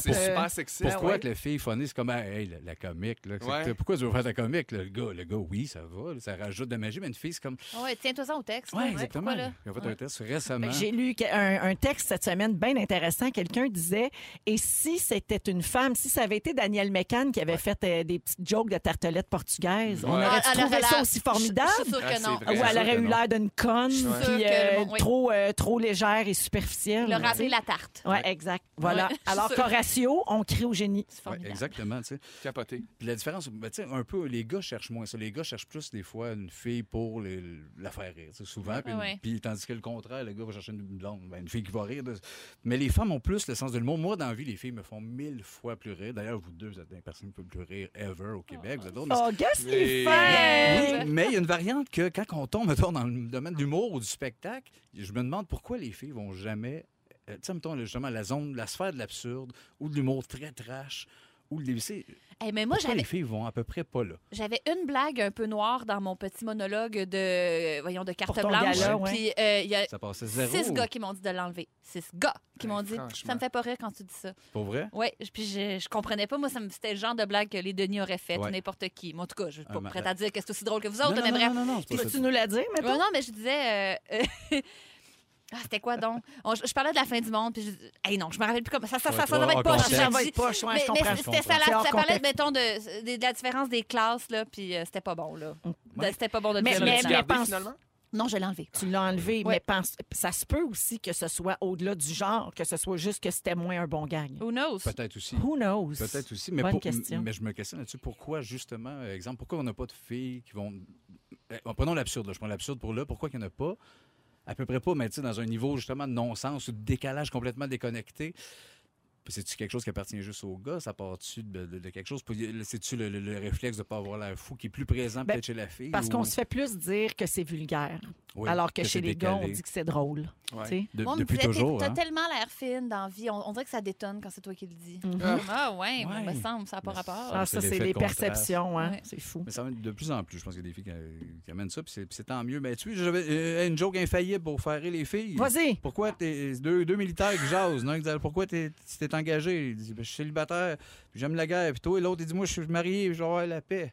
Speaker 2: sexiste.
Speaker 3: c'est
Speaker 2: euh,
Speaker 3: super sexy.
Speaker 4: Pourquoi
Speaker 3: ouais.
Speaker 4: que la fille phonée, c'est comme ah, hey, la, la comique là, c'est-
Speaker 3: Ouais.
Speaker 4: Pourquoi tu veux faire ta comique là? Le gars, le gars, oui, ça va, là, ça rajoute de la magie, mais une fille, c'est comme
Speaker 1: Ouais, tiens-toi ça au texte.
Speaker 4: Oui,
Speaker 1: là.
Speaker 4: exactement.
Speaker 1: Pourquoi, là? Ben,
Speaker 4: Ils ont fait un test récemment.
Speaker 2: J'ai lu que- un, un texte cette semaine bien intéressant. Quelqu'un disait Et si si c'était une femme, si ça avait été Daniel Mécan qui avait fait euh, des petites jokes de tartelettes portugaises, on
Speaker 3: Ouais.
Speaker 2: aurait
Speaker 1: Ah,
Speaker 2: trouvé
Speaker 1: alors,
Speaker 2: ça
Speaker 1: alors,
Speaker 2: aussi
Speaker 1: Je suis
Speaker 2: formidable?
Speaker 1: sûre
Speaker 3: Ah,
Speaker 1: que
Speaker 3: c'est
Speaker 1: non.
Speaker 3: vrai.
Speaker 2: Ou
Speaker 3: Ouais,
Speaker 2: elle
Speaker 3: sûr
Speaker 2: aurait
Speaker 3: que
Speaker 2: eu
Speaker 3: non.
Speaker 2: l'air d'une conne,
Speaker 3: Je suis
Speaker 1: sûre
Speaker 2: puis
Speaker 1: que
Speaker 2: euh,
Speaker 1: non, oui.
Speaker 2: trop, euh, trop légère et
Speaker 1: Il a
Speaker 2: superficielle.
Speaker 1: râpé la tarte.
Speaker 2: Oui, exact.
Speaker 1: Ouais,
Speaker 2: Voilà.
Speaker 1: je suis
Speaker 2: Alors
Speaker 1: sûre.
Speaker 2: qu'Horatio, on crie au génie.
Speaker 1: C'est
Speaker 4: Ouais,
Speaker 1: formidable.
Speaker 4: exactement, tu sais.
Speaker 3: Capoté.
Speaker 4: Puis la différence, ben, tu sais, un peu, les gars cherchent moins ça. Les gars cherchent plus, des fois, une fille pour les- la faire rire, tu sais, souvent. Puis, une-
Speaker 1: Ouais.
Speaker 4: puis tandis que le contraire, le gars va chercher une blonde, ben, une fille qui va rire. de- Mais les femmes ont plus le sens de l'humour. Moi, dans la vie, les filles me font mille fois plus rire. D'ailleurs, vous deux, vous êtes les personnes qui me font le plus rire ever au Québec. Vous êtes autres, mais
Speaker 2: Oh, qu'est-ce qu'il
Speaker 3: Et-
Speaker 2: fait?
Speaker 4: oui, mais il y a une variante que quand on tombe, mettons, dans le domaine de l'humour ou du spectacle, je me demande pourquoi les filles vont jamais. euh, tu sais, mettons, justement, la zone, la sphère de l'absurde ou de l'humour très trash ou de l'IBC.
Speaker 1: Eh, mais moi,
Speaker 4: Pourquoi les
Speaker 1: j'avais
Speaker 4: filles vont à peu près pas là?
Speaker 1: j'avais une blague un peu noire dans mon petit monologue de, voyons, de carte
Speaker 2: Pour ton
Speaker 1: blanche.
Speaker 2: gala, ouais.
Speaker 1: Puis euh, il y a
Speaker 4: Ça passait zéro.
Speaker 1: six gars qui m'ont dit de l'enlever. Six gars qui
Speaker 3: Ouais,
Speaker 1: m'ont dit
Speaker 3: franchement.
Speaker 1: Ça me fait pas rire quand tu dis ça.
Speaker 4: Pour vrai?
Speaker 1: Oui, puis je, je comprenais pas. Moi, ça me- c'était le genre de blague que les Denis auraient faite,
Speaker 4: Ouais.
Speaker 1: ou n'importe qui. Moi, en tout cas, je suis
Speaker 4: Un
Speaker 1: pas
Speaker 4: ma-
Speaker 1: prête à dire que c'est aussi drôle que vous autres, mais bref.
Speaker 4: non, non, non, c'est pas ça.
Speaker 2: Peux-tu nous la dire,
Speaker 1: Ouais,
Speaker 2: maintenant?
Speaker 1: non, mais je disais. euh, euh, ah, c'était quoi donc? On- je, je parlais de la fin du monde, puis je dis, hey, non, je me rappelle plus comment. Ça, ça, ça,
Speaker 4: Ouais,
Speaker 1: ça
Speaker 4: ouais,
Speaker 1: va
Speaker 4: en
Speaker 1: être pas.
Speaker 4: contexte.
Speaker 2: Ça va être pas, je, ouais,
Speaker 1: Mais,
Speaker 2: je
Speaker 1: mais
Speaker 2: comprends.
Speaker 1: c'était ça,
Speaker 2: comprends.
Speaker 1: là,
Speaker 2: C'est hors
Speaker 1: ça parlait,
Speaker 2: contexte.
Speaker 1: mettons, de, de- de la différence des classes, là, puis euh, c'était pas bon, là.
Speaker 4: Ouais.
Speaker 1: C'était pas bon de le
Speaker 2: Mais-
Speaker 1: dire.
Speaker 3: Tu
Speaker 1: là,
Speaker 2: mais-
Speaker 3: l'as-tu
Speaker 1: ça.
Speaker 3: gardé,
Speaker 2: pense-
Speaker 3: finalement?
Speaker 1: Non, je l'ai enlevé.
Speaker 2: Tu l'as enlevé,
Speaker 1: Ouais.
Speaker 2: mais pense, ça se peut aussi que ce soit au-delà du genre, que ce soit juste que c'était moins un bon gag.
Speaker 1: Who knows?
Speaker 4: Peut-être aussi.
Speaker 2: Who knows?
Speaker 4: Peut-être aussi, mais,
Speaker 2: Bonne
Speaker 4: pour-
Speaker 2: question.
Speaker 4: mais je me questionne là-dessus. Pourquoi, justement, euh, exemple, pourquoi on n'a pas de filles qui vont. Eh, Prenons l'absurde, là, je prends l'absurde pour là. Pourquoi qu'il n'y en a pas? À peu près pas, mais tu sais, dans un niveau, justement, de non-sens ou de décalage complètement déconnecté. Puis C'est-tu quelque chose qui appartient juste aux gars? Ça part-tu de, de- de quelque chose? Puis, C'est-tu le, le- le réflexe de ne pas avoir l'air fou qui est plus présent
Speaker 2: Ben,
Speaker 4: peut-être chez la fille?
Speaker 2: Parce
Speaker 4: ou-
Speaker 2: qu'on se fait plus dire que c'est vulgaire,
Speaker 4: Oui,
Speaker 2: alors que,
Speaker 4: c'est
Speaker 2: chez les gars, on
Speaker 4: décalé.
Speaker 2: dit que c'est drôle.
Speaker 3: Ouais.
Speaker 2: tu sais.
Speaker 4: De-
Speaker 1: Moi, on me
Speaker 4: depuis
Speaker 1: disait, t'es-
Speaker 4: toujours.
Speaker 1: T'as
Speaker 4: hein?
Speaker 1: tellement l'air fine dans la vie. On, on dirait que ça détonne quand c'est toi qui le dis.
Speaker 2: Mhm.
Speaker 1: Comme, Ah, ouais,
Speaker 4: Mm-hmm. Ouais.
Speaker 1: me semble, ça n'a pas
Speaker 4: Mais
Speaker 1: rapport.
Speaker 2: Ah,
Speaker 4: c'est
Speaker 2: ça, c'est
Speaker 4: l'effet
Speaker 2: les
Speaker 4: contraste.
Speaker 2: perceptions, hein.
Speaker 1: Ouais.
Speaker 2: C'est fou.
Speaker 4: Mais ça va être de plus en plus. Je pense qu'il y a des filles qui, qui amènent ça, puis c'est puis c'est tant mieux. Mais tu sais, j'avais euh, une joke infaillible pour faire rire les filles.
Speaker 2: Vas-y!
Speaker 4: Pourquoi t'es. Deux, deux militaires qui jasent, non? Ils disent, pourquoi t'es tu t'es engagé? Il dit, Ben, je suis célibataire, puis j'aime la guerre. Puis toi, et l'autre, il dit, moi, je suis marié, puis je vais avoir la paix.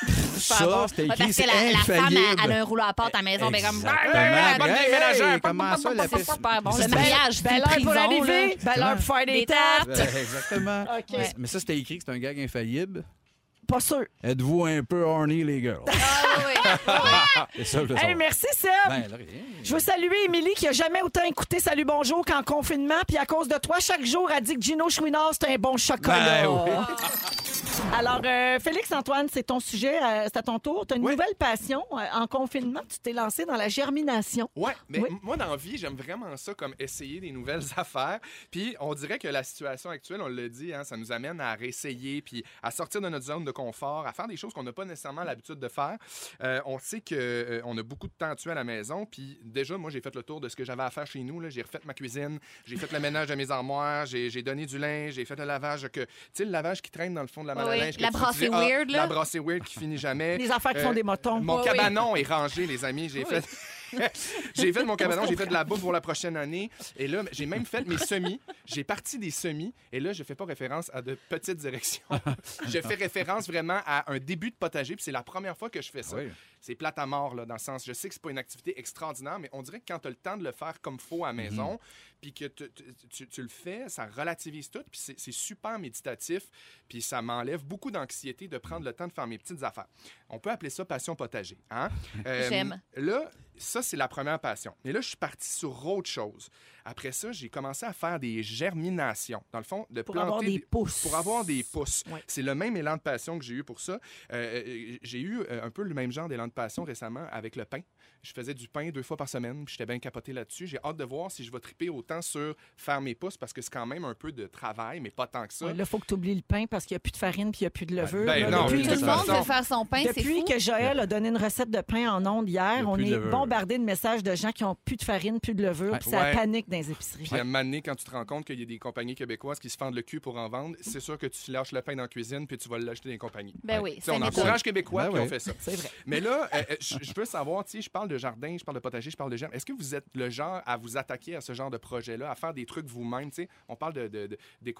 Speaker 1: Super bon.
Speaker 4: ça, c'était
Speaker 1: Ouais,
Speaker 4: écrit,
Speaker 1: parce
Speaker 4: c'est
Speaker 1: que la, la femme,
Speaker 4: infaillible.
Speaker 1: elle, elle a un rouleau à pâte à la maison, mais comme. ben,
Speaker 4: Exactement.
Speaker 3: Bonne
Speaker 4: Hey,
Speaker 3: vieille
Speaker 4: hey,
Speaker 3: ménagère.
Speaker 4: Comment ça, la paix?
Speaker 1: C'est super bon.
Speaker 4: Mais
Speaker 1: Le
Speaker 4: ça,
Speaker 1: mariage,
Speaker 2: Belle
Speaker 1: vie
Speaker 2: heure pour
Speaker 1: prison,
Speaker 2: l'arrivée,
Speaker 1: là.
Speaker 2: belle heure pour faire des
Speaker 1: Des
Speaker 2: tartes.
Speaker 4: Ben, Exactement.
Speaker 2: OK.
Speaker 4: Mais, mais ça, c'était écrit que c'était un gag infaillible.
Speaker 2: Pas sûr.
Speaker 4: Êtes-vous un peu horny, les girls?
Speaker 1: Ah, oui, oui. Ah.
Speaker 4: C'est ça, le
Speaker 2: Hey, merci, Seb!
Speaker 4: Ben, là, rien.
Speaker 2: Je veux saluer Émilie qui a jamais autant écouté Salut Bonjour qu'en confinement. Puis à cause de toi, chaque jour, elle dit que Gino Chouinard, c'est un bon chocolat.
Speaker 4: Ben oui.
Speaker 2: Alors, euh, Félix-Antoine, c'est ton sujet. euh, c'est à ton tour. Tu as une
Speaker 3: Oui.
Speaker 2: nouvelle passion. euh, en confinement, tu t'es lancé dans la germination.
Speaker 3: Ouais, mais
Speaker 2: Oui.
Speaker 3: m- moi, dans la vie, j'aime vraiment ça, comme essayer des nouvelles affaires. Puis, on dirait que la situation actuelle, on le dit, hein, ça nous amène à réessayer, puis à sortir de notre zone de confort, à faire des choses qu'on n'a pas nécessairement l'habitude de faire. Euh, on sait que euh, on a beaucoup de temps à tuer à la maison, puis déjà, moi, j'ai fait le tour de ce que j'avais à faire chez nous. là. J'ai refait ma cuisine, j'ai fait le ménage de mes armoires, j'ai j'ai donné du linge, j'ai fait le lavage que... Tu sais, le lavage qui traîne dans le fond de la malle à
Speaker 1: Oui,
Speaker 3: linge. que
Speaker 1: la
Speaker 3: tu
Speaker 1: brassée
Speaker 3: utilises- Ah,
Speaker 1: weird, là.
Speaker 3: La brassée weird qui finit jamais.
Speaker 2: Les affaires qui font
Speaker 3: Euh,
Speaker 2: des motons.
Speaker 3: Mon
Speaker 1: Oui, oui.
Speaker 3: cabanon est rangé, les amis. J'ai
Speaker 1: Oui.
Speaker 3: fait. j'ai fait mon cabanon, j'ai fait de la bouffe pour la prochaine année. Et là, j'ai même fait mes semis. J'ai parti des semis. Et là, je fais pas référence à de petites érections. je fais référence vraiment à un début de potager. Puis c'est la première fois que je fais ça.
Speaker 4: Ah Oui.
Speaker 3: C'est plate à mort, là, dans le sens. Je sais que c'est pas une activité extraordinaire, mais on dirait que quand tu as le temps de le faire comme faut à la maison,
Speaker 2: Mhm.
Speaker 3: puis que tu, tu- tu- tu le fais, ça relativise tout. Puis c'est c'est super méditatif. Puis ça m'enlève beaucoup d'anxiété de prendre le temps de faire mes petites affaires. On peut appeler ça passion potager. Hein? Euh,
Speaker 1: J'aime.
Speaker 3: Là, ça, c'est la première passion. Mais là, je suis parti sur autre chose. Après ça, j'ai commencé à faire des germinations. Dans le fond, de
Speaker 2: Pour
Speaker 3: planter
Speaker 2: avoir des pousses.
Speaker 3: Pour avoir des pousses.
Speaker 2: Ouais.
Speaker 3: C'est le même élan de passion que j'ai eu pour ça. Euh, euh, j'ai eu euh, un peu le même genre d'élan de passion récemment avec le pain. Je faisais du pain deux fois par semaine, puis j'étais bien capoté là-dessus. J'ai hâte de voir si je vais triper autant sur faire mes pousses, parce que c'est quand même un peu de travail, mais pas tant que ça.
Speaker 2: Ouais, là, il faut que tu oublies le pain parce qu'il n'y a plus de farine puis il n'y a plus de levure.
Speaker 3: Ben,
Speaker 2: Là,
Speaker 3: non,
Speaker 2: depuis-
Speaker 3: de
Speaker 1: Tout
Speaker 3: toute
Speaker 1: le monde
Speaker 3: façon.
Speaker 1: veut faire son pain, c'est
Speaker 2: Depuis
Speaker 1: fou.
Speaker 2: que Joël a donné une recette de pain en onde hier,
Speaker 4: Il y a
Speaker 2: on
Speaker 4: plus de
Speaker 2: est
Speaker 4: levure.
Speaker 2: bombardé de messages de gens qui ont plus de farine, plus de levure,
Speaker 4: Ouais.
Speaker 2: puis ça
Speaker 3: Ouais.
Speaker 2: panique dans les épiceries.
Speaker 3: Puis à un moment donné, quand tu te rends compte qu'il y a des compagnies québécoises qui se fendent le cul pour en vendre, c'est sûr que tu lâches le pain dans la cuisine puis tu vas l'acheter dans les compagnies.
Speaker 1: Ben oui,
Speaker 3: Tu sais,
Speaker 1: ça
Speaker 3: on
Speaker 1: m'étonne.
Speaker 3: encourage Québécois
Speaker 4: Ben
Speaker 3: qui ont
Speaker 4: oui.
Speaker 3: fait ça.
Speaker 2: C'est vrai.
Speaker 3: Mais là, là, euh, euh, je je veux savoir, tu sais, je parle de jardin, je parle de potager, je parle de germe. Est-ce que vous êtes le genre à vous attaquer à ce genre de projet-là, à faire des trucs vous-même? Tu sais, on parle de- de- de-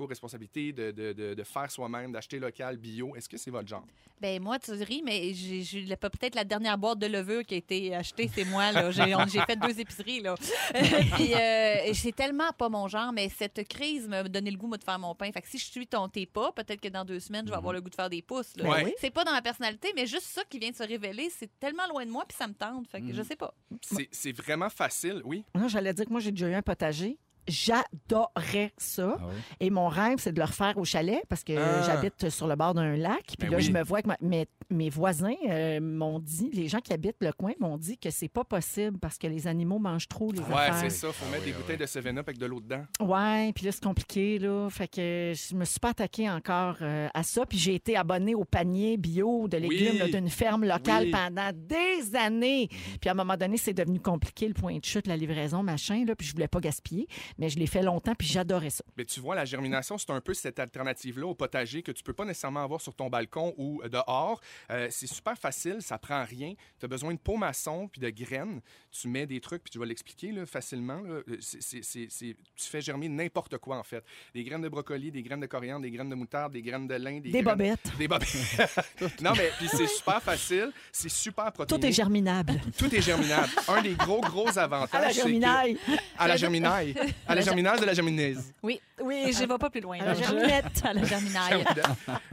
Speaker 3: d'éco-responsabilité, de, de, de- de faire soi-même, d'acheter local, bio. Est-ce que c'est votre genre?
Speaker 1: Ben moi, tu ris, mais j'ai j'ai la- peut-être la dernière boîte de levure qui a été achetée, c'est moi. là. J'ai on- j'ai fait deux épiceries. là. Puis euh, c'est tellement pas mon genre, mais cette crise m'a donné le goût, moi, de faire mon pain. Fait que si je suis ton thé pas, peut-être que dans deux semaines, je vais avoir le goût de faire des pouces. là.
Speaker 3: Mhm. Ouais.
Speaker 2: oui.
Speaker 1: C'est pas dans ma personnalité, mais juste ça qui vient de se révéler, c'est tellement loin de moi, puis ça me tente. Fait que
Speaker 3: Mhm.
Speaker 1: je sais pas.
Speaker 3: C'est- C'est vraiment facile, oui.
Speaker 2: Moi, j'allais dire que moi, j'ai déjà eu un potager. J'adorais ça.
Speaker 4: Ah oui?
Speaker 2: Et mon rêve, c'est de le refaire au chalet parce que
Speaker 3: Ah.
Speaker 2: j'habite sur le bord d'un lac. Puis
Speaker 3: Ben
Speaker 2: là,
Speaker 3: oui.
Speaker 2: je me vois que mes, mes voisins euh, m'ont dit, les gens qui habitent le coin m'ont dit que c'est pas possible parce que les animaux mangent trop les
Speaker 3: Ouais,
Speaker 2: affaires.
Speaker 3: c'est ça. Faut
Speaker 4: Ah
Speaker 3: mettre
Speaker 4: oui,
Speaker 3: des
Speaker 4: ah
Speaker 3: bouteilles de 7-Up avec de l'eau dedans.
Speaker 2: Ouais, puis là, c'est compliqué, là. Fait que je me suis pas attaquée encore euh, à ça. Puis j'ai été abonnée au panier bio de légumes
Speaker 3: Oui.
Speaker 2: là, d'une ferme locale
Speaker 3: Oui.
Speaker 2: pendant des années. Puis à un moment donné, c'est devenu compliqué, le point de chute, la livraison, machin, là. Puis je voulais pas gaspiller, mais je l'ai fait longtemps, puis j'adorais ça.
Speaker 3: Mais tu vois, la germination, c'est un peu cette alternative-là au potager que tu peux pas nécessairement avoir sur ton balcon ou dehors. Euh, c'est super facile, ça prend rien. Tu as besoin de peau maçon puis de graines. Tu mets des trucs, puis tu vas l'expliquer là, facilement. là. Euh, c'est- c'est- c'est- c'est- tu fais germer n'importe quoi, en fait. Des graines de brocoli, des graines de coriandre, des graines de moutarde, des graines de lin, des,
Speaker 2: Des
Speaker 3: graines-
Speaker 2: bobettes.
Speaker 3: Des bobettes. non, mais puis c'est super facile, c'est super protéiné.
Speaker 2: Tout est germinable.
Speaker 3: Tout est germinable. Un des gros, gros avantages,
Speaker 2: À la
Speaker 3: c'est que-
Speaker 2: germinaille.
Speaker 3: À la germinaille. À la germinaille de la germinaise.
Speaker 1: Oui, oui, je vais pas plus loin.
Speaker 2: À
Speaker 1: là.
Speaker 2: la germinette.
Speaker 1: À la germinaille.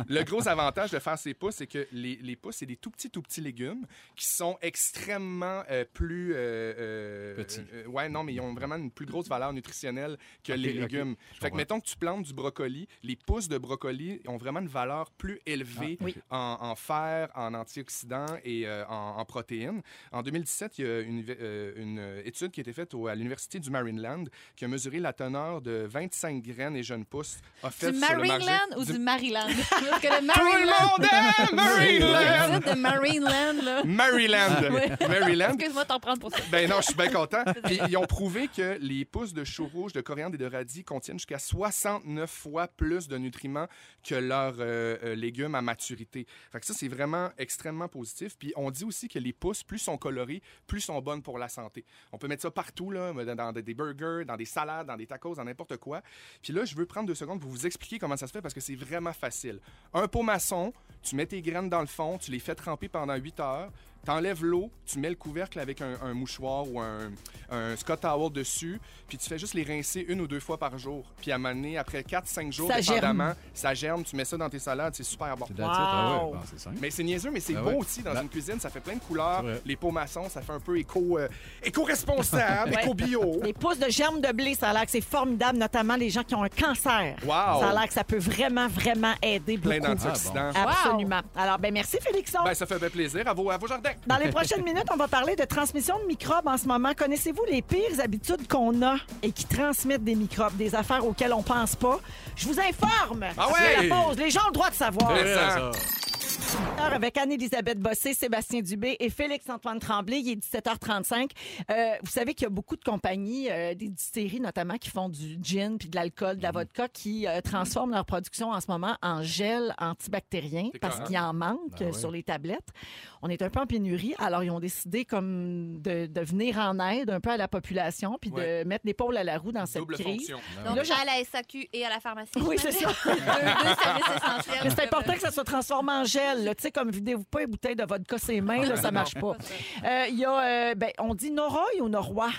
Speaker 3: Le gros avantage de faire ces pousses, c'est que les, les pousses, c'est des tout petits, tout petits légumes qui sont extrêmement euh, plus... euh, euh,
Speaker 4: Petits.
Speaker 3: euh, ouais, non, mais ils ont vraiment une plus grosse valeur nutritionnelle que
Speaker 4: Ok,
Speaker 3: les
Speaker 4: ok.
Speaker 3: légumes.
Speaker 4: Je
Speaker 3: Fait que
Speaker 4: comprends.
Speaker 3: mettons que tu plantes du brocoli, les pousses de brocoli ont vraiment une valeur plus élevée
Speaker 4: Ah, oui.
Speaker 3: en, en fer, en antioxydants et euh, en, en protéines. En 2017, il y a une, euh, une étude qui a été faite au- à l'Université du Maryland qui a mesuré la teneur de 25 graines et jeunes pousses
Speaker 1: Du
Speaker 3: offertes sur le marché.
Speaker 1: Maryland ou du Maryland? Parce que le
Speaker 3: Tout le
Speaker 1: Maryland.
Speaker 3: monde aime Maryland! Ah
Speaker 1: Le site de Maryland, là.
Speaker 3: Maryland! Maryland!
Speaker 1: Excuse-moi de t'en prendre pour ça.
Speaker 3: Ben non, je suis bien content. Puis ils ont prouvé que les pousses de chou rouge, de coriandre et de radis contiennent jusqu'à 69 fois plus de nutriments que leurs euh, euh, légumes à maturité. Fait que ça, c'est vraiment extrêmement positif. Puis on dit aussi que les pousses, plus sont colorées, plus sont bonnes pour la santé. On peut mettre ça partout, là, dans, dans des burgers, dans des salades, dans des tacos, dans n'importe quoi. Puis là, je veux prendre deux secondes pour vous expliquer comment ça se fait parce que c'est vraiment facile. Un pot maçon, tu mets tes graines dans le fond, tu les fais tremper pendant 8 heures, t'enlèves l'eau, tu mets le couvercle avec un, un mouchoir ou un, un Scott Towel dessus, puis tu fais juste les rincer une ou deux fois par jour. Puis à maner, après 4-5 jours,
Speaker 2: Ça germe.
Speaker 3: dépendamment, ça germe, tu mets ça dans tes salades, c'est super bon.
Speaker 4: C'est de la titre. Ah
Speaker 2: Wow.
Speaker 4: ouais, bon, c'est simple.
Speaker 3: Mais c'est niaiseux, mais c'est
Speaker 4: Ah
Speaker 3: beau
Speaker 4: ouais.
Speaker 3: aussi dans
Speaker 4: Bah.
Speaker 3: une cuisine. Ça fait plein de
Speaker 4: C'est
Speaker 3: couleurs.
Speaker 4: vrai.
Speaker 3: Les pots maçons, ça fait un peu éco, euh, éco-responsable, éco-bio.
Speaker 2: Les pousses de germes de blé, ça a l'air que c'est formidable, notamment les gens qui ont un cancer.
Speaker 3: Wow.
Speaker 2: Ça a l'air que ça peut vraiment, vraiment aider beaucoup.
Speaker 3: Plein d'antioxydants.
Speaker 2: Absolument. Alors, ben merci, Félixon.
Speaker 3: Ben, ça fait bien plaisir. À vos, à vos jardins.
Speaker 2: Dans les prochaines minutes, on va parler de transmission de microbes en ce moment. Connaissez-vous les pires habitudes qu'on a et qui transmettent des microbes, des affaires auxquelles on pense pas? Je vous informe.
Speaker 3: Ah
Speaker 2: C'est
Speaker 3: ouais?
Speaker 2: la pause. Les gens ont le droit de savoir.
Speaker 3: Ouais.
Speaker 4: Ah
Speaker 2: Heure Avec Anne-Élisabeth Bossé, Sébastien Dubé et Félix-Antoine Tremblay, il est 17h35. Euh, vous savez qu'il y a beaucoup de compagnies, euh, des distilleries notamment, qui font du gin puis de l'alcool, de
Speaker 3: Mm-hmm.
Speaker 2: la vodka, qui euh, transforment leur production en ce moment en gel antibactérien
Speaker 3: C'est
Speaker 2: parce
Speaker 3: correct.
Speaker 2: qu'il en manque
Speaker 4: Ben
Speaker 2: euh,
Speaker 4: ouais.
Speaker 2: sur les tablettes. On est un peu en pénurie, alors ils ont décidé comme de, de venir en aide un peu à la population puis
Speaker 3: Ouais.
Speaker 2: de mettre l'épaule à la roue dans cette
Speaker 3: Double
Speaker 2: crise.
Speaker 3: fonction.
Speaker 1: Donc,
Speaker 2: Là, j'ai-
Speaker 1: à la SAQ et à la pharmacie.
Speaker 2: Oui, c'est
Speaker 1: j'imagine.
Speaker 2: ça.
Speaker 1: deux, deux services essentiels.
Speaker 2: Mais c'est important que ça soit transformé en gel. là. Tu sais, comme videz-vous pas une bouteille de vodka ses mains, là, ça marche pas. Euh, Il y a, euh, ben, on dit Noroy ou Noroi?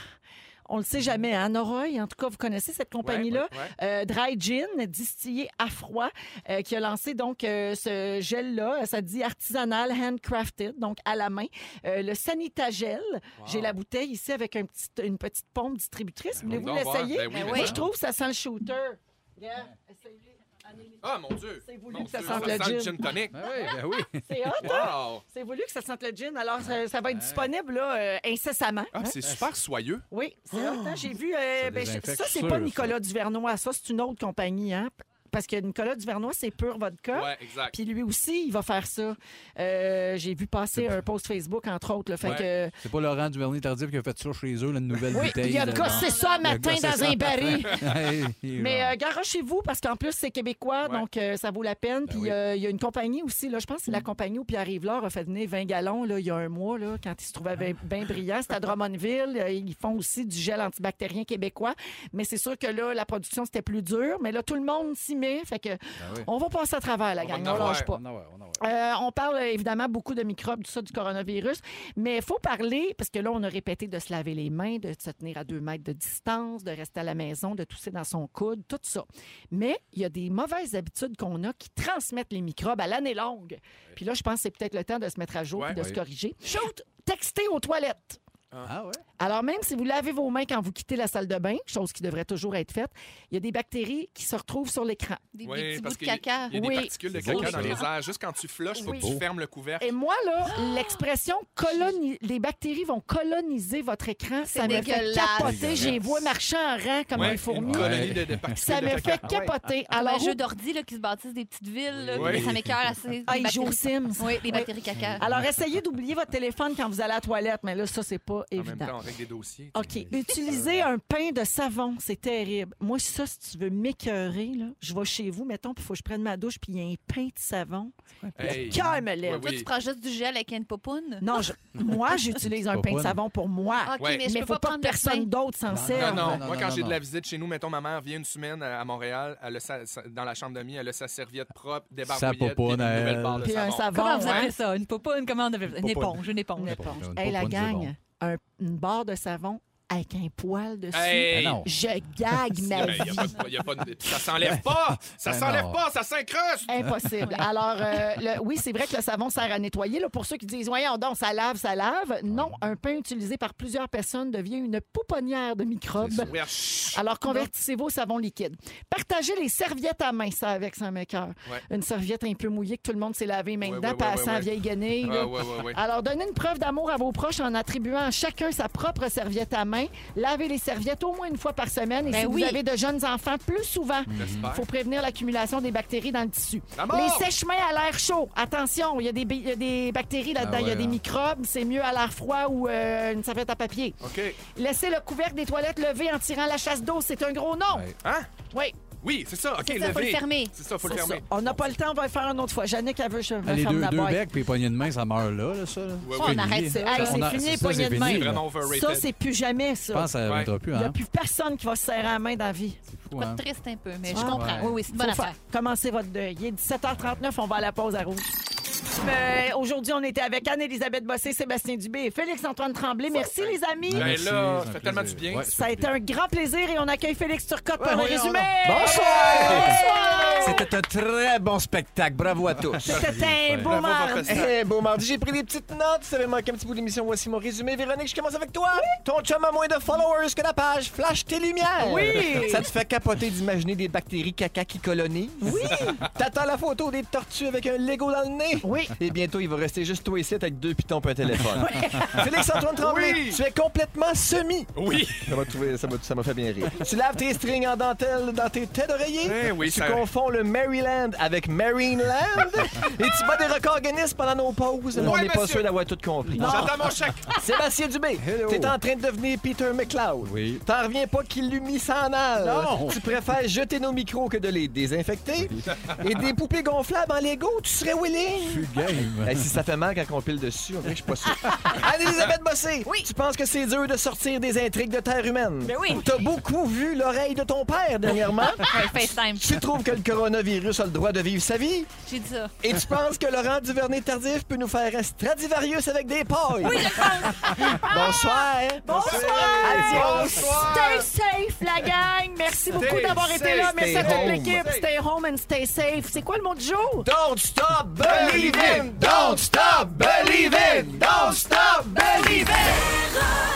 Speaker 2: On le sait jamais, hein? Noroy, en tout cas, vous connaissez cette compagnie-là.
Speaker 3: Ouais, ouais,
Speaker 2: Euh, Dry Gin, distillé à froid, euh, qui a lancé donc euh, ce gel-là. Ça dit artisanal, handcrafted, donc à la main. Euh, le Sanitagel, j'ai la bouteille ici avec un petit- une petite pompe distributrice. Voulez-vous
Speaker 3: Donc, ouais,
Speaker 2: l'essayer?
Speaker 3: ben
Speaker 1: Ben
Speaker 3: oui, ben
Speaker 1: oui.
Speaker 2: Moi,
Speaker 3: oui.
Speaker 2: je trouve que ça sent le shooter. Regarde, essayez. Anneli.
Speaker 3: Ah, mon Dieu!
Speaker 2: C'est voulu
Speaker 3: Mon
Speaker 2: que ça
Speaker 3: Dieu,
Speaker 2: sente le gin.
Speaker 3: tonic.
Speaker 4: Ben oui, ben oui.
Speaker 2: C'est hot, hein?
Speaker 3: Wow!
Speaker 2: C'est voulu que ça sente le gin, alors ça, ça va être disponible là, euh, incessamment.
Speaker 3: Ah, puis c'est super soyeux.
Speaker 2: Oui, c'est hot, hein? J'ai vu. euh,
Speaker 4: Ça
Speaker 2: ben, je-
Speaker 4: désinfecte
Speaker 2: ça, c'est
Speaker 4: sûr,
Speaker 2: pas
Speaker 4: ça.
Speaker 2: Nicolas Duvernois, ça, c'est une autre compagnie, hein? P- parce que Nicolas Duvernois, c'est pur vodka.
Speaker 3: Ouais, exact.
Speaker 2: Puis lui aussi, il va faire ça. Euh, J'ai vu passer un post Facebook, entre autres. Là, fait
Speaker 3: Ouais.
Speaker 2: que,
Speaker 4: C'est pas Laurent Duvernay Tardif qui a fait ça chez eux, la nouvelle
Speaker 2: oui,
Speaker 4: bouteille.
Speaker 2: il a
Speaker 4: là,
Speaker 2: gossé ça à
Speaker 4: Il a
Speaker 2: matin
Speaker 4: gossé
Speaker 2: dans
Speaker 4: ça
Speaker 2: un
Speaker 4: à
Speaker 2: baril.
Speaker 4: matin. Hey,
Speaker 2: Mais
Speaker 4: genre.
Speaker 2: euh, garochez-vous parce qu'en plus, c'est québécois,
Speaker 3: Ouais. Ben
Speaker 2: donc euh, ça vaut la peine. Puis
Speaker 4: oui.
Speaker 2: euh, il y a une compagnie aussi, là, je pense que c'est
Speaker 3: Mm.
Speaker 2: la compagnie où Pierre Rivelard a fait venir 20 gallons là, il y a un mois, là, quand il se trouvait bien, bien brillant. C'était à Drummondville. Euh, Ils font aussi du gel antibactérien québécois. Mais c'est sûr que là, la production, c'était plus dur. Mais là, tout le monde s'y met. Fait que
Speaker 4: oui.
Speaker 2: on va passer à travers, la
Speaker 3: On
Speaker 2: gang.
Speaker 3: va en
Speaker 2: On
Speaker 3: avoir.
Speaker 2: lâche pas.
Speaker 4: Ah On en va, on en va.
Speaker 2: Euh, on parle euh, évidemment beaucoup de microbes, tout ça, du coronavirus, mais il faut parler, parce que là, on a répété de se laver les mains, de se tenir à deux mètres de distance, de rester à la maison, de tousser dans son coude, tout ça. Mais il y a des mauvaises habitudes qu'on a qui transmettent les microbes à l'année longue. Puis là, je pense que c'est peut-être le temps de se mettre à jour
Speaker 3: Ouais.
Speaker 2: et de se
Speaker 4: Oui.
Speaker 2: corriger. Shoot! Texter aux toilettes.
Speaker 4: Ah ouais?
Speaker 2: Alors, même si vous lavez vos mains quand vous quittez la salle de bain, chose qui devrait toujours être faite, il y a des bactéries qui se retrouvent sur l'écran.
Speaker 1: Des, des
Speaker 3: Oui,
Speaker 1: petits bouts
Speaker 3: parce
Speaker 1: de
Speaker 3: qu'il y a-
Speaker 1: caca.
Speaker 3: il y a des
Speaker 2: Oui.
Speaker 3: particules de
Speaker 4: C'est beau,
Speaker 3: caca dans
Speaker 4: ça.
Speaker 3: les airs. Juste quand tu flushes, faut
Speaker 2: Oui.
Speaker 3: que tu fermes le couvercle.
Speaker 2: Et moi, là, l'expression coloni... les bactéries vont coloniser votre écran, ça me fait
Speaker 1: dégueulasse.
Speaker 2: capoter. J'ai vois marcher en rang comme
Speaker 3: Ouais,
Speaker 2: des
Speaker 3: une
Speaker 2: fourmis.
Speaker 4: Ouais.
Speaker 3: colonie de, de particules
Speaker 2: Ça
Speaker 3: de
Speaker 2: me
Speaker 3: caca.
Speaker 2: fait capoter.
Speaker 1: Alors,
Speaker 2: Alors,
Speaker 1: un jeu d'ordi là, qui se bâtissent des petites villes, là,
Speaker 3: Oui.
Speaker 1: puis ça m'écœure assez. des
Speaker 2: Ah, il joue aux
Speaker 1: bactéries-
Speaker 2: Sims.
Speaker 1: Oui, les bactéries caca.
Speaker 2: Alors, essayez d'oublier votre téléphone quand vous allez à la toilette, mais là, ça, c'est pas
Speaker 3: En même temps,
Speaker 2: évident. Oh,
Speaker 3: avec des dossiers. tu
Speaker 2: OK. Utiliser un pain de savon, c'est terrible. Moi, ça, si tu veux m'écœurer, là, je vais chez vous, mettons, puis il faut que je prenne ma douche, puis il y a un pain de savon.
Speaker 3: sais. Hey.
Speaker 2: Le cœur me lève.
Speaker 1: Toi,
Speaker 3: oui.
Speaker 1: tu prends juste du gel avec une popoune?
Speaker 2: Non, je- moi, j'utilise un
Speaker 4: Pas
Speaker 2: pain de
Speaker 4: bonne.
Speaker 2: savon pour moi.
Speaker 1: OK,
Speaker 3: Ouais.
Speaker 1: mais
Speaker 2: Mais
Speaker 1: je
Speaker 2: il
Speaker 1: peux
Speaker 2: faut
Speaker 1: pas
Speaker 2: pas que
Speaker 1: prendre
Speaker 2: personne
Speaker 1: personne.
Speaker 2: d'autre s'en
Speaker 4: Non,
Speaker 2: serve.
Speaker 3: Non, non,
Speaker 4: non,
Speaker 3: moi,
Speaker 4: non,
Speaker 3: quand
Speaker 4: non,
Speaker 3: j'ai de
Speaker 4: non.
Speaker 3: la visite chez nous, mettons, ma mère vient une semaine à à Montréal, elle a sa- sa- dans la chambre d'amis, elle a sa serviette propre, des
Speaker 4: Sa
Speaker 3: barbouillettes, puis une
Speaker 4: popoune à
Speaker 3: nouvelle
Speaker 4: elle.
Speaker 3: barre de
Speaker 2: Puis un
Speaker 3: savon.
Speaker 2: savon.
Speaker 1: Comment vous
Speaker 2: ouais.
Speaker 1: appelez ça? Une popoune? Comment on appelle ça? Une
Speaker 4: Popoune.
Speaker 1: éponge, une éponge.
Speaker 2: Une
Speaker 4: Pas
Speaker 2: éponge.
Speaker 4: pour une-
Speaker 2: Hey,
Speaker 4: pas
Speaker 2: la
Speaker 4: pour une
Speaker 2: gang,
Speaker 4: seconde.
Speaker 2: un- une barre de savon avec un poil dessus.
Speaker 3: Hey!
Speaker 4: Ah non.
Speaker 2: Je gague
Speaker 3: Il y a-
Speaker 2: ma
Speaker 3: ben, il y a pas
Speaker 2: vie.
Speaker 3: de- il y a pas de- Ça s'enlève pas! Ça
Speaker 4: Ben
Speaker 3: s'enlève
Speaker 4: non.
Speaker 3: pas! Ça s'incruste!
Speaker 2: Impossible. Alors, euh, le- oui, c'est vrai que le savon sert à nettoyer. Là, pour ceux qui disent, voyons donc, ça lave, ça lave. Non, un pain utilisé par plusieurs personnes devient une pouponnière de microbes.
Speaker 3: Ouais, chut.
Speaker 2: Alors, convertissez-vous au savon liquide. Partagez les serviettes à main, ça, avec saint maker
Speaker 3: Ouais.
Speaker 2: Une serviette un peu mouillée que tout le monde s'est lavé maintenant,
Speaker 3: Ouais,
Speaker 2: dedans,
Speaker 3: ouais,
Speaker 2: passant
Speaker 3: ouais, ouais,
Speaker 2: à vieille guenille.
Speaker 3: Ah,
Speaker 2: là.
Speaker 3: ouais, ouais, ouais.
Speaker 2: Alors, donnez une preuve d'amour à vos proches en attribuant à chacun sa propre serviette à main. Lavez les serviettes au moins une fois par semaine. Et
Speaker 1: Ben
Speaker 2: si
Speaker 1: oui.
Speaker 2: vous avez de jeunes enfants, plus souvent.
Speaker 3: J'espère.
Speaker 2: faut prévenir l'accumulation des bactéries dans le tissu.
Speaker 3: La mort!
Speaker 2: Les sèches-mains à l'air chaud. Attention, il y, a des bi- il y a des bactéries là-dedans.
Speaker 4: Ah
Speaker 2: il y a
Speaker 4: ouais,
Speaker 2: des
Speaker 4: hein.
Speaker 2: microbes. C'est mieux à l'air froid ou euh, une serviette à papier.
Speaker 3: OK.
Speaker 2: Laissez le couvercle des toilettes levé en tirant la chasse d'eau. C'est un gros non.
Speaker 4: Ouais.
Speaker 3: Hein?
Speaker 2: Oui.
Speaker 3: Oui, c'est ça. OK,
Speaker 1: C'est ça, faut le
Speaker 3: levez.
Speaker 1: fermer.
Speaker 3: C'est ça, faut le
Speaker 2: c'est
Speaker 3: fermer.
Speaker 2: ça. On n'a pas le temps, on va le faire une autre fois. Jannick, elle veut je
Speaker 4: Ah,
Speaker 2: vais
Speaker 4: les
Speaker 2: fermer
Speaker 4: deux,
Speaker 2: la
Speaker 4: deux
Speaker 2: boîte.
Speaker 4: becs puis poignées de main, ça meurt là, là ça. là.
Speaker 3: Ouais,
Speaker 1: Ça,
Speaker 3: ouais.
Speaker 1: on arrête ça.
Speaker 2: Hey,
Speaker 4: Ça,
Speaker 2: c'est
Speaker 4: on a-
Speaker 2: fini,
Speaker 4: c'est
Speaker 2: les
Speaker 4: ça,
Speaker 2: poignées
Speaker 4: c'est
Speaker 2: de
Speaker 4: fini,
Speaker 2: main.
Speaker 4: là.
Speaker 3: Vraiment
Speaker 2: Ça,
Speaker 3: overrated.
Speaker 2: c'est plus jamais
Speaker 4: Je
Speaker 2: ça.
Speaker 4: pense que ça ne
Speaker 3: Ouais.
Speaker 4: reviendra plus,
Speaker 2: Il n'y a
Speaker 4: hein?
Speaker 2: plus personne qui va se serrer la main dans la vie.
Speaker 4: C'est fou,
Speaker 1: Pas
Speaker 4: hein?
Speaker 1: de triste un peu, mais je
Speaker 4: Ouais.
Speaker 1: comprends.
Speaker 4: Ouais.
Speaker 1: Oui, oui, c'est une bonne
Speaker 2: Faut faire-
Speaker 1: affaire.
Speaker 2: Commencez votre deuil. Il est 17h39, on va à la pause à rouge. Euh, Aujourd'hui, on était avec Anne-Élisabeth Bossé, Sébastien Dubé et Félix-Antoine Tremblay. Merci, les amis.
Speaker 3: Ben
Speaker 4: Merci,
Speaker 3: là,
Speaker 4: c'est
Speaker 3: ça
Speaker 4: un
Speaker 3: fait tellement du
Speaker 4: plaisir.
Speaker 3: bien.
Speaker 4: Ouais,
Speaker 2: Ça a été un grand plaisir et on accueille Félix Turcotte pour
Speaker 5: Ouais,
Speaker 2: le
Speaker 5: voyons
Speaker 2: résumé.
Speaker 5: donc.
Speaker 2: Bonsoir!
Speaker 5: C'était un très bon spectacle. Bravo à tous.
Speaker 2: C'était un beau
Speaker 3: Bravo,
Speaker 2: mardi.
Speaker 3: Professeur.
Speaker 5: Eh, beau mardi, j'ai pris des petites notes. Ça avait manqué un petit bout d'émission. Voici mon résumé. Véronique, je commence avec toi. Ton chum a moins de followers que la page. Flash tes lumières.
Speaker 2: Oui.
Speaker 5: Ça te fait capoter d'imaginer des bactéries caca qui colonisent. Oui. T'attends la photo des tortues avec un Lego dans le nez.
Speaker 2: Oui.
Speaker 5: Et bientôt, il va rester juste toi et site avec deux pitons pour un téléphone. Félix-Antoine Tremblay,
Speaker 3: Oui.
Speaker 5: tu es complètement semi.
Speaker 3: Oui!
Speaker 5: Ça m'a trouvé- ça m'a- ça m'a fait bien rire. Tu laves tes strings en dentelle dans tes têtes d'oreiller.
Speaker 3: Eh oui,
Speaker 5: tu
Speaker 3: ça-
Speaker 5: confonds le Maryland avec Marineland. et tu bats des records Guinness pendant nos pauses. mais on
Speaker 3: Ouais,
Speaker 5: n'est pas
Speaker 3: monsieur.
Speaker 5: sûr d'avoir tout compris.
Speaker 3: J'attends mon chèque!
Speaker 5: Sébastien Dubé,
Speaker 4: Hello.
Speaker 5: t'es en train de devenir Peter McLeod.
Speaker 4: Oui.
Speaker 5: T'en reviens pas qu'il lui mis sans mal.
Speaker 4: Non.
Speaker 5: Tu préfères jeter nos micros que de les désinfecter. Et des poupées gonflables en Lego, tu serais willing.
Speaker 4: Plus game.
Speaker 5: Hey, si ça fait mal quand on pile dessus, on dirait que je suis pas sûr. Anne-Elisabeth Bossé, tu penses que c'est dur de sortir des intrigues de terre humaine?
Speaker 1: Ben oui.
Speaker 5: T'as beaucoup vu l'oreille de ton père dernièrement.
Speaker 1: Un FaceTime.
Speaker 5: tu trouves que le coronavirus a le droit de vivre sa vie?
Speaker 1: J'ai dit ça.
Speaker 5: Et tu penses que Laurent Duvernay-Tardif peut nous faire un Stradivarius avec des pailles? Oui, je pense! Bonsoir! hein? Bonsoir! Adios!
Speaker 2: Stay safe, la gang. Merci beaucoup d'avoir été
Speaker 3: safe,
Speaker 2: là. Merci à
Speaker 5: stay
Speaker 2: toute
Speaker 5: home.
Speaker 2: l'équipe. Stay home and stay safe. C'est quoi le mot du jour?
Speaker 5: Don't stop believing! Don't stop believing! Don't stop believing!
Speaker 6: Véronique.